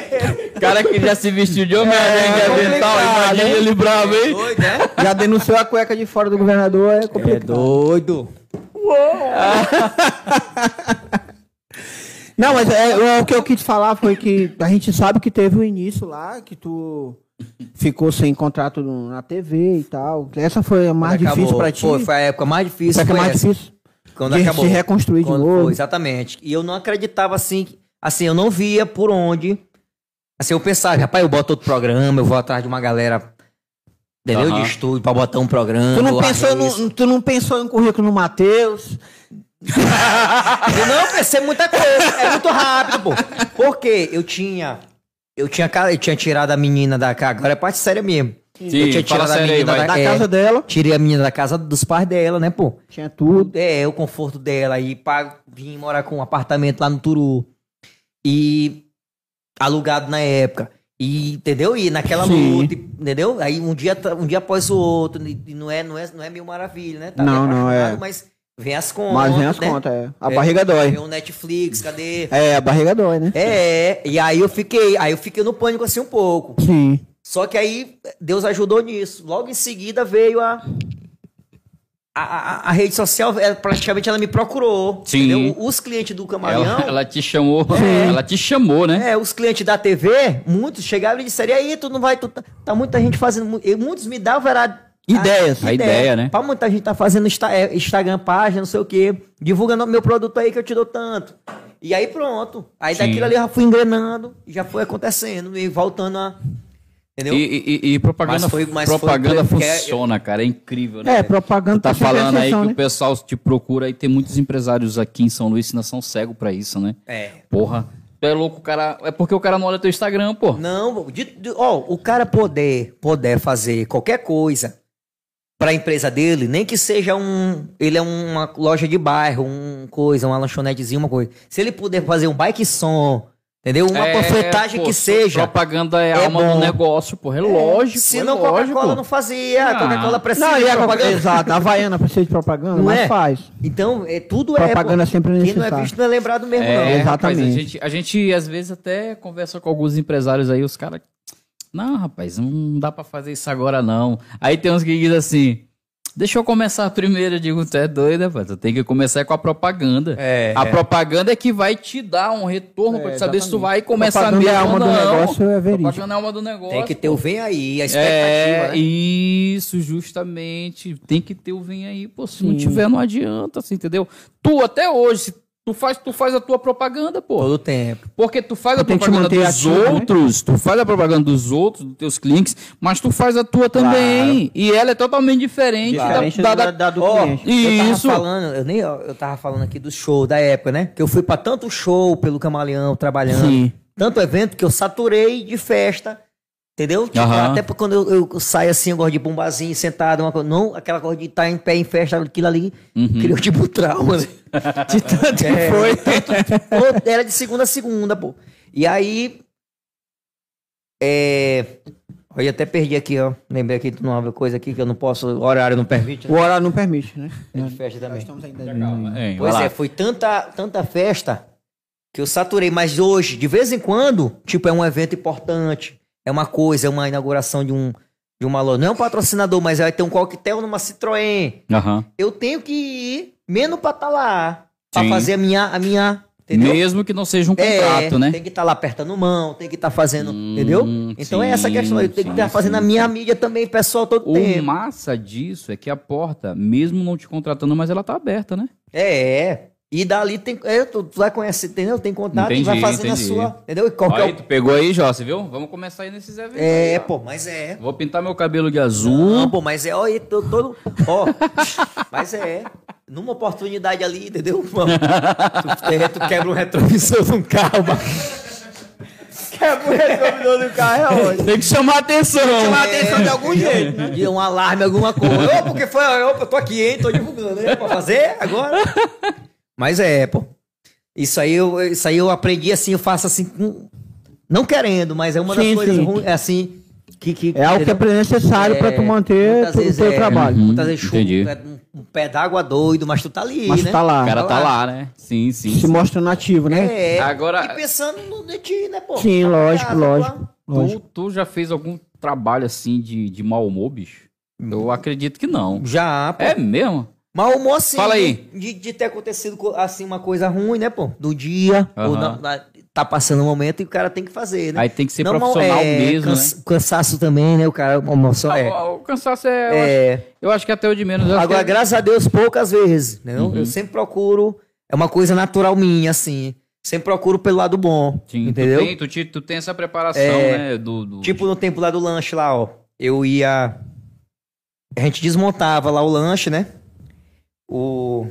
<laughs> cara que já se vestiu de
É,
Homem-Aranha ambiental,
complicado,
imagina
hein?
ele bravo, hein?
Doido, né?
Já denunciou a cueca de fora do governador, é
É
complicado.
doido.
Não, mas é, o que eu quis falar foi que a gente sabe que teve o início lá, que tu ficou sem contrato no- na TV e tal. Essa foi a mais
Acabou.
difícil pra ti.
Pô, foi a época mais difícil.
Essa que é
foi
mais
essa.
difícil.
Quando
de
acabou.
se reconstruir
Quando
de novo.
foi, exatamente. E eu não acreditava assim. que- Assim, eu não via por onde. Assim, eu pensava, rapaz, eu boto outro programa, eu vou atrás de uma galera. Entendeu?
Aham.
De estúdio pra botar um programa.
Tu não,
eu
pensou
arrisco.
no, tu não pensou em currículo no Matheus?
Ah, Eu não pensei muita coisa. É muito rápido, pô. Porque eu tinha. Eu tinha, cara, eu tinha tirado a menina da casa. Agora é parte séria mesmo. eu tinha
fala
tirado a
sério aí,
menina
vai.
da,
Da
é,
casa dela.
Tirei a menina da casa dos pais dela, né, pô?
Tinha tudo.
É, o conforto dela. E pago, vim morar com um apartamento lá no Turu. E alugado na época. E, entendeu? E naquela
Sim.
luta, entendeu? Aí um dia, tá- um dia após o outro, e e não é, não é, não é mil maravilha, né? Tá
Não,
bem
não, é.
apaixonado, Mas vem as contas,
Mas vem as
né?
contas, é. A
É,
barriga
Vem
dói.
o Netflix, cadê?
É, a barriga dói, né?
É, e aí eu fiquei, aí eu fiquei no pânico assim um pouco.
Sim.
Só que aí Deus ajudou nisso. Logo em seguida veio a a, a- a rede social, ela- praticamente ela me procurou.
Sim.
entendeu? Os clientes do Camaleão,
Ela, ela te chamou, ela te chamou, né?
é, os clientes da TV, muitos chegaram e disseram: "E aí, tu não vai, tu tá, tá muita gente fazendo, mu- e muitos me davam era
Ideias.
A ideia, né?
Pra muita gente tá fazendo Insta- é, Instagram página, não sei o quê. Divulga no- meu produto aí que eu te dou tanto. E aí pronto. Aí
Sim.
daquilo ali eu já fui engrenando e já foi acontecendo e voltando a.
E,
Entendeu?
e- e- e propaganda,
É, Mas foi- mas foi-
propaganda
porque-
funciona, cara. É incrível, né?
É, propaganda
Tu tá
sempre é
falando aí que
né?
exceção,
o pessoal te procura e tem muitos empresários aqui em São Luís que não são cego pra isso, né?
É.
Porra. Tu é louco, o cara. É porque o cara não olha teu Instagram, pô.
Não, de- de- ó, o cara poder, poder fazer qualquer coisa pra empresa dele, nem que seja um, ele é uma loja de bairro, um coisa, uma lanchonetezinha, uma coisa. Se ele puder fazer um bike som, entendeu? Uma
É,
panfletagem
pô,
que seja.
Propaganda é,
é
alma
bom.
do negócio, porra. É lógico.
Se
é
não,
lógico.
Coca-Cola não fazia.
Ah.
Coca-cola precisa
Não,
de
e a propaganda.
propaganda.
Exato, a Havaiana precisa de propaganda,
Não
mas
é?
faz.
Então, é, tudo
Propaganda
é. pô.
sempre
Quem
é
não é
necessário.
visto não é lembrado mesmo,
É,
não.
rapaz, a
Exatamente.
gente, a gente às vezes até conversa com alguns empresários aí, os caras. Não, rapaz, não dá pra fazer isso agora, não. Aí tem uns que dizem assim. Deixa eu começar primeiro, eu digo, tu é doido, rapaz. Tu tem que começar com a propaganda.
É.
A propaganda é que vai te dar um retorno pra tu saber se tu vai começar
Propaganda
mesmo
é a alma
ou
do
não.
negócio, é verídico.
Propaganda é a alma do negócio.
Tem que ter o vem aí, a expectativa.
É,
né?
isso, justamente. Tem que ter o vem aí, pô. Se não tiver, não adianta, assim, entendeu? Tu, até hoje, se tu faz, tu faz a tua propaganda, pô.
Todo tempo.
Porque tu faz a
tem que
propaganda
manter
dos
ativo, né?
outros, tu faz a propaganda dos outros, dos teus clientes, mas tu faz a tua também. E ela é totalmente diferente, da-
Diferente
da, da,
da- da do
Ó,
cliente.
Eu
Isso.
tava falando, eu nem eu tava falando aqui do show da época, né? Que eu fui pra tanto show pelo Camaleão trabalhando,
Sim.
tanto evento que eu saturei de festa. Entendeu? Tipo,
Aham.
até pra quando eu, eu saio assim, eu gosto de bombazinho, sentado, uma coisa. Não aquela coisa de estar em pé em festa, aquilo ali criou tipo trauma, né? <laughs> De tanto que <laughs> foi. Pô, Era de segunda a segunda, pô. E aí. É. Olha, até perdi aqui, ó. Lembrei aqui de uma coisa aqui que eu não posso. O horário não permite.
O horário não permite, né?
né? De festa também.
Estamos ainda
É, vai
Pois
lá.
é, foi tanta, tanta festa que eu saturei. Mas hoje, de vez em quando, tipo, é um evento importante. É uma coisa, é uma inauguração de um de uma loja. Não é um patrocinador, mas vai ter um coquetel numa Citroën.
Aham.
Eu tenho que ir menos pra estar lá. Pra
Sim.
fazer a minha. A minha entendeu?
Mesmo que não seja um
É,
contrato, né?
Tem que estar lá apertando mão, tem que estar fazendo.
Hum,
entendeu? Então é essa
sim,
questão. Eu tenho que
sim,
estar fazendo
sim,
a minha
sim.
mídia também, pessoal, todo
O
tempo.
massa disso é que a porta, mesmo não te contratando, mas ela tá aberta, né?
É, é. E dali tem. É, tu tu vai conhecer, entendeu? Tem contato e vai
Entendi,
fazendo
entendi.
a sua. Entendeu? E qualquer.
Aí, tu pegou aí, Jossi, viu? Vamos começar aí nesses eventos.
É,
aí, ó. Hum.
pô, mas é.
Vou pintar meu cabelo de azul.
Não, pô, mas é, ó, e tô todo. Ó, <laughs> mas é. Numa oportunidade ali, entendeu?
<laughs>
Mano, tu, tu quebra um retrovisor de um
<laughs>
carro, mano. um é
Tem que chamar atenção.
Chamar a atenção de algum jeito, né? De um alarme, alguma coisa. Ô, porque foi. Opa, tô aqui, hein? Tô divulgando, né? Pra fazer agora. Mas é, pô. Isso aí eu, isso aí eu aprendi assim, eu faço assim. com- Não querendo, mas é uma das
Sim,
coisas
sim.
ruins, é assim. Que, que,
É algo que
entendeu?
é necessário pra tu
É,
manter
muitas
o
vezes
teu
é,
trabalho.
Uhum,
Muitas vezes chuva,
entendi.
é um- um pé d'água doido, mas tu tá ali,
Mas
né?
tu tá lá,
O cara tá
Tá
lá, né? Sim, sim.
se mostrando ativo, né?
É,
Agora-
e pensando no de ti, né, pô?
Sim,
Tá
lógico,
ligado,
Tu,
lógico.
tu já fez algum trabalho assim de, de mau humor, bicho? Eu acredito que não.
Já, pô.
É mesmo?
Mas o humor, assim,
Fala aí.
De, de ter acontecido co- assim uma coisa ruim, né, pô? Do dia, ou
Aham.
na- na- tá passando um momento e o cara tem que fazer, né?
Aí tem que ser
Não, não,
profissional
é,
mesmo,
cansa-
né?
Cansaço também, né? O cara, o emoção, é.
Ah, O, o cansaço é, eu acho-
é.
Eu, acho, que até o de menos. eu acho
Agora,
que é-
graças a Deus, poucas vezes, né?
Uhum.
Eu sempre procuro, é uma coisa natural minha, assim. Sempre procuro pelo lado bom,
Sim,
entendeu?
Tu tem, tu, te- tu tem essa preparação,
É,
né? Do, do-
Tipo no tempo lá do lanche lá, ó. Eu ia. A gente desmontava lá o lanche, né? O.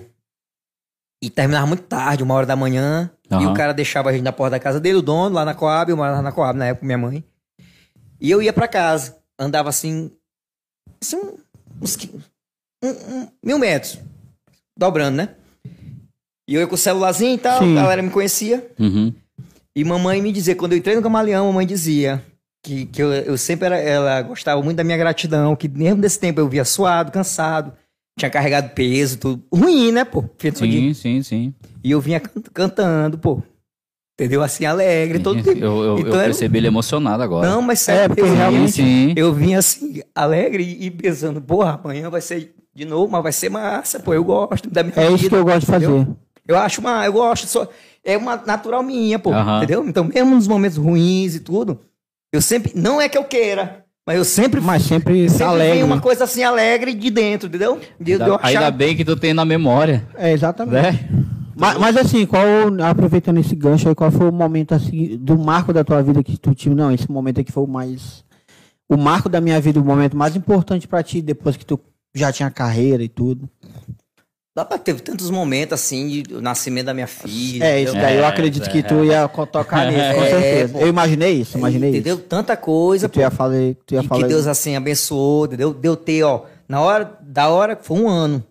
E terminava muito tarde, uma hora da manhã. E
Aham.
o cara deixava a gente na porta da casa dele, o dono, lá na Coab, eu morava na Coab na época, minha mãe. E eu ia pra casa. Andava assim. Assim, um- uns. qui- um- um- mil metros. Dobrando, né? E eu ia com o celularzinho e tal,
Sim.
a galera me conhecia.
Uhum.
E mamãe me dizia, quando eu entrei no Camaleão, mamãe dizia que, que eu, eu sempre era, ela gostava muito da minha gratidão, que mesmo nesse tempo eu via suado, cansado, tinha carregado peso, tudo. Ruim, né, pô? Feito de-
Sim, sim, sim.
E eu vinha can- cantando, pô. Entendeu? Assim, alegre, todo
Eu, eu, eu
Então era-
percebi ele emocionado agora.
Não, mas sério, eu,
sim,
realmente
sim.
eu vinha assim, alegre e e pensando, porra, amanhã vai ser de novo, mas vai ser massa, pô, eu gosto da minha
É isso que
vida,
eu gosto de
entendeu?
fazer.
Eu acho uma. Eu gosto. Só, é uma natural minha, pô.
Aham.
Entendeu? Então, mesmo nos momentos ruins e tudo, eu sempre. Não é que eu queira, mas eu sempre.
Mas sempre, tá
sempre
alegre.
vem uma coisa assim alegre de dentro, entendeu? De, de eu
Ainda, ainda
achar-
bem que tu tem na memória,
É, exatamente.
né?
Mas, mas assim, qual aproveitando esse gancho aí, qual foi o momento assim do marco da tua vida que tu tinha? Não, esse momento aqui foi o mais o marco da minha vida, o momento mais importante pra ti depois que tu já tinha carreira e tudo.
Rapaz, Teve tantos momentos assim, de do nascimento da minha filha.
É, isso
entendeu?
daí eu
É,
acredito
é,
que tu ia
<laughs>
co- tocar nisso, com
É,
certeza.
pô.
eu imaginei isso, imaginei
Entendeu?
isso.
Tanta coisa,
Que tu
pô.
ia falar, tu ia
E
falar
que Deus assim abençoou, entendeu? Deu ter, ó, na hora, da hora, foi um ano.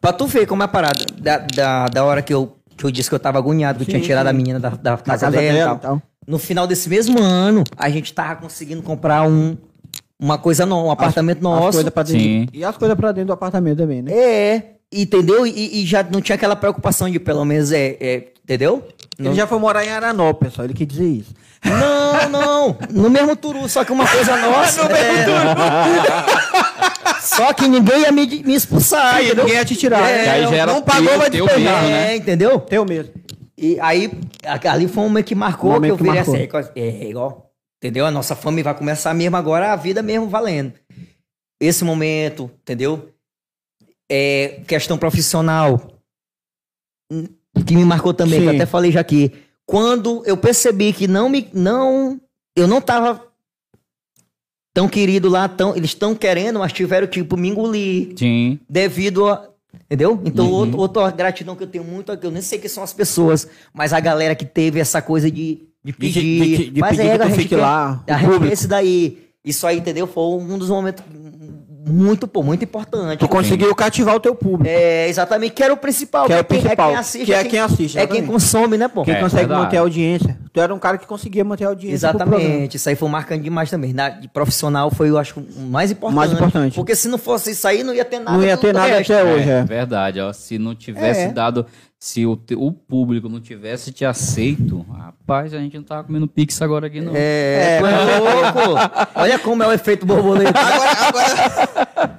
Pra tu ver como é a parada, da, da, da hora que eu, que eu disse que eu tava agoniado, que eu tinha tirado a menina da, da
na
casa, dela, e tal.
então.
No final desse mesmo ano, a gente tava conseguindo comprar um, uma coisa nova, um apartamento
As
nosso.
coisas pra dentro,
Sim.
E as coisas pra dentro do apartamento também, né?
É, entendeu? E, e já não tinha aquela preocupação de pelo menos é, é, entendeu? Não,
Ele já foi morar em Aranó, pessoal, ele quis dizer isso.
<laughs> não, não, no mesmo turu, só que uma coisa nossa. no mesmo turu. <laughs> só que ninguém ia me, me expulsar,
Aí
entendeu?
ninguém ia te tirar,
É,
né?
Que aí já era
não pagou,
teu,
vai
teu
despejar.
mesmo, né?
É, entendeu?
Teu mesmo.
E aí, a- ali foi um momento que marcou
Momento
que eu virei
que marcou.
assim, é igual. Entendeu? A nossa fama vai começar mesmo agora, a vida mesmo valendo. Esse momento, entendeu? É questão profissional. hum, Que me marcou também, que eu
Sim.
até falei já aqui. Quando eu percebi que não me. não Eu não tava tão querido lá, tão, eles tão querendo, mas tiveram tipo me engolir
Sim.
devido a. Entendeu? Então,
Uhum.
outro- outra gratidão que eu tenho muito, é que eu nem sei quem são as pessoas, mas a galera que teve essa coisa de, de
De,
pedir.
de, de, de
mas
pedir
é,
que
a
tu
gente
fique
quer-
lá,
A
o
gente
público.
quer esse daí. Isso aí, entendeu? Foi um dos momentos muito, pô, muito importante. assim.
Tu conseguiu cativar o teu público.
É, exatamente, que era o principal. né?
que é o
quem-
principal.
quem assiste.
que é quem assiste.
é quem
exatamente.
consome, né, pô?
Quem
É,
consegue
verdade.
manter a audiência. Tu era um cara que conseguia manter a audiência. pro programa.
Exatamente, isso aí foi marcando demais também. Na, de profissional foi, eu acho, o mais importante.
importante.
Porque se não fosse isso aí, não ia ter nada.
Não ia
do
ter nada
resto.
até hoje, é.
verdade, ó. Se não tivesse
É.
dado. Se o, te- o público não tivesse te aceito, rapaz, a gente não tava comendo pix agora aqui, não.
É, tu é louco. Olha como é o efeito borboleta.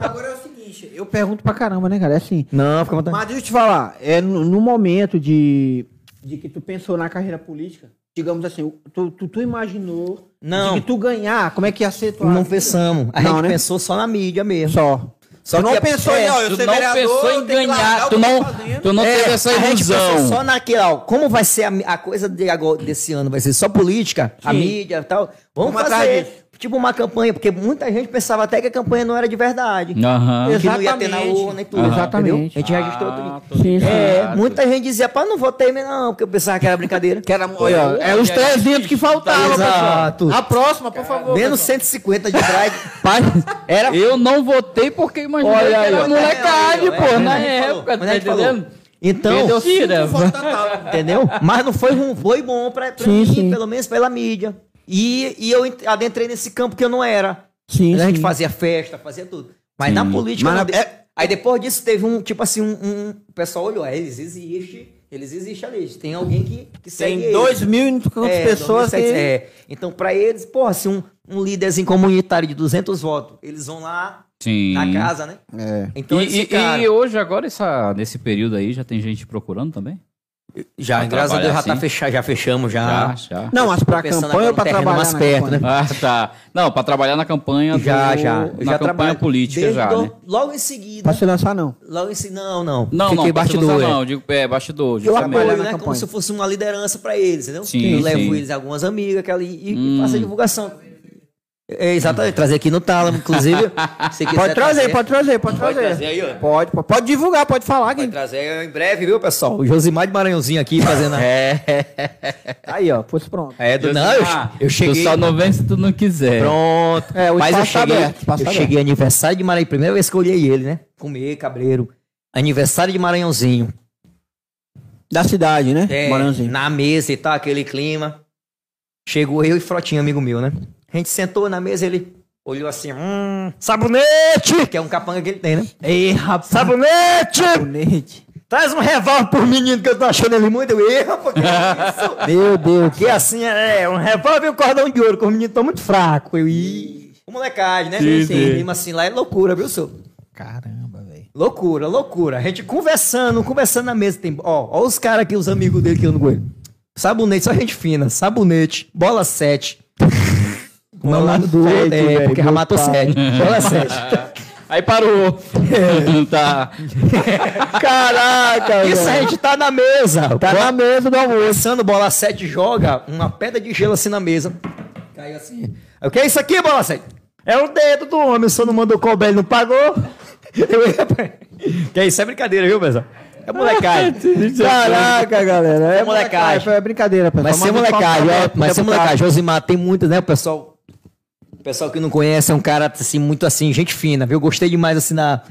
Agora <laughs> é o seguinte, eu pergunto pra caramba, né, cara? É assim.
Não, fica à vontade.
Mas deixa eu te falar, é no, no momento de, de que tu pensou na carreira política, digamos assim, o- tu, tu, tu imaginou
Não.
de que tu ganhar, como é que ia ser tua
Não pensamos. A
Não,
gente
né?
pensou só na mídia mesmo.
só.
Só
tu não
que-
pensou
é,
em, ó, eu
tu
ser
não
vereador,
pensou em
eu tenho que largar
ganhar,
o
tu
que eu tô
não,
fazendo.
tu não
É,
teve essa
a gente pensou
ilusão.
só naquela, ó, como vai ser a, mi- a coisa de agora- desse ano? Vai ser só política, a
Sim.
mídia e tal. Vamos,
Vamos atrás disso.
fazer tipo uma campanha, porque muita gente pensava até que a campanha não era de verdade.
Aham.
Que não ia ter na
Exatamente.
urna e tudo.
Aham.
entendeu?
Exatamente.
A gente registrou tudo.
tô
Sim, sim.
ligado.
É, muita gente dizia, pá, não votei mesmo não, porque eu pensava que era brincadeira.
<laughs> Que era, olha, é os 300 que faltavam,
Exato.
pessoal. A próxima, por favor.
Menos 150 de
<laughs>
drive.
Era... Eu não votei porque imaginei
Olha
que
aí,
era
ó.
molecade,
É,
pô,
é,
na
a gente falou,
época,
mas a
tá
gente falou.
entendendo?
Então,
Perdeu tira.
Entendeu? Mas não foi ruim, foi bom pra, pra mim,
Sim, sim.
pelo menos pela mídia. E, e eu ent- adentrei nesse campo que eu não era.
Sim,
a gente
sim.
fazia festa, fazia tudo. Mas
Sim.
na política.
Mas
não
na- é
de- Aí depois disso teve um, tipo assim, um. um- o pessoal olhou, aí é, eles existem. Eles existem ali. Tem alguém que, que segue
Tem
eles.
dois mil e não sei quantas
É,
pessoas que...
2007, é. Então, pra eles, porra, se um, um líderzinho comunitário de 200 votos, eles vão lá
Sim.
na casa, né?
É.
Então,
e,
eles
e-
ficaram.
e hoje, agora, essa, nesse período aí, já tem gente procurando também?
já,
pra
graças a Deus, já,
trabalhar
tá
assim?
fechado, já fechamos, já.
já.
Não, mas pra
Pensando
campanha
agora
ou pra
no terreno
trabalhar
mais
na
perto,
campanha?
Ah, tá. Não, pra trabalhar na campanha do-
Já, já.
Na
Eu
campanha
trabalho.
política
Desde
já,
do-
né?
Logo em
Pra
seguida.
se lançar, não.
Logo em seguida. Não, não.
Não,
Fiquei
não,
bastidor.
bastidor,
é.
não, digo, é, bastidor,
Eu
justamente.
apoio,
na
né? Como
campanha.
se fosse uma liderança pra eles, entendeu?
Sim,
eu levo
sim.
eles algumas amigas que é ali e,
Hum.
e faço a divulgação. É, exatamente. Trazer aqui no
<laughs>
Tálamo, inclusive. se quiser
Pode é trazer, pode trazer, pode
Pode
trazer.
trazer aí, ó.
Pode, pode, pode divulgar, pode falar.
Vai
Quem...
trazer em breve, viu, pessoal? O Josimar de Maranhãozinho aqui fazendo. <laughs> é,
Aí, ó, fosse pronto.
é do. Não, eu,
Josimar,
eu cheguei.
Ah, Tu só não vem se tu não quiser.
Pronto.
É, o
Mas eu
espaço tá
cheguei,
aberto, o espaço
eu
tá
cheguei aniversário de Maranhão. Primeira vez que eu olhei ele, né? Comer, cabreiro. Aniversário de Maranhãozinho.
Da cidade, né?
É,
Maranhãozinho.
na mesa e tal, aquele clima. Chegou eu e Frotinho, amigo meu, né? A gente sentou na mesa, ele olhou assim, hum, sabonete! Que é um capanga que ele tem, né?
Ei, rapaz.
Sabonete!
Sabonete.
Traz um revólver pro menino que eu tô achando ele muito. Eu, erro, porque isso?
<laughs> Meu Deus.
Porque assim, é, um revólver e um cordão de ouro, que o menino tá muito fraco. Eu, ih. O molecagem, né? Sim, Clima assim lá é loucura, viu, senhor?
Caramba, velho.
Loucura, loucura. A gente conversando, conversando na mesa. Tem, ó, ó os caras aqui, os amigos dele que eu não conheço. Sabonete, só gente fina. Sabonete, bola 7. <laughs> Bola do é, porque já matou 7. Bola 7. <laughs>
Aí parou. <laughs>
É.
tá.
Caraca,
Isso a
velho.
gente tá na mesa.
Tá na mesa do almoço.
Conversando, bola 7 joga uma pedra de gelo assim na mesa. Caiu assim. O que é isso aqui, bola 7? É o dedo do homem, só não mandou cobrar, ele não pagou. <laughs> Eu- que isso é brincadeira, viu, pessoal? É molecagem.
é Caraca, galera. É
molecagem.
É brincadeira, pessoal.
Mas ser
o espaço tá
molecagem, ó,
aberto,
mas ser
deputado.
molecagem, Josimar, tem muito, né, o pessoal? O pessoal que não conhece é um cara, assim, muito assim, gente fina, viu? Eu Gostei demais, assim, na...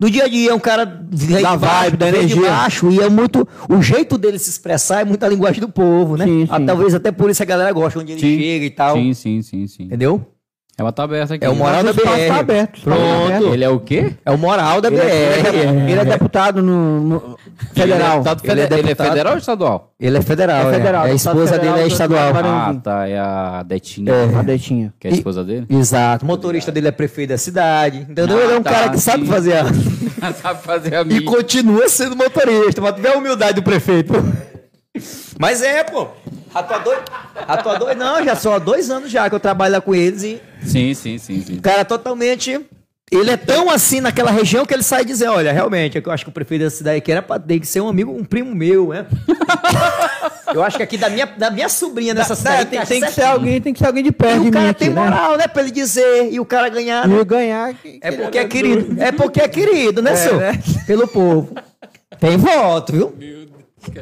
Do dia a dia, é um cara... Da
vibe, da energia.
baixo, e é muito... O jeito dele se expressar é muita linguagem do povo, né?
Sim,
Ah,
sim.
Talvez até por isso a galera gosta, onde ele
Sim,
chega e tal,
Sim, sim, sim, sim.
entendeu?
Ela tá aberta aqui.
Então- É o moral
O
da
espaço tá
BR.
aberto.
Pronto. Ele é o quê?
É o moral da BR.
Ele é, ele é- ele é deputado no, no- federal.
Tá-
Ele é, deputado federal. ele é
deputado.
federal ou estadual?
Ele é federal,
É
é.
federal,
É a
deputado
esposa
federal,
dele é
doutor
estadual.
Ah,
Maranhãozinho.
tá. É a Detinha.
tá
A Detinha.
Que é a esposa dele?
Exato. O motorista dele é prefeito da cidade, entendeu?
Ah,
ele é um
tá,
cara que sabe
sim.
fazer a...
<laughs> Sabe Ah, tá, fazer a
E
minha.
continua sendo motorista, mas tu vê a humildade do prefeito. <laughs> Mas é, pô. Já tô há dois, já tô há dois- não, já são há dois anos já que eu trabalho lá com eles e
Sim, sim, sim, sim.
o cara é totalmente. Ele é tão assim naquela região que ele sai dizer, olha, realmente, eu acho que o prefeito dessa cidade aqui era pra ter que ser um amigo, um primo meu, né? <laughs> eu acho que aqui da minha, da minha sobrinha dessa cidade
É, tem, tem que ser
Tá certinho.
alguém, tem que ser alguém de
E
perto de
o
mim
cara
aqui,
tem
né?
moral, né, pra ele dizer, e o cara ganhar. né?
E ganhar... que-
É porque é querido. É porque é querido, né, senhor? Pelo
<laughs>
povo. Tem voto, viu?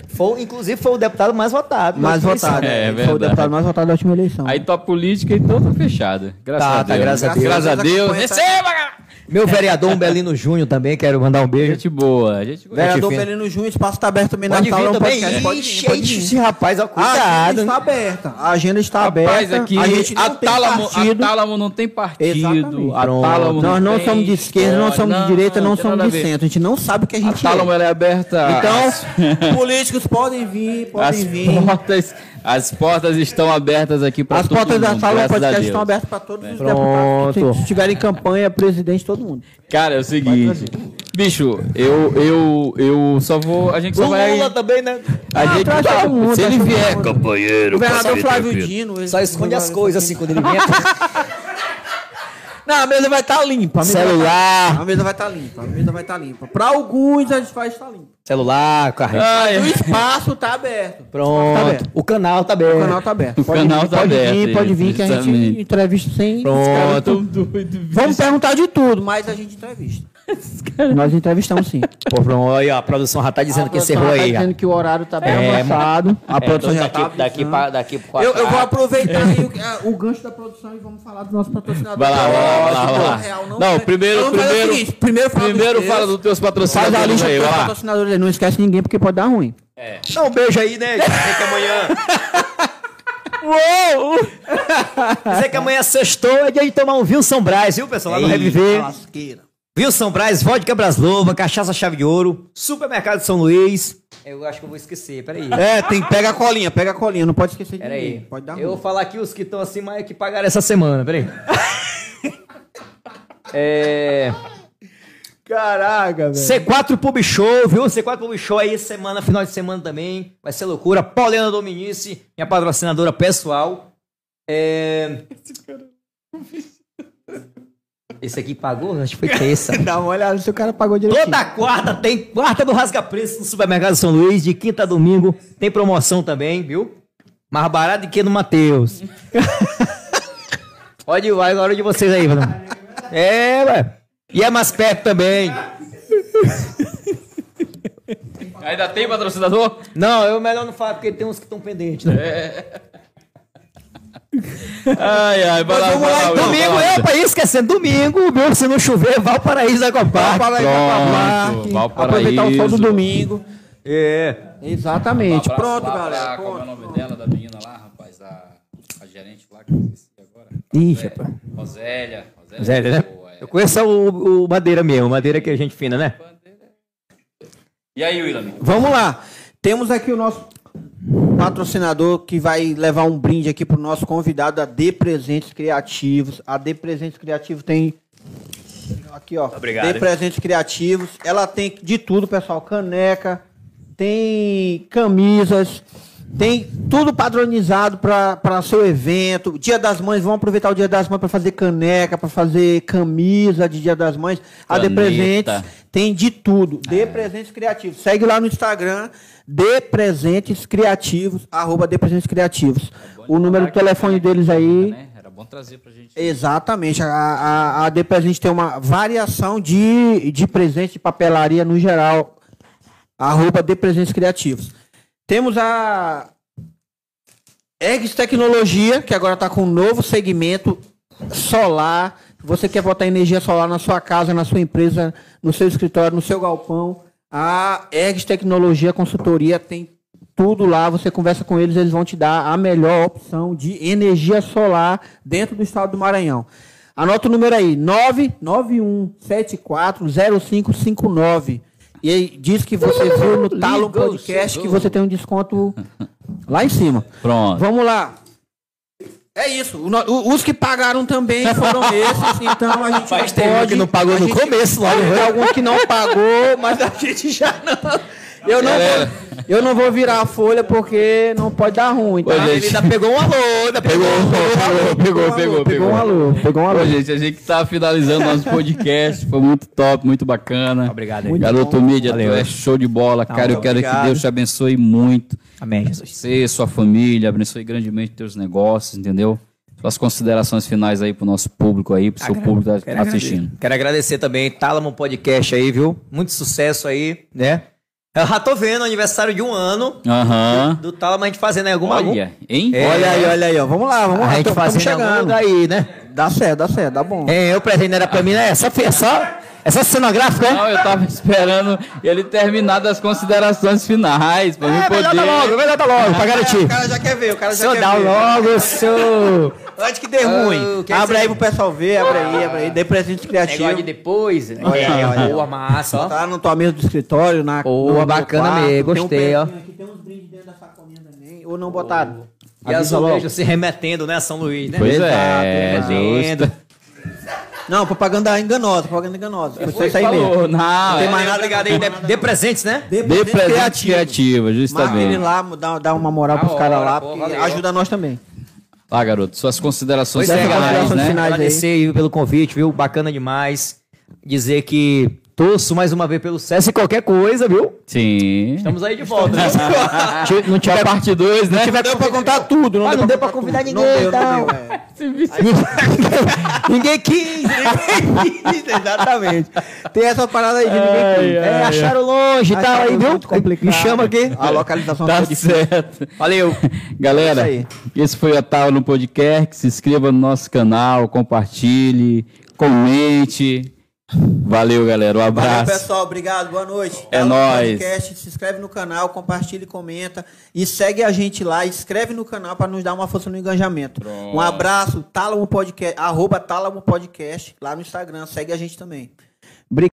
Foi, inclusive foi o deputado mais votado.
Mais
Foi isso.
votado.
É, é
né? Foi o
verdade.
deputado mais votado da última eleição.
Aí tua política então tá fechada. Graças
Tá,
a
tá,
Deus.
graças a Deus.
Graças a Deus. Receba,
Meu vereador Umbelino Júnior também, quero mandar um beijo.
Gente boa, gente boa.
Vereador
Gente fina.
Belino Júnior, espaço tá aberto também
Pode vir
Taurão
também.
Podcast. Pode vir,
Ixi,
pode vir. Ah,
esse rapaz, ó,
A agenda
cuidado.
está aberta. A agenda está
Rapaz,
aberta.
aqui
a gente não tem
Tálamo, a
partido.
Tálamo não tem partido.
Exatamente.
A Tálamo
Nós não
tem
somos de esquerda, não
história.
somos de direita, não,
tem
somos
nada
de
a ver.
centro. A gente não sabe o que a
A
gente
Tálamo ela é aberta.
Então, <laughs> políticos podem vir, podem
As
vir.
portas, as portas estão abertas aqui para
As
todo
portas da
mundo,
sala do
graças a
podcast
Deus.
estão abertas para todos os deputados. Se tiverem campanha, presidente, todo mundo.
Cara, é o seguinte, bicho, eu eu eu só vou, a gente só vai
também, né?
a gente tá-
traz todo mundo,
se
traz
ele
todo
vier,
mundo. O
Companheiro,
governador
parceiro,
Flávio
prefeito.
Dino. ele-
Só esconde as coisas assim quando ele vem.
Não, a mesa vai estar limpa. a mesa vai tá-
Celular.
A mesa vai estar limpa. A mesa vai estar limpa. Para alguns, a gente vai estar limpa.
Celular, carreira.
Ai,
O espaço tá aberto. Ah, Tá
Pronto.
aberto.
o canal tá bem.
O canal tá aberto.
O canal
vir,
tá
pode
aberto,
Vir, pode vir que a
exatamente.
gente entrevista sem.
Pronto.
Vamos perguntar de tudo, mas a gente entrevista. <laughs> Nós entrevistamos sim.
Pô, pronto, aí, ó, a produção já tá dizendo que
produção
encerrou
tá
aí. ó.
dizendo que o horário tá bem
É,
avançado. A produção
Então,
já tá
daqui, daqui, pra, daqui pro
Eu,
quatro.
eu vou aproveitar aí o,
<laughs>
a- o gancho da produção e vamos falar do nosso patrocinador.
Vai lá, vai lá, vai lá,
Nosso
vai lá.
real,
Não,
quero-
primeiro-
Então vamos fazer
primeiro-
o seguinte, primeiro fala
Primeiro
dos
fala
teus,
dos teus
Faz a
patrocinadores
lista
aí,
dos
vai lá.
patrocinadores aí, não esquece ninguém porque pode dar ruim.
Dá um beijo aí, né? Dizer que
<laughs>
amanhã. Uou! Dizer que amanhã é sextou é dia de tomar um Wilson Braz, viu, pessoal? Lá no Reviver. Wilson Braz, vodka Braslova, cachaça chave de ouro, supermercado São Luís, Eu acho que eu vou esquecer, peraí.
É, tem, pega a colinha, pega a colinha, não pode esquecer de
Peraí.
ninguém. Pode dar
eu vou
ruim.
falar aqui os que estão acima e que pagaram essa semana, peraí. é...
Caraca, velho.
C4 Pub Show, viu? C4 Pub Show aí, semana, final de semana também. Vai ser loucura. Paulina Dominici, minha patrocinadora pessoal. É... Esse aqui pagou? Acho que foi terça.
Dá uma olhada se o cara pagou direitinho.
Toda quarta tem quarta do Rasga Preço no Supermercado São Luís, de quinta a domingo. Tem promoção também, viu? Mais barato que no Matheus. Pode ir, vai, agora de vocês aí, mano. É, ué. E é mais perto também.
Ainda tem patrocinador?
Não, eu melhor não falar, porque tem uns que estão pendentes, né?
Ai, ai, vai lá,
É,
Vamos
vai
lá,
lá,
então.
Will,
domingo,
vai lá.
né?
eu, pra esquecendo, domingo, meu, se não chover, Valparaíso Ecopark.
Pronto,
Aproveitar o sol
Valparaíso.
do domingo.
É.
Exatamente.
Um abraço
Pronto,
lá pra-
galera.
Como é o nome dela, da menina lá, rapaz? Da a gerente lá, que eu esqueci agora. é
Ixi, rapaz.
Rosélia. Rosélia,
Zé, né?
boa, é.
Eu conheço o, o Madeira mesmo, Madeira que é gente fina, né?
E aí, Willam?
Vamos lá. Temos aqui o nosso patrocinador que vai levar um brinde aqui pro nosso convidado, a D Presentes Criativos. A D Presentes Criativos tem aqui, ó.
Obrigado.
D Presentes Criativos. Ela tem de tudo, pessoal. Caneca, tem camisas, tem tudo padronizado para seu evento. Dia das Mães, vão aproveitar o Dia das Mães para fazer caneca, para fazer camisa de Dia das Mães. A
Caneta.
D
É.
Presentes tem de tudo. Dê presentes criativos. Segue lá no Instagram, Dê presentes criativos, arroba Dê presentes criativos. O número do telefone deles aí.
Né? Era bom trazer pra gente.
Exatamente. A, a, a Dê Presente tem uma variação de, de presentes de papelaria no geral. Arroba Dê Presentes Criativos. Temos a Eggs Tecnologia, que agora está com um novo segmento solar. Você quer botar energia solar na sua casa, na sua empresa, no seu escritório, no seu galpão. A Eggs Tecnologia Consultoria tem tudo lá. Você conversa com eles, eles vão te dar a melhor opção de energia solar dentro do estado do Maranhão. Anota o número aí, 991740559. E aí, diz que você
<laughs>
viu no Talo Podcast que você tem um desconto lá em cima.
Pronto.
Vamos lá. É isso. O no- o- os que pagaram também foram
<laughs>
esses, então a gente
Faz
não
tempo
pode.
um que não pagou
a
no
gente-
começo, né? lá,
Teve
né?
algum que não pagou, mas a gente <laughs> já não. Eu não, vou, eu não vou virar a folha porque não pode dar ruim. Tá?
Ô, gente. <laughs>
Ele ainda pegou um alô, ainda pegou, um
Pegou, pegou,
pegou um alô, pegou um alô.
Ô, gente, a gente tá finalizando nosso podcast. Foi muito top, muito bacana.
Obrigado,
Muito Garoto Mídia, tu é show de bola,
Tá,
cara. Eu quero é que Deus te abençoe muito.
Amém, Jesus.
Você, sua família, abençoe grandemente teus negócios, entendeu? Suas considerações finais aí pro nosso público aí, pro seu público que tá assistindo.
Quero agradecer também Tálamo Podcast aí, viu? Muito sucesso aí, né? Eu já tô vendo aniversário de um ano
Aham.
do Tálamo a gente fazendo né? alguma algum-
Olha, hein?
É,
Olha aí, olha aí, ó. Vamos lá, vamos lá.
A gente
tamo- tamo
fazendo algum
chegando.
lugar aí, né?
Dá certo, dá certo, dá bom.
É, o presente não era pra mim, né? É só, é só, é só cenográfico, né?
Não, eu tava <laughs> esperando ele terminar das considerações finais, pra mim
É, melhor
poder...
dar logo, melhor dar logo, pra garantir.
cara já quer ver, o cara
Se eu dar logo, se eu...
Antes que dê
o
ruim.
que é que
abre
você-
aí pro pessoal ver, abre aí, abre aí. Dê presente criativo.
Negócio de depois. né?
Olha aí, olha aí.
Boa, massa, ó.
Tá na tua mesa do escritório, na
Boa, bacana mesmo, gostei, ó.
um Aqui tem uns brindes dentro da sacolinha também, ou não botaram.
E
Avisa
azulejo
logo.
se remetendo, né, a São Luís, né?
Pois
Exato,
é,
exato.
justo.
Não, propaganda enganosa, propaganda enganosa. Foi isso aí mesmo.
Falou, não,
Não tem
é.
mais nada,
Obrigado aí, de, de presentes, né?
Dê
Dê
presente
presente
criativo.
criativa,
Marca ele
justamente.
lá, dá, dá uma moral pros caras lá, porque ajuda nós também.
Lá, garoto, suas considerações
Pois é,
finais,
considerações
né?
finais. aí.
Agradecer aí pelo convite, viu? Bacana demais. Dizer que torço mais uma vez pelo César e qualquer coisa, viu?
Sim. <laughs>
Estamos aí de volta.
Não tinha parte 2, né?
Deu pra contar tudo, não,
Ah, não deu pra
tudo.
convidar
Não
ninguém,
deu, não
então. <laughs>
deu, é. <laughs>
Ninguém quis.
Exatamente. Tem essa parada aí de ninguém.
É, acharam
tá
longe e tal aí, viu?
complicado.
Me chama aqui.
A localização
Tá
ficou difícil.
certo. <laughs> Valeu. Galera,
É isso
esse foi o Otávio no Podcast. Se inscreva no nosso canal, compartilhe, comente. Valeu, galera. Um
Valeu,
abraço.
pessoal. Obrigado. Boa noite.
É
Tá no
nóis.
podcast, Se inscreve no canal, compartilha e comenta. E segue a gente lá. Escreve no canal para nos dar uma força no engajamento. Um abraço. Tálamo Podcast. Arroba Tálamo Podcast lá no Instagram. Segue a gente também.